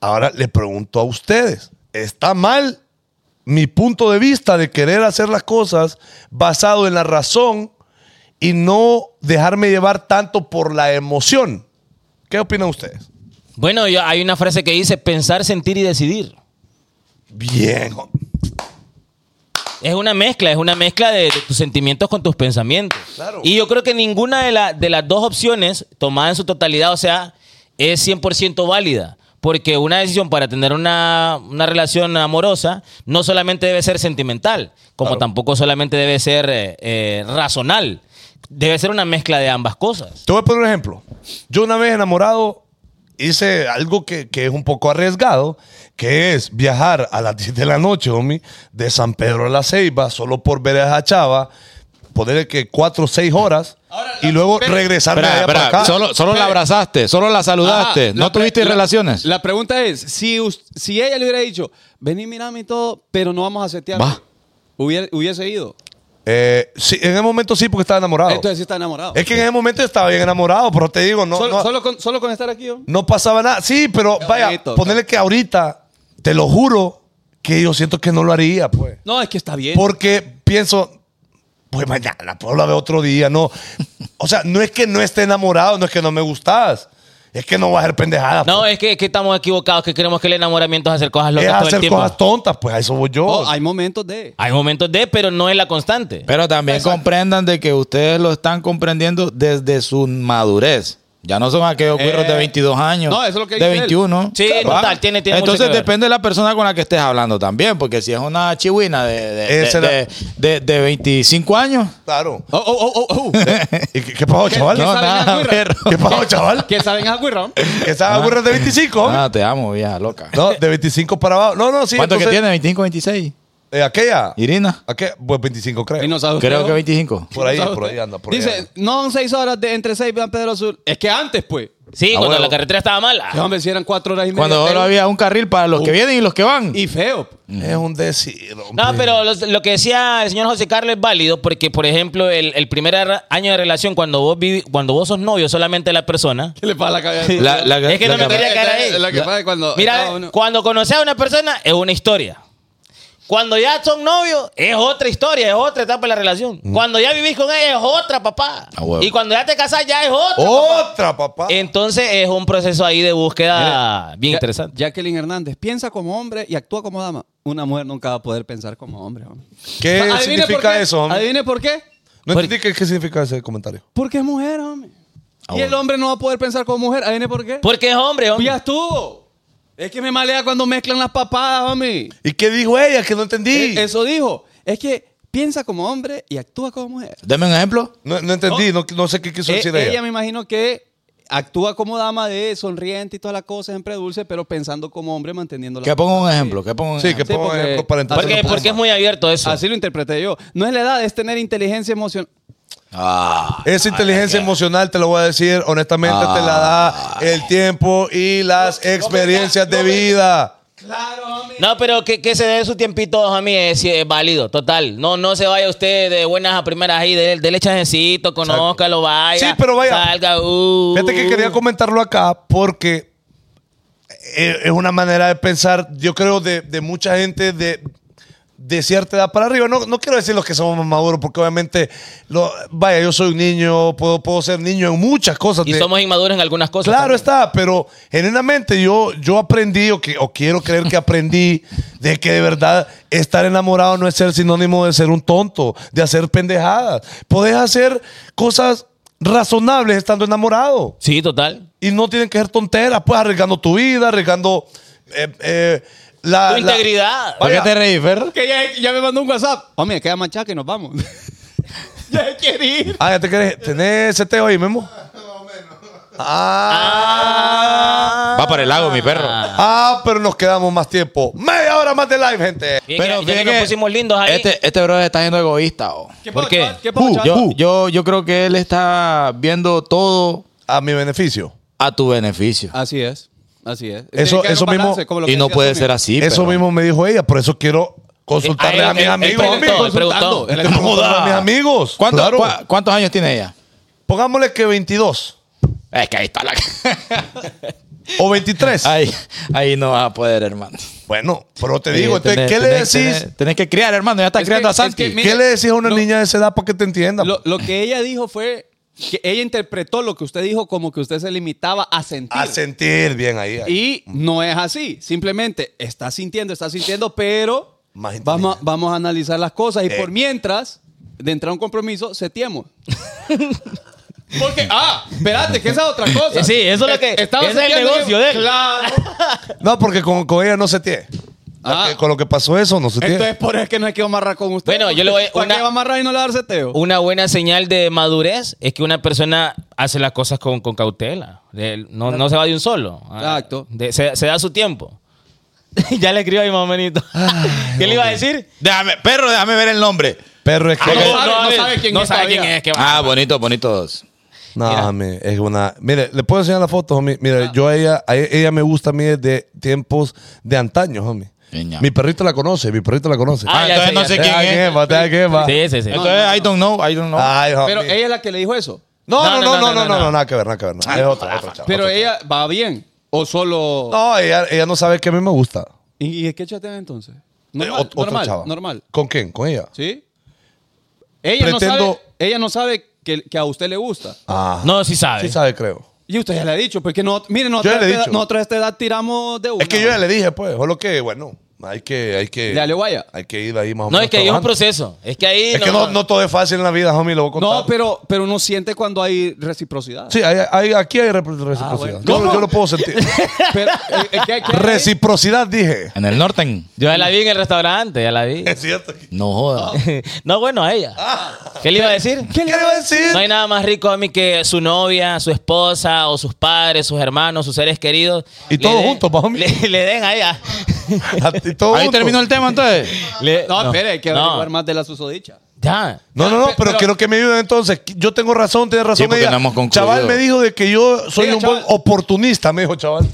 Ahora le pregunto a ustedes, ¿está mal mi punto de vista de querer hacer las cosas basado en la razón y no dejarme llevar tanto por la emoción? ¿Qué opinan ustedes?
Bueno, yo- hay una frase que dice pensar, sentir y decidir.
Bien.
Es una mezcla, es una mezcla de, de tus sentimientos con tus pensamientos.
Claro.
Y yo creo que ninguna de, la- de las dos opciones tomada en su totalidad, o sea, es 100% válida. Porque una decisión para tener una, una relación amorosa no solamente debe ser sentimental, como tampoco solamente debe ser eh, eh, razonal. Debe ser una mezcla de ambas cosas.
Te voy a poner un ejemplo. Yo una vez enamorado hice algo que, que es un poco arriesgado, que es viajar a las 10 de la noche, homie, de San Pedro a La Ceiba, solo por ver a esa chava, ponerle que 4 o 6 horas, y luego regresarme
Espera,
allá para
espera,
acá.
solo, solo la abrazaste, solo la saludaste,
Ajá,
no
la pre-
tuviste
la-
relaciones.
La pregunta es, si, us- si ella le hubiera dicho, vení, mirame y todo, pero no vamos a setear.
Va.
Hubiera, hubiese ido.
Eh, sí, en el momento sí, porque estaba enamorado.
Entonces sí está enamorado.
es que en ese momento estaba bien enamorado, pero te digo, no,
solo,
no,
solo con, solo con estar aquí, yo.
no pasaba nada. Sí, pero vaya,
bonito.
ponerle que ahorita, te lo juro, que yo siento que no lo haría, pues.
No, es que está bien.
Porque pienso, pues mañana, pues la veo otro día, no. O sea, no es que no esté enamorado, no es que no me gustas, es que no va a ser pendejada.
No,
pues.
es que, es que estamos equivocados, que creemos que el enamoramiento es hacer cosas
es,
locas todo el
hacer
tiempo.
cosas tontas, pues a eso voy yo.
No, hay momentos de...
Hay momentos de, pero no es la constante.
Pero también comprendan de que ustedes lo están comprendiendo desde su madurez. Ya no son aquellos cuerros de 22 años.
Eh, no, eso es lo que
de
dice él.
21.
Sí,
¿va?
total, tiene- tiene mucho
Entonces
que ver.
depende de la persona con la que estés hablando también, porque si es una chihuina de, de, de-
Ese
de- de- de 25 años.
claro.
Oh, oh, oh, oh, oh.
¿Y qué, qué pasó, chaval?
No,
sale en
nada,
la
perro.
¿Qué pasó, chaval? Eh,
¿Qué saben a Guirón?
¿Que estaba burra de 25? homie?
Ah, te amo, vieja loca.
No, de 25 para abajo. No, no, sí.
¿Cuánto que
entonces,
tiene? ¿25, 26?
eh, aquella.
Irina.
Aquella, pues 25 creo.
Y no sabe
Creo
usted,
que
¿no?
25.
por ahí,
No sabe
por ahí
usted.
anda. Por ahí
Dice,
anda.
no son seis horas de, entre seis y San Pedro Sur. Es que antes, pues.
ah,
Sí, cuando
huevo.
la carretera estaba mala.
Que hombre, si eran cuatro horas y media.
Cuando solo
pero-
había un carril para los que vienen y los que van.
Y feo.
es un decir. hombre.
No, pero los- lo que decía el señor José Carlos es válido porque, por ejemplo, el, el primer ar- año de relación, cuando vos, vivi- cuando vos sos novio solamente de la persona.
¿Qué le pasa a la cabeza?
La- la-
Es que no
la que-
me quería caer ahí.
Lo que pasa es cuando-
Mira,
no, no.
cuando conoces a una persona es una historia. Cuando ya son novios es otra historia, es otra etapa de la relación. Cuando ya vivís con ella es otra, papá.
Ah, Mm. huevo. Oh.
Y cuando ya te casas ya es otra.
Otra, papá.
Entonces es un proceso ahí de búsqueda Ah, bien
Ja-
interesante.
Jacqueline Hernández, piensa como hombre y actúa como dama. Una mujer nunca va a poder pensar como hombre. hombre.
¿Qué
Adivine por
significa
qué.
eso? homie?
Adivine por qué.
No entendí qué, qué significa ese comentario.
Porque es mujer, hombre.
Ah,
y el hombre no va a poder pensar como mujer. Adivine por qué.
Porque es hombre, hombre.
Ya estuvo. Es que me malea cuando mezclan las papadas, hombre.
¿Y qué dijo ella? Que no entendí.
E- Eso dijo. Es que piensa como hombre y actúa como mujer.
Deme un ejemplo.
No, no entendí, no, no sé qué quiso
E-
decir
ella,
ella.
me imagino que actúa como dama de sonriente y toda la cosa, siempre dulce, pero pensando como hombre, manteniendo la
Que ponga un ejemplo. Que ponga un
Sí, que
ejemplo.
ponga un
porque-
ejemplo para entender.
Porque,
un poco
porque es
más.
muy abierto eso.
Así lo interpreté yo. No es la edad, es tener inteligencia emocional.
Ah.
Esa inteligencia emocional, te lo voy a decir, honestamente, te la da el tiempo y las experiencias de vida.
No, pero que, que se dé su tiempito, a mí es, es válido, total. No, no se vaya usted de buenas a primeras ahí, de- dele chancecito, conózcalo, vaya.
Sí, pero vaya.
Salga, uh.
Fíjate que quería comentarlo acá porque es es una manera de pensar, yo creo, de, de mucha gente de, de cierta edad para arriba. No, no quiero decir los que somos más maduros, porque obviamente, lo- vaya, yo soy un niño, puedo, puedo ser niño en muchas cosas.
Y
de-
somos inmaduros en algunas cosas.
Claro
también.
está, pero genuinamente yo, yo aprendí, o, que, o quiero creer que aprendí, de que de verdad estar enamorado no es ser sinónimo de ser un tonto, de hacer pendejadas. Podés hacer cosas razonables estando enamorado.
Sí, total.
Y no tienen que ser tonteras, pues arriesgando tu vida, arriesgando eh, eh, la,
Tu
la-
integridad.
¿Por qué
Vaya.
te reí, Ferro?
Que ya, ya me mandó un WhatsApp. Hombre, queda machaca y nos vamos. ya quiere ir.
Ah, ya te querés. ¿Tenés ese teo ahí, Memo? Ah,
Va para el lago, mi perro.
ah, pero nos quedamos más tiempo. Media hora más de live, gente.
Fíjate que- ya que nos pusimos lindos ahí.
Este, este brother está siendo egoísta. oh.
¿Por qué?
chaval? ¿Qué
Uh,
pasa, chaval?
Yo, yo, yo creo que él está viendo todo
A mi beneficio.
a tu beneficio.
Así es. Así es.
Eso-
Tiene que haber
eso
un balance,
mismo-
como lo que
Y no
decía
puede
Sonia.
ser así.
Eso
perro.
mismo me dijo ella, por eso quiero consultarle
Eh,
a mis
él- él
amigos.
preguntó,
amigos.
él preguntó.
Consultarle a mis amigos.
¿Cuánto-
claro.
cua- ¿Cuántos años tiene ella?
Pongámosle que 22
Es que ahí está la.
o 23.
ahí, ahí no vas a poder, hermano.
Bueno, pero te digo,
Sí,
entonces,
tenés-
¿qué le
tenés-
decís?
Tenés, tenés que criar, hermano. Ya estás
Es que-
criando a
es que
Santi.
mi-
¿Qué
Mire,
le decís a una
lo-
niña de esa edad para que te entienda?
Lo, lo que ella dijo fue que ella interpretó lo que usted dijo como que usted se limitaba a sentir.
a sentir bien ahí. ahí.
Y no es así. Simplemente está sintiendo, está sintiendo, pero
Más
Vamos,
inteligente.
vamos a analizar las cosas y
Eh.
por mientras, de entrar a un compromiso, setiemos. Porque, ah, espérate, que esa es otra cosa.
Sí, eso es lo que- ese es el
seteando y-
negocio de él.
Claro.
No, porque con, con ella no se tiene.
Ah.
Porque Con lo que pasó eso no se tiene.
Entonces, por eso es que no hay que amarrar con usted.
Bueno, yo le voy-
¿Para
una-
qué va a amarrar y no le va a dar seteo?
Una buena señal de madurez es que una persona hace las cosas con, con cautela. De- No, no se va de un solo. Ah,
Exacto.
de- se, se da su tiempo. ya le escribo a mi mamenito. ¿Qué le iba a decir?
Déjame, perro, déjame ver el nombre.
Perro es que.
Ah, no sabe, no sabe quién
no
es
sabe
todavía.
quién es. qué va.
Ah, bonito, bonitos.
No,
Mira.
homie, es una. Mire, le puedo enseñar la foto, homie. Mira, yo a ella, a e- ella me gusta a mí desde tiempos de antaño, homie.
Ña.
Mi perrito la conoce, mi perrito la conoce. Eh,
Ah, ya sé,
entonces no
ya
sé
sé.
quién
Deja
es.
que va, deja que va.
Sí, sí, sí.
Entonces, I don't know, I don't know.
Ay, homie.
Pero ella es la que le dijo eso.
No, no, no, no, no, no, no, nada que ver, nada que ver. nada. Es otra, otra chava,
Pero
otra
ella va bien. O solo.
chava. No, ella, ella no sabe que a mí me gusta.
¿Y, y qué chatean entonces?
Eh,
Normal,
ot- otra
normal,
chava.
normal.
¿Con quién? ¿Con ella?
¿Sí? Ella no
Pretendo-
sabe, ella no sabe que, que a usted le gusta.
Ah.
No, sí sabe.
Sí sabe, creo.
Y usted ya le ha dicho, porque no, miren,
Yo
nosotros,
ya
a
le he
esta edad-
dicho.
nosotros a esta edad tiramos de una.
Es que yo ya le dije, pues, solo que, bueno, hay que, hay que.
Dale, guaya.
Hay que ir ahí más o menos.
no, es que ahí es un
trabajando.
proceso. Es que ahí.
Es que no, no todo es fácil en la vida, homie, lo voy a contar.
No, pero, pero uno siente cuando hay reciprocidad.
Sí, hay- hay- aquí hay repro- reciprocidad.
bueno.
Yo-
¿Cómo?
yo, lo puedo sentir.
Pero, eh, eh, ¿qué hay- qué hay ahí?
reciprocidad dije.
En el norte.
Yo ya la vi en el restaurante, ya la vi.
Es cierto.
No joda.
no, bueno, a ella. ¿Qué le iba a decir?
¿Qué le iba a decir?
No hay nada más rico a mí que su novia, su esposa o sus padres, sus hermanos, sus seres queridos.
Y
le
todos
den-
juntos, pa' mí.
Le, le den ah. a ella.
A ti todo
Ahí
junto.
terminó el tema entonces.
Le-
No, espere, hay que
no.
averiguar más de la susodicha.
Ya.
No, no, no, pero,
Pero-
quiero que me ayuden entonces. Yo tengo razón, tiene razón
Sí, porque
ella.
no hemos concluido.
chaval me dijo de que yo soy
Diga,
un buen
chaval.
oportunista, me dijo chaval.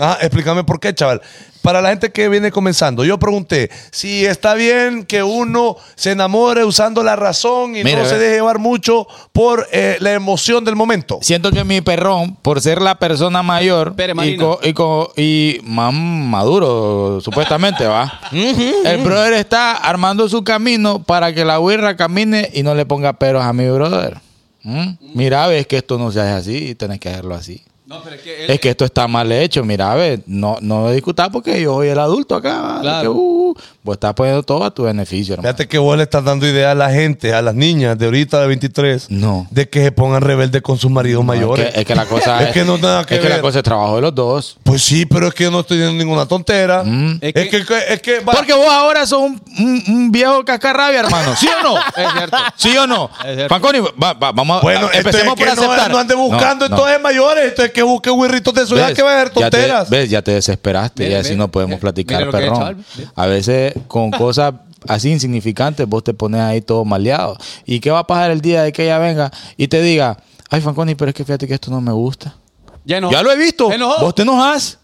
Ah, explícame por qué, chaval. Para la gente que viene comenzando, yo pregunté si está bien que uno se enamore usando la razón y
Mira,
no se
ve.
deje llevar mucho por eh, la emoción del momento.
Siento que mi perrón, por ser la persona mayor
Espere,
y,
Marina.
co- y, co- y más maduro, supuestamente, ¿va? el brother está armando su camino para que la huirra camine y no le ponga peros a mi brother. ¿Mm? Mira, ves que esto no se hace así y tenés que hacerlo así.
No, pero es que
Es que esto está mal hecho, mira, ve, no, no discutas porque yo soy el adulto acá. ¿va?
Claro.
Que, uh, vos estás poniendo todo a tu beneficio, hermano.
Fíjate que vos le estás dando idea a la gente, a las niñas de ahorita de 23,
No.
de que se pongan rebeldes con sus maridos
No, es
mayores.
que- Es que la cosa
Es que no nada que
es que la
ver.
cosa es trabajo de los dos.
Pues sí, pero es que yo no estoy diciendo ninguna tontera. Es,
Es
que, es que, va-
Mm. Porque vos ahora sos un, un- un viejo cascarrabia, hermano. ¿Sí o no?
Es cierto.
¿Sí o no?
cierto.
Fanconi, va- va- vamos a
bueno, esto es
ah, empecemos
que
por
no-
aceptar.
No, anden buscando
No, no.
entonces mayores, entonces que busque huirritos de su edad
¿Ves?
que va a haber
Ya te-
tonteras.
ves, ya te desesperaste
Mira,
y así
mira,
no podemos
mira,
platicar,
mira lo que ha hecho
perrón.
Alvin. Mira.
A veces con cosas así insignificantes vos te pones ahí todo maleado. ¿Y qué va a pasar el día de que ella venga y te diga, ay, Fanconi, pero es que fíjate que esto no me gusta?
ya, enojó.
Ya lo he visto.
Se enojó.
Vos te enojas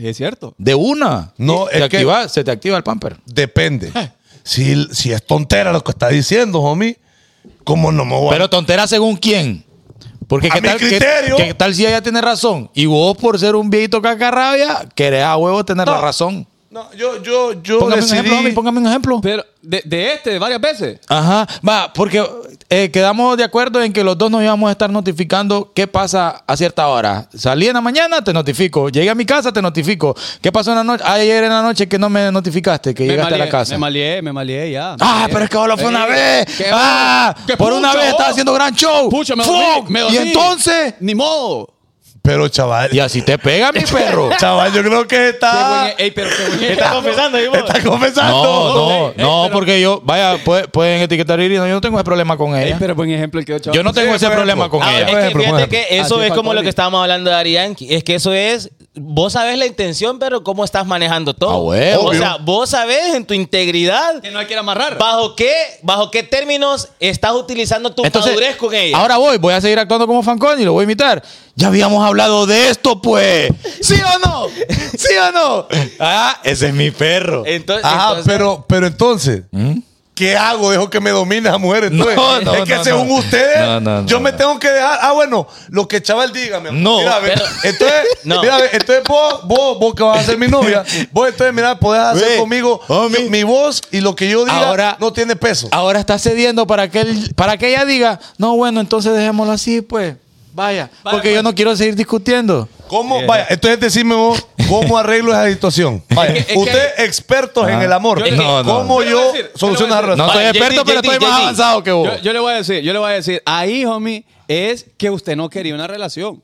Es cierto.
de una.
No,
Te
es que-
activa- se te activa el pamper.
Depende.
Eh.
Si, si es tontera lo que está diciendo, homie, ¿cómo no me voy a-
Pero tontera según quién. Porque
A
qué
mi
tal, qué-
criterio.
qué tal si ella tiene razón. Y vos, por ser un viejito cacarrabia, querés a huevo tener
No.
la razón.
No, yo, yo, yo
Póngame un
decidí...
ejemplo, mami, póngame un ejemplo.
Pero de, de este, varias veces.
Ajá. Va, porque eh, quedamos de acuerdo en que los dos nos íbamos a estar notificando qué pasa a cierta hora. Salí en la mañana, te notifico. Llegué a mi casa, te notifico. ¿Qué pasó en la noche? Ah, Ayer en la noche que no me notificaste, que
me
llegaste
malié,
a la casa.
Me malié, me malié ya. me
Ah,
malié.
pero es que solo fue una
Eh,
vez.
qué
Ah,
bueno. Qué
por una
pucha,
vez estaba
vos.
haciendo gran show.
Pucha, me
Fuck.
dormí, me dormí.
Y entonces.
Ni modo.
Pero, chaval...
Y así te pega, mi perro.
Chaval, yo creo que
Qué
está...
buen- e-, ey, pero qué buen-
confesando,
Está comenzando.
No, no,
ey,
no,
Eh, pero-
porque yo, vaya, puede- pueden etiquetar a Irina, yo no tengo ese problema con
Ey,
ella.
pero buen ejemplo el que dio, chaval.
Yo no tengo
Sí,
ese
por
problema
ejemplo.
con
Ahora,
ella.
Por
es que
ejemplo, por
fíjate
ejemplo.
que eso
Así
es como
Falcone.
lo que estábamos hablando de Ari Yankee. Es que eso es. Vos sabés la intención, pero cómo estás manejando todo.
Ah, huevo.
O
Obvio.
sea, vos sabés en tu integridad
Que no hay que ir a amarrar.
bajo qué, bajo qué términos estás utilizando tu madurez con ella.
ahora voy, voy a seguir actuando como Fanconi y lo voy a imitar. Ya habíamos hablado de esto, pues. ¿Sí o no? ¿Sí o no? Ah, ese es mi perro.
Entonces-
Ah,
Ajá,
entonces-
pero, pero entonces, ¿qué hago? Dejo que me domine a mujeres.
No,
entonces.
no,
es que
no,
según
no.
ustedes,
No, no, no,
yo me
no.
tengo que dejar. Ah, bueno, lo que chaval diga, mi amor.
No,
Mira, ve,
pero-
entonces,
No.
mira, ve, entonces vos, vos, vos que vas a ser mi novia, vos entonces, mira, podés hacer
Ve,
conmigo
homie.
yo- mi voz y lo que yo diga
Ahora- Ah,
no tiene peso.
Ahora está cediendo para que, él- para
pues.
que ella diga, no, bueno, entonces dejémoslo así, pues. Vaya, porque yo no quiero seguir discutiendo.
¿Cómo? Vaya, entonces decime vos, ¿cómo arreglo esa situación? Vaya,
Es que- es
usted, expertos en el amor.
Yo-
No, no. ¿Cómo
Yo le voy a
yo
decir,
soluciono
yo le voy
esa
a
relación?
No soy
Vaya,
experto,
JD,
pero estoy
JD.
más avanzado que vos.
Yo, yo le voy a decir, yo le voy a decir, ahí, homie, es que usted no quería una relación.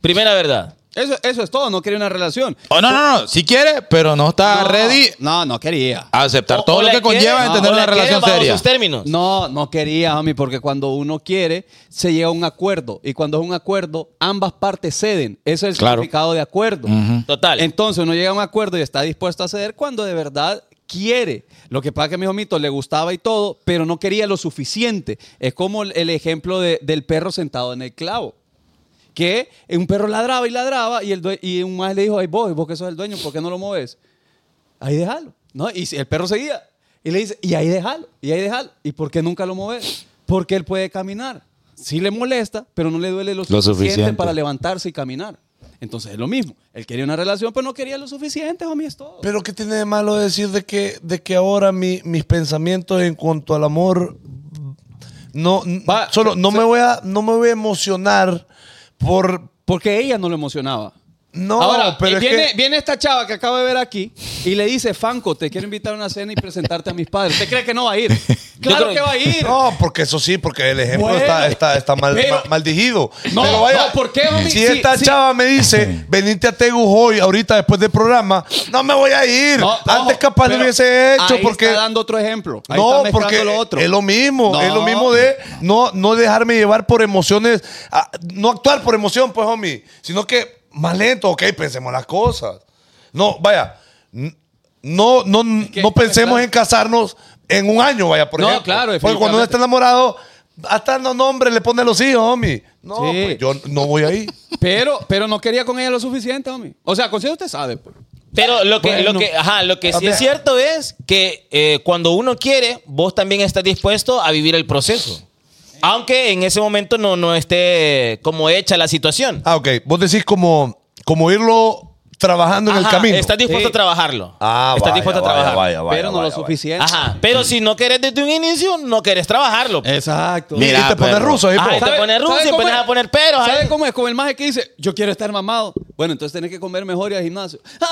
Primera verdad.
Eso, eso es todo, no quería una relación.
Oh, no, no, no. Si quiere, pero no está
No,
Ah, ready
No, no quería.
a aceptar
O-
todo
o
lo
la
que conlleva
quiere,
en
no,
tener
o
una
la quiere
relación
bajo
seria.
sus términos.
No, no quería, homie, porque cuando uno quiere, se llega a un acuerdo. Y cuando es un acuerdo, ambas partes ceden. Eso es el
Claro.
significado de acuerdo.
Total.
Entonces uno llega a un acuerdo y está dispuesto a ceder cuando de verdad quiere. Lo que pasa es que a mi homito le gustaba y todo, pero no quería lo suficiente. Es como el- el ejemplo de- del perro sentado en el clavo. Que un perro ladraba y ladraba y, el due- y un más le dijo, ay vos, vos que sos el dueño, ¿por qué no lo mueves? Ahí déjalo. ¿no? Y si- el perro seguía. Y le dice, y ahí déjalo, y ahí déjalo. ¿Y por qué nunca lo mueves? Porque él puede caminar. Sí le molesta, pero no le duele lo, suficiente
suficiente.
para levantarse y caminar. Entonces es lo mismo. Él quería una relación, pero no quería lo suficiente, homie, es todo.
Pero ¿qué tiene de malo decir de que, de que ahora mi- mis pensamientos en cuanto al amor no n-
Va,
solo no me voy a no me voy a emocionar por
Porque ella no lo emocionaba.
no,
Ahora,
pero
eh,
es
viene,
que
viene esta chava que acabo de ver aquí y le dice, Fanco, te quiero invitar a una cena y presentarte a mis padres. ¿Usted cree que no va a ir? ¡Claro
creo-
que va a ir!
no, porque eso sí, porque el ejemplo
Bueno,
está, está, está mal,
pero-
ma- maldigido.
No,
Pero vaya,
no, ¿por qué, homie?
Si
Sí,
esta
sí.
chava me dice, venite a Tegu hoy, ahorita después del programa, no me voy a ir.
No,
Antes
ojo,
capaz lo
pero
hubiese hecho
ahí
porque...
está dando otro ejemplo. Ahí
no,
está
porque
mezclando lo otro.
es lo mismo,
No.
es lo mismo de no, no dejarme llevar por emociones, ah, no actuar por emoción, pues, homie, sino que más lento, ok, pensemos las cosas. No, vaya, n- no, no, no pensemos en casarnos en un año, vaya, por
No,
ejemplo.
claro,
Porque cuando uno
definitivamente.
está enamorado, hasta los nombres le pone a los hijos, homie. No,
Sí.
pues, yo no voy ahí.
Pero, pero no quería con ella lo suficiente, homie. O sea, con eso usted sabe. pues.
Pero lo que,
Bueno.
lo que, ajá, lo que
A
sí
ver.
es cierto es que eh, cuando uno quiere, vos también estás dispuesto a vivir el proceso. Aunque en ese momento no, no esté como hecha la situación.
Ah, ok, vos decís como, como irlo trabajando en el
Ajá,
camino.
Estás dispuesto
Sí.
a trabajarlo.
Ah,
estás
vaya,
dispuesto a
vaya,
trabajar.
vaya, vaya,
pero no
vaya,
lo
vaya.
suficiente.
Ajá. Pero si no querés desde un inicio, no querés trabajarlo.
Eh. Exacto.
Y- y te pones
perro.
ruso, ¿eh? ahí,
Ay,
po.
te pones ruso y
cómo
empiezas
es?
a poner peros ahí.
¿Sabe cómo es? Como el maje que dice, yo quiero estar mamado. Bueno, entonces tenés que comer mejor y al gimnasio. ¡Ah!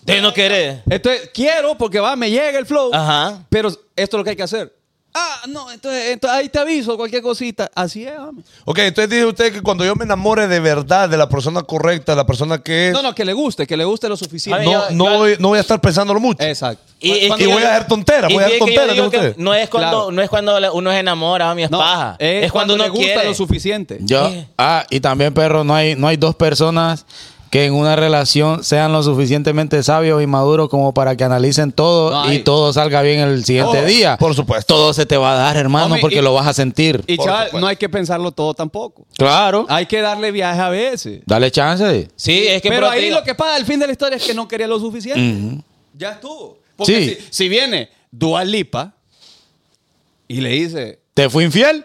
Entonces no querés.
Entonces, quiero porque va, me llega el flow.
Ajá.
Pero esto es lo que hay que hacer. Ah, no, entonces, entonces ahí te aviso cualquier cosita. Así es, homie.
Ok, entonces dice usted que cuando yo me enamore de verdad de la persona correcta, de la persona que es,
No,
no,
no, que le guste, que le guste lo suficiente.
A ver,
no,
yo- yo-
voy, no voy a estar pensándolo mucho.
Exacto.
es
Cuando
que
y
yo-
voy a hacer tonteras,
y
voy a
es
hacer
que yo
tonteras,
digo
digo
que
usted.
No es cuando,
Claro.
no es cuando uno se enamora, mi es
No,
paja.
Es, cuando,
uno
le gusta
quiere.
lo suficiente.
Yo,
Sí.
ah, y también, perro, no hay, no hay dos personas que en una relación sean lo suficientemente sabios y maduros como para que analicen todo
No
y
hay.
todo salga bien el siguiente
Oh,
día.
por supuesto.
Todo se te va a dar, hermano,
Homie,
porque
y-
lo vas a sentir.
Y
Por
chaval,
supuesto.
no hay que pensarlo todo tampoco.
claro.
Hay que darle viaje a veces.
Dale chance.
Sí, es que
Pero
por
ahí
eso
lo que pasa al fin de la historia es que no quería lo suficiente. Ya estuvo. Porque
Sí.
si, si viene Dua Lipa y le dice...
¿Te fui infiel?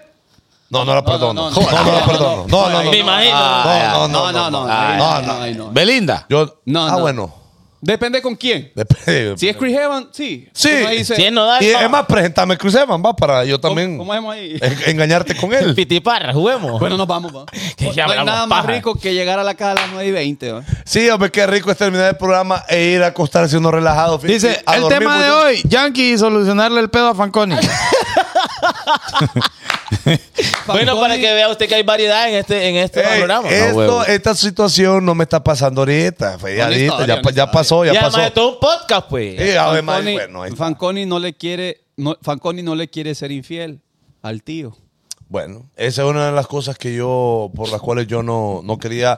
No, no la perdono. No, no,
no, no, no,
la
no,
perdono.
no,
No, no, no.
Me imagino.
No, no, no,
no, no, ahí
no,
no, ahí
no.
no.
Belinda.
Yo,
No,
ah,
no.
bueno.
Depende con quién.
Depende.
Si es Chris Evans, sí.
Sí.
Uno dice,
Si es Nodal,
Y
no.
es más, presentame Cruz Evans, va, para yo
¿cómo-
también
¿Cómo hacemos ahí?
en- engañarte con él.
Pitiparra, juguemos.
Bueno, nos vamos, va.
Que ya
No hay
hablamos
nada más
paja.
rico que llegar a la casa a las 9 y 20, va.
Sí, hombre, qué rico es terminar el programa e ir a acostarse uno relajado. fíjate,
Dice,
a
el
dormir
tema de
mucho.
hoy, Yankee y solucionarle el pedo a Fanconi.
Bueno, para que vea usted que hay variedad en este, en este
Ey,
programa.
esto-
No, huevo.
esta situación no me está pasando ahorita. fue ya,
Una
ahorita,
historia,
ya,
una
pa- ya
historia.
pasó, ya
y
pasó.
además de todo un podcast, pues.
Sí, además,
Fanconi,
bueno, ahí está.
Fanconi no le quiere... no- Fanconi no le quiere ser infiel al tío.
Bueno, esa es una de las cosas que yo, por las cuales yo no, no quería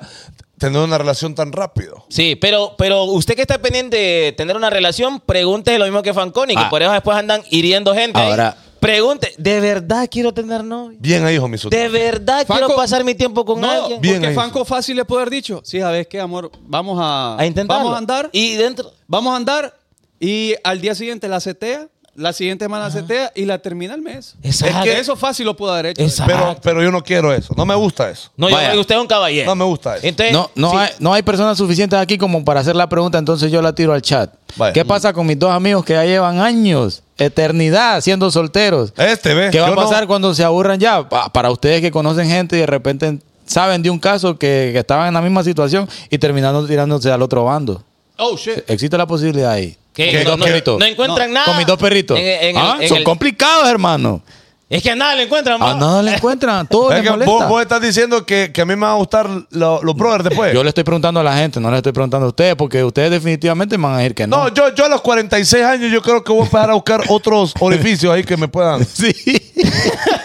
tener una relación tan rápido.
Sí, pero, pero usted que está pendiente de tener una relación, pregúntese lo mismo que Fanconi, que
Ah.
por eso después andan hiriendo gente. ahí.
Ahora-
Pregunte, ¿de verdad quiero tener novio?
Bien ahí, hijo mi socio.
¿De verdad
Franco-
quiero pasar mi tiempo con
No,
alguien?
Bien
porque
ahí.
Franco fácil le puede haber dicho, sí, a ver qué, amor, vamos a,
A intentarlo.
Vamos a andar,
Y dentro...
vamos a andar y al día siguiente la setea, la siguiente semana la setea y la termina el mes.
Exacto.
Es que eso fácil lo puede haber hecho.
Exacto.
Pero, pero yo no quiero eso. No me gusta eso.
No, yo
Vaya.
creo que usted es un caballero.
No me gusta eso.
Entonces,
No, no,
sí.
hay, no hay personas suficientes aquí como para hacer la pregunta, entonces yo la tiro al chat.
Vaya.
¿Qué pasa con mis dos amigos que ya llevan años, eternidad, siendo solteros?
Este, ¿ves?
¿Qué va
Yo
a pasar
no-
cuando se aburran ya? Pa- Para ustedes que conocen gente y de repente saben de un caso que, que estaban en la misma situación y terminaron tirándose al otro bando.
Oh, shit.
Existe la posibilidad ahí.
¿Qué?
Con mis
No,
dos
no,
perritos.
no encuentran nada.
Con mis dos perritos.
En- en-
Ah,
en
Son
el-
complicados, hermano.
Es que a nada le encuentran.
A
vos.
nada le encuentran. Todo
Es
les
que
molesta.
vos, eh. vos estás diciendo que, que a mí me van a gustar lo- los brothers después.
Yo le estoy preguntando a la gente, no le estoy preguntando a ustedes, porque ustedes definitivamente me van a decir que no.
no, yo, yo a los 46 años yo creo que voy a empezar a buscar otros orificios ahí que me puedan.
Pues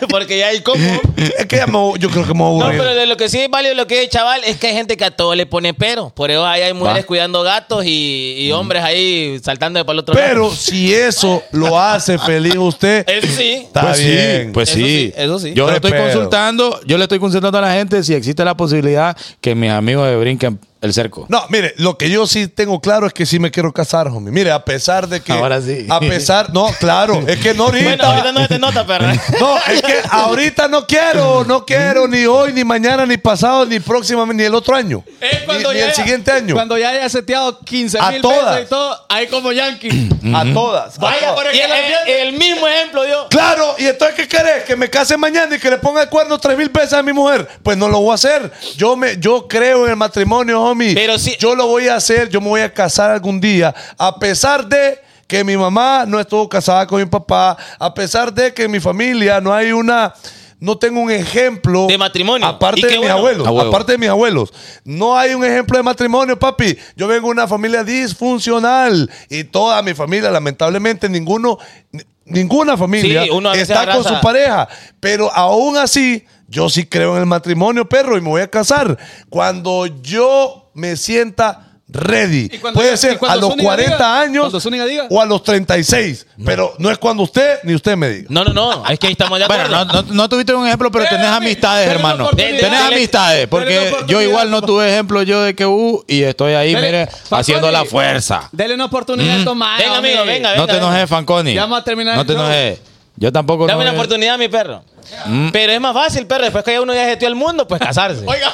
Porque ya hay como.
Es que ya me- yo creo que me voy a
No,
aburrir.
pero de lo que sí es válido lo que es, chaval, es que hay gente que a todo le pone pero. Por eso ahí hay mujeres
Va.
cuidando gatos y, y hombres ahí saltando de para el otro
Pero
lado.
si eso lo hace feliz usted,
Eso sí.
está
pues
bien.
sí, pues
Eso sí,
sí.
eso sí.
Yo le estoy
Pero-
consultando, yo le estoy consultando a la gente si existe la posibilidad que mis amigos me brinquen el cerco.
No, mire, lo que yo sí tengo claro es que sí me quiero casar, homie. Mire, a pesar de que.
Ahora sí.
A pesar. No, claro. Es que no ahorita.
Bueno, ahorita no se te nota, ¿eh? perra.
No, es que ahorita no quiero, no quiero ni hoy, ni mañana, ni pasado, ni próximamente, ni el otro año.
Es
Ni,
cuando
ni
ya-
el siguiente año.
Cuando ya haya seteado 15
A
mil
todas.
pesos y todo, ahí como yankee.
A todas. a
Vaya,
todas.
por el,
Y el
el mismo ejemplo yo.
Claro, y entonces, ¿qué querés? ¿Que me case mañana y que le ponga el cuerno tres mil veces a mi mujer? Pues no lo voy a hacer. Yo, me, yo creo en el matrimonio, homie.
Pero si-
Yo lo voy a hacer, yo me voy a casar algún día. A pesar de que mi mamá no estuvo casada con mi papá, a pesar de que en mi familia no hay una... No tengo un ejemplo.
De matrimonio.
Aparte
Y qué
de mis
bueno.
abuelos.
A huevo.
Aparte de mis abuelos. No hay un ejemplo de matrimonio, papi. Yo vengo de una familia disfuncional. Y toda mi familia, lamentablemente, ninguno. ni- Ninguna familia familia,
Sí, uno a veces
está con
abraza-
su pareja. Pero aún así, yo sí creo en el matrimonio, perro, y me voy a casar. Cuando yo me sienta ready.
Y cuando
Puede
ya- y
ser a
cuando
los
Zúñiga
40
diga, cuando
años
Zúñiga diga.
o a los 36. Pero no es cuando usted ni usted me diga.
No, no, no. Es que ahí estamos de
Bueno,
acuerdo.
no, no, no tuviste un ejemplo, pero tenés
Pero,
amistades,
pero
hermano.
una oportunidad.
Tenés
Dele,
amistades,
dele
porque
una
yo igual no
oportunidad.
tuve ejemplo yo de que uh, y estoy ahí,
Dele,
mire,
Faconi.
haciendo la fuerza.
Dele una oportunidad a tomar.
Venga, amigo,
hombre.
venga,
No te
venga.
enojes, Fanconi.
Ya vamos a terminar
No
el
te
show.
enojes. Yo tampoco
Dame
no-
una oportunidad, mi perro. Pero es más fácil, perro. Después que ya uno ya gestió el mundo, pues casarse.
Oiga.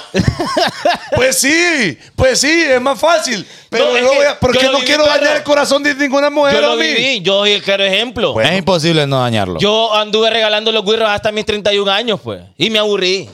Pues sí, pues sí, es más fácil. Pero
No, es
no
que
voy a- porque
yo lo
no
viví,
quiero dañar
perro.
el corazón de ninguna mujer.
yo lo
homie.
viví. Yo soy el claro ejemplo.
Es imposible no dañarlo.
Yo anduve regalando los guirros hasta mis 31 años, pues. Y me aburrí.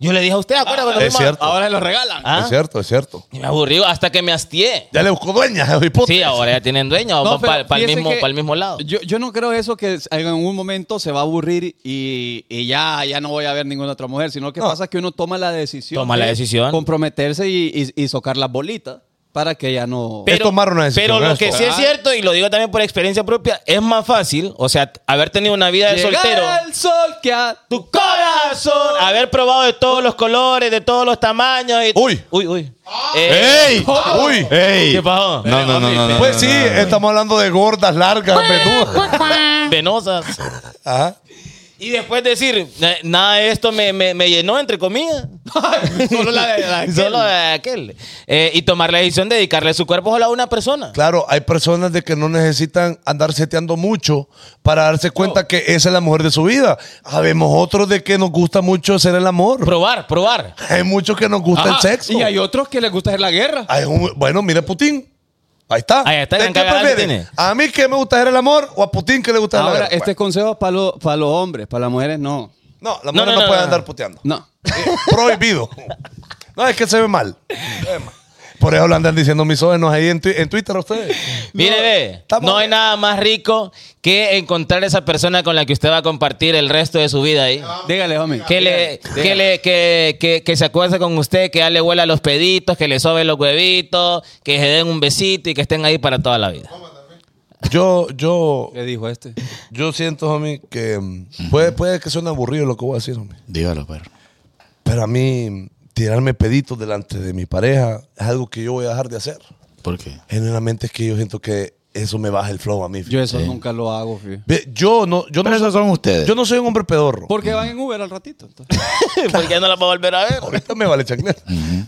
Yo le dije a usted, acuérdate cuando
Ah, es
fuimos a-
cierto.
Ahora se los regalan.
Ah,
Es cierto, es cierto.
Y me aburrí hasta que me hastié.
Ya le busco dueña, hipote.
Sí, ahora ya tienen dueño.
No,
van
pero
para el,
fíjese
mismo,
que
pa'l mismo lado.
Yo, yo no creo eso que en algún momento se va a aburrir y, y ya, ya no voy a ver ninguna otra mujer, sino que pasa que uno toma la decisión.
Toma la
de
decisión.
Comprometerse y, y, y socar las bolitas para que ya no...
Pe- tomar una decisión,
pero lo
¿verdad?
que sí es cierto, y lo digo también por experiencia propia, es más fácil, o sea, haber tenido una vida de
Llegará
soltero. Ah,
el sol que a tu
Corazón, haber probado de todos los colores, de todos los tamaños. y-
Uy.
uy, uy. Eh,
¡Ey!
Uy.
¡Ey!
¿Qué pasó?
No, no, no, no, no,
Pues
no,
sí,
no, no.
estamos hablando de gordas, largas, menudas.
Eh, Venosas.
Ajá.
Y después decir, "Na- nada de esto me, me- me llenó, entre comillas.
Solo la de la de aquel.
Solo de aquel. Eh, y tomar la decisión de dedicarle su cuerpo solo a una persona.
Claro, hay personas de que no necesitan andar seteando mucho para darse cuenta que esa es la mujer de su vida. Habemos otros de que nos gusta mucho hacer el amor.
Probar, probar.
Hay muchos que nos gusta
Ajá,
el sexo.
Y hay otros que les gusta hacer la guerra.
Hay un- bueno, mire Putin. Ahí está.
Ahí está,
¿De
gran
qué
cagada que
prefieren?
tiene.
¿A mí que me gusta hacer el amor o a Putin que le gusta pues. hacer
Ahora,
el amor?
este consejo es para los, para los hombres, para las mujeres no.
No, la
No,
mujer
no,
no,
no,
puede
no.
andar puteando. Eh,
No.
Prohibido. No, es que se ve mal. Se ve mal. Por eso lo andan diciendo misógenos ahí en, tu- en Twitter a ustedes.
Mire, ve,
estamos
no hay
bien.
nada más rico que encontrar esa persona con la que usted va a compartir el resto de su vida ahí.
Dígale, homie.
Que le, que le, que, que, que se acuerde con usted, que ya le huela los peditos, que le sobe los huevitos, que se den un besito y que estén ahí para toda la vida.
Yo, yo,
¿Qué dijo este?
Yo siento, homie, que mm, puede, puede que suene aburrido lo que voy a decir, homie.
Dígalo, perro.
Pero a mí, mm, tirarme peditos delante de mi pareja es algo que yo voy a dejar de hacer.
¿Por qué?
Generalmente es que yo siento que eso me baja el flow a mí.
Yo eso nunca lo hago, fío.
Ve, yo no, yo
Pero
no,
esos son ustedes.
yo no soy un hombre pedorro.
Porque van en Uber al ratito. entonces.
Porque ya no la va a volver a ver.
Ahorita me vale chanclear.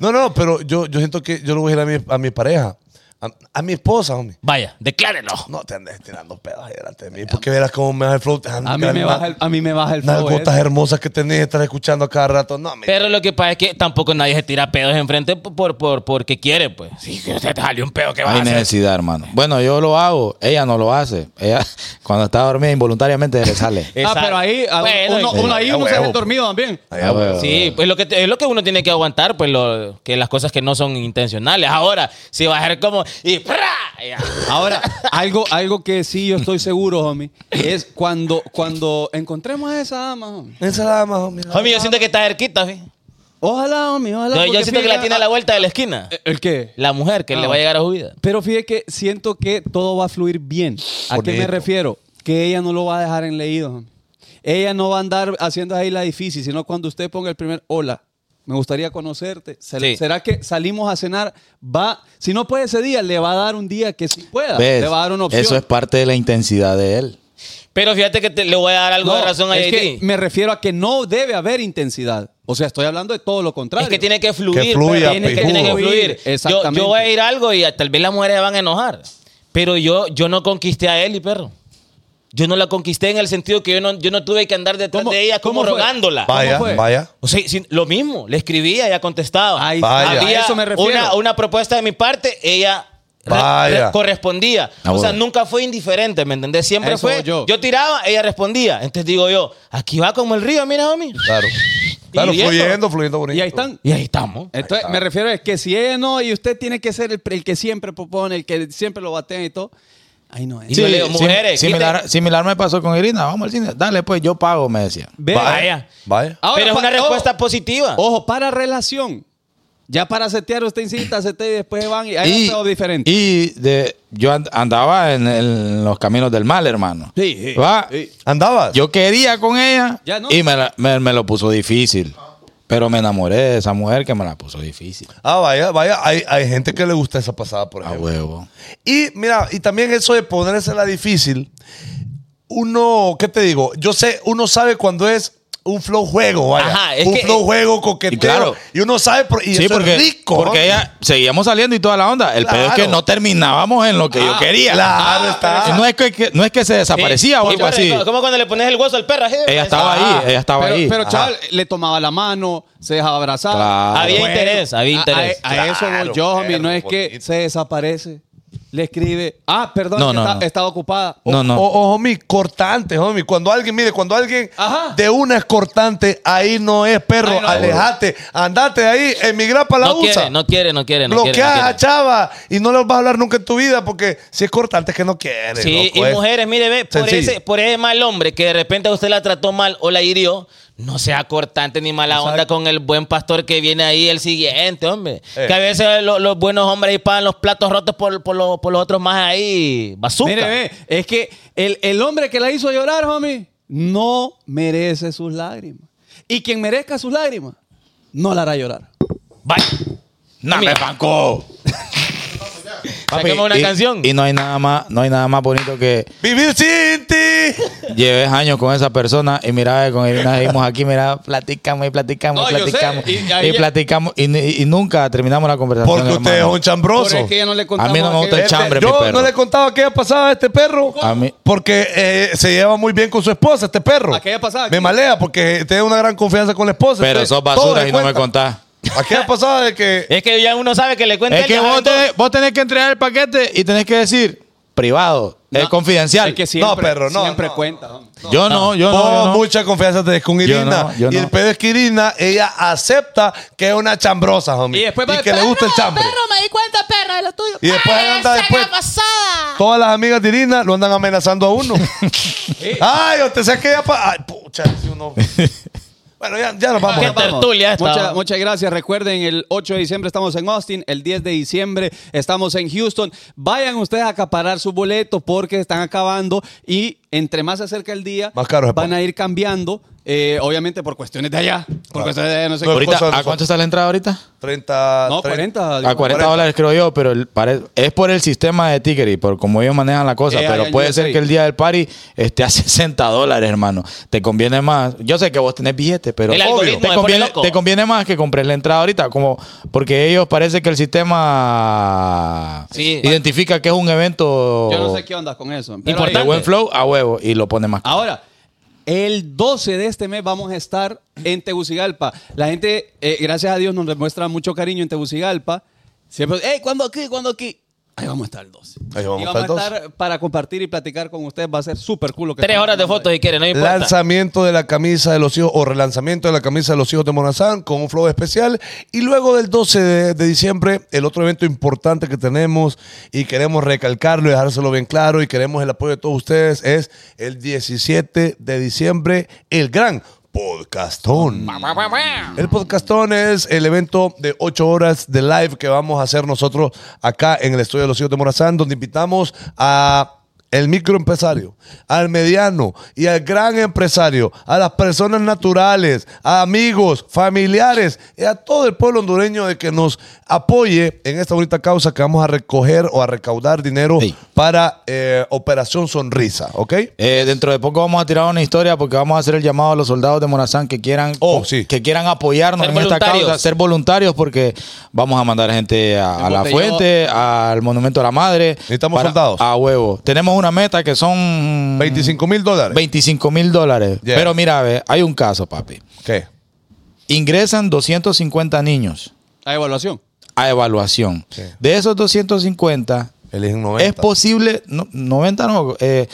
No, no, pero yo, yo siento que yo lo voy a decir a mi, a mi pareja. A, a mi esposa, homie.
Vaya, declárelo.
No te andes tirando pedos ahí delante de mí, porque verás cómo me baja el flow.
A mí me baja el, a mí me baja el
Unas
flow.
gotas
¿eh?
hermosas que tenés, estás escuchando a cada rato. No, mi-
Pero lo que pasa es que tampoco nadie se tira pedos enfrente por, por, porque quiere, pues. Sí, que usted te salió un pedo que va a
Hay
hacer.
necesidad, hermano. Bueno, yo lo hago. Ella no lo hace. Ella, cuando está dormida, involuntariamente le sale.
Ah,
Exacto.
pero ahí, a-
Bueno,
uno,
y-
uno ahí
a
uno se
huevo.
ha dormido también.
Allá,
huevo.
Sí, pues lo que te- es lo que uno tiene que aguantar, pues lo, que las cosas que no son intencionales. Ahora, si va a ser como y ¡prá! Ya.
Ahora, algo, algo que sí yo estoy seguro, homie, es cuando, cuando encontremos a esa dama, homie.
Esa dama, homie. la
Homie, yo
dama.
siento que está cerquita, fi.
Ojalá, homie, ojalá.
Yo, yo
porque
siento que
fíjate-
la tiene a la vuelta de la esquina.
¿El qué?
La mujer que
Ah.
le va a llegar a su vida.
Pero fíjate que siento que todo va a fluir bien. ¿A qué me
Bonito.
refiero? Que ella no lo va a dejar en leído. homie. Ella no va a andar haciendo ahí la difícil, sino cuando usted ponga el primer hola. Me gustaría conocerte. Se-
Sí.
¿Será que salimos a cenar? Va, si no puede ese día, le va a dar un día que sí pueda.
¿Ves?
Le va a dar una opción.
Eso es parte de la intensidad de él.
Pero fíjate que te- le voy a dar algo
No,
de razón a
es que
JT.
me refiero a que no debe haber intensidad. O sea, estoy hablando de todo lo contrario.
Es que tiene que fluir.
Que fluya, pues.
pero tiene, que, tiene que
pijudo.
fluir. Yo,
Exactamente.
yo voy a ir a algo y tal vez las mujeres se van a enojar. Pero yo, yo no conquisté a Eli, perro. Yo no la conquisté en el sentido que yo no, yo no tuve que andar detrás
¿Cómo-
de ella como
cómo fue?
rogándola.
Va-
Vaya,
fue?
vaya.
O sea, sí, lo mismo. Le escribía, ella contestaba.
Ahí
Vaya.
está,
Había
a eso me refiero.
Una, una propuesta de mi parte, ella re-
Vaya.
re- correspondía.
Ah,
o sea,
bueno.
nunca fue indiferente, ¿me entendés? Siempre
Eso
fue.
voy yo.
Yo. tiraba, ella respondía. Entonces digo yo, aquí va como el río, mira, homie.
Claro. Claro,
eso?
fluyendo, fluyendo bonito.
Y ahí están.
Y ahí estamos.
Entonces, me refiero a que si ella no, y usted tiene que ser el, el que siempre propone, el que siempre lo batea y todo. Ahí no
Y
es.
yo le digo, mujeres,
similar,
quiten-
similar me pasó con Irina. Vamos al cine. Dale, pues yo pago, me decía.
Ve,
Vaya. oh,
Vaya.
Ahora,
Pero es
pa-
una respuesta
ojo,
positiva.
Oh,
Ojo, para relación. Ya para setear, usted incita, setea y después van y ahí es todo diferente.
y de, yo and- andaba en, en los caminos del mal, hermano.
Sí, sí,
Va,
sí.
¿Andabas?
Yo quería con ella
Ya no.
y me, la- me- me lo puso difícil. Pero me enamoré de esa mujer que me la puso difícil.
Ah, vaya, vaya. Hay, hay gente que le gusta esa pasada, por
A
ejemplo.
huevo.
Y mira, y también eso de ponerse la difícil. Uno, ¿qué te digo? Yo sé, uno sabe cuando es un flow juego, vaya.
Ajá, es
un
que-
flow juego coqueteo. Y,
Y claro.
uno sabe, por- y
sí,
eso
porque,
es rico.
porque
¿no?
ella seguíamos saliendo y toda la onda. El pedo es que
Claro.
no terminábamos en lo que yo quería.
claro
Ah,
está.
No es que, que- no es que se desaparecía o
Sí,
algo
por
así.
eso, Como cuando le pones el hueso al perro. eh,
Ella estaba
ah,
ahí, ella estaba
pero,
ahí.
pero
Ajá.
chaval, le tomaba la mano, se dejaba abrazar.
Claro.
Había
Bueno,
interés, había
A-
interés.
A, a eso voy
Claro,
yo, homie. No
perro,
es que
bonito.
se desaparece. Le escribe, ah, perdón,
No,
que
no,
está-
no.
estaba ocupada.
No, no.
O, o, homie, cortante, homie. Cuando alguien, mire, cuando alguien
Ajá.
de una es cortante, ahí no es perro.
Ahí no.
alejate, andate de ahí, emigrá para la
no,
USA.
quiere, no quiere, no quiere, no quiere.
Bloquea
no
a
quiere.
Chava y no les vas a hablar nunca en tu vida porque si es cortante es que no quieres.
Sí,
loco,
y
es
mujeres, mire, ve, por
sencillo.
ese, por ese mal hombre que de repente a usted la trató mal o la hirió, no sea cortante ni mala onda con el buen pastor que viene ahí el siguiente, hombre.
Eh.
Que a veces lo- los buenos hombres ahí pagan los platos rotos por, por los, por los otros más ahí, bazooka.
Mire, ve, es que el, el hombre que la hizo llorar, homie, no merece sus lágrimas. Y quien merezca sus lágrimas, no la hará llorar.
Vaya.
No
Mira.
me pancó.
Saquemos una
y,
canción.
Y no hay nada más, no hay nada más bonito que
Vivir sin ti.
lleves años con esa persona y mira, eh, con Irina seguimos aquí, mira, platicamos y platicamos y
No, yo sé.
platicamos
Y- y
y,
ahí-
platicamos y, ni- y nunca terminamos la conversación.
Porque usted es
hermano.
un chambroso.
Pero es que ya no le contamos
A mí no me gusta el
aquello.
Este,
chambre, mi
yo
perro.
no le contaba que había pasado a este perro
A mí-
porque eh, se lleva muy bien con su esposa, este perro.
¿A qué había pasado?
Me malea porque tiene una gran confianza con la esposa.
Pero
entonces,
sos
todo
basura
le
y no me
cuenta.
contás.
¿A qué ha pasado de que
Es que ya uno sabe que le cuenta
Es
el
que
ya
vos,
saben todo.
tenés, vos tenés que entregar el paquete y tenés que decir privado, es confidencial.
Es que siempre,
No, perro, no,
siempre
no.
cuenta. homie.
yo no, yo no,
Vos
yo no.
mucha confianza tenés con Irina.
no, yo
y el
no.
pedo es que Irina, ella acepta que es una chambrosa, homie.
Y después va de
que le
perro,
gusta el chambre.
Perro, me di cuenta, perro, de lo tuyo.
Y después
Ay,
anda
esa
después.
la pasada.
Todas las amigas de Irina lo andan amenazando a uno. Ay, usted sabe que ella... pa- Ay, pucha, si uno... Bueno, ya, ya nos vamos.
Qué
ya vamos.
tertulia esta.
Muchas, muchas gracias. Recuerden, el 8 de diciembre estamos en Austin, el 10 de diciembre estamos en Houston. Vayan ustedes a acaparar sus boletos porque están acabando y entre más se acerca el día,
Más caro se
van
pone.
a ir cambiando, eh, obviamente por cuestiones de allá, por cuestiones de allá, no sé
No,
qué.
ahorita-
Ahorita, ¿A cuánto está la entrada ahorita?
30.
No,
30.
40.
A 40, dólares creo yo, pero el- pare- es por el sistema de Tickery, por cómo ellos manejan la cosa,
Eh, allá
pero
en
puede
USA.
ser que el día del party esté a 60 dólares, hermano. Te conviene más. Yo sé que vos tenés billete, pero
El algoritmo
te,
me
conviene,
pone loco.
te conviene más que compres la entrada ahorita, como porque ellos parece que el sistema
Sí.
identifica que es un evento
Yo no sé qué onda con eso. pero
de
Importante.
buen flow a huevo y lo pone más.
Ahora, el 12 de este mes vamos a estar en Tegucigalpa. La gente, eh, gracias a Dios, nos demuestra mucho cariño en Tegucigalpa. Siempre, hey, ¿cuándo aquí? ¿Cuándo aquí? Ahí vamos a estar el 12.
Ahí vamos
y
a estar el 12.
estar para compartir y platicar con ustedes. Va a ser súper cool lo que
Tres
estamos
horas de
hablando
fotos
ahí.
si quieren, no importa.
Lanzamiento de la camisa de los hijos o relanzamiento de la camisa de los hijos de Monazán con un flow especial. Y luego del 12 de, de diciembre, el otro evento importante que tenemos y queremos recalcarlo y dejárselo bien claro y queremos el apoyo de todos ustedes es el 17 de diciembre, el gran podcastón. El podcastón es el evento de 8 horas de live que vamos a hacer nosotros acá en el estudio de los hijos de Morazán, donde invitamos a el microempresario, al mediano y al gran empresario, a las personas naturales, a amigos, familiares y a todo el pueblo hondureño de que nos apoye en esta bonita causa que vamos a recoger o a recaudar dinero
Sí.
para eh, Operación Sonrisa, ¿ok?
Eh, dentro de poco vamos a tirar una historia porque vamos a hacer el llamado a los soldados de Morazán que quieran,
Oh, sí.
que quieran apoyarnos
Ser
en esta
voluntarios.
causa, ser voluntarios porque vamos a mandar gente a, a la
Embotelló.
fuente, al monumento a la madre.
Necesitamos soldados.
A huevo. Tenemos una meta que son
25 mil dólares.
25 mil dólares.
Yeah.
Pero mira, ve, hay un caso, papi.
¿Qué?
Ingresan 250 niños
A evaluación.
a evaluación.
Sí.
De esos 250,
Eligen 90.
es posible, no, 90 no, eh,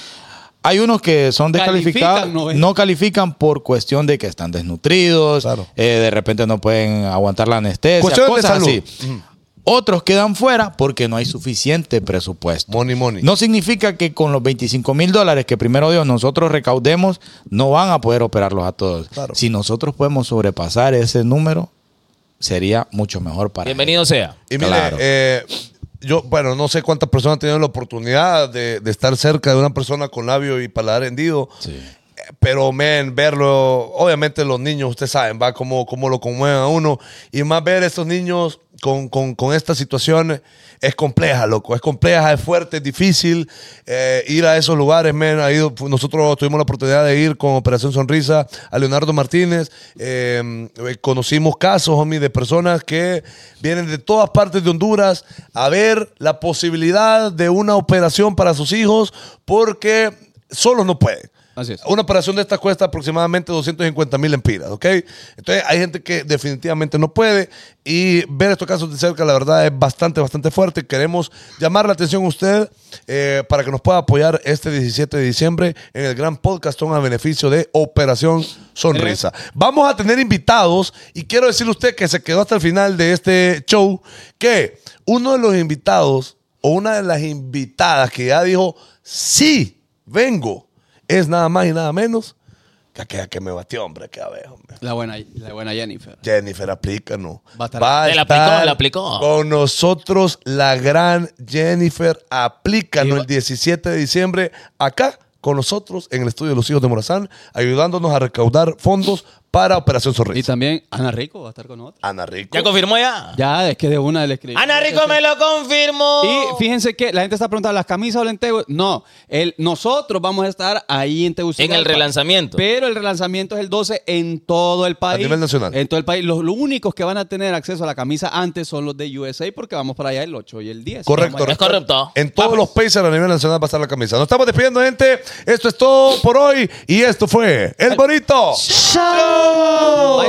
hay unos que son descalificados,
Califican 90.
no califican por cuestión de que están desnutridos,
Claro.
eh, de repente no pueden aguantar la anestesia,
Cuestión de
cosas
salud.
así. Mm. Otros quedan fuera porque no hay suficiente presupuesto.
Money, money.
No significa que con los 25 mil dólares que primero Dios nosotros recaudemos, no van a poder operarlos a todos.
Claro.
Si nosotros podemos sobrepasar ese número, sería mucho mejor para
Bienvenido sea.
Y mire,
Claro.
eh, yo, bueno, no sé cuántas personas han tenido la oportunidad de, de estar cerca de una persona con labio y paladar hendido. Eh, Pero, men, verlo, obviamente los niños, ustedes saben, va como, como lo conmueven a uno. Y más ver estos niños con, con, con esta situación es compleja, loco. Es compleja, es fuerte, es difícil eh, ir a esos lugares, men. Ha ido- nosotros tuvimos la oportunidad de ir con Operación Sonrisa a Leonardo Martínez. Eh, eh, conocimos casos, homie, de personas que vienen de todas partes de Honduras a ver la posibilidad de una operación para sus hijos porque solos no pueden.
Así es.
Una operación de estas cuesta aproximadamente 250 mil empiras, ¿ok? Entonces hay gente que definitivamente no puede y ver estos casos de cerca, la verdad, es bastante, bastante fuerte. Queremos llamar la atención a usted eh, para que nos pueda apoyar este 17 de diciembre en el gran podcastón a beneficio de Operación Sonrisa. Vamos a tener invitados y quiero decirle a usted que se quedó hasta el final de este show que uno de los invitados o una de las invitadas que ya dijo, sí, vengo es nada más y nada menos que aquella que me batió, hombre, que a ver, hombre.
La buena, la buena Jennifer.
Jennifer, aplícanos.
Va a estar-
a
Te la aplicó, la aplicó.
Con nosotros la gran Jennifer, aplícanos el 17 de diciembre acá con nosotros en el estudio de los hijos de Morazán, ayudándonos a recaudar fondos para Operación
Y
Sonrisa.
también Ana Rico va a estar con nosotros.
Ana Rico.
¿Ya confirmó ya?
Ya, es que de una del escribí.
Ana Rico me lo confirmó.
Y fíjense que la gente está preguntando, ¿las camisas o el en Tegu? No, el, nosotros vamos a estar ahí en Tegucigalpa.
En el relanzamiento.
Pero el relanzamiento es el 12 en todo el país.
nivel nacional.
En todo el país. Los, los únicos que van a tener acceso a la camisa antes son los de USA porque vamos para allá el 8 y el 10.
Correcto.
Es correcto.
En todos los países a nivel nacional va a estar la camisa. Nos estamos despidiendo, gente. Esto es todo por hoy y esto fue El Bonito.
Vaya-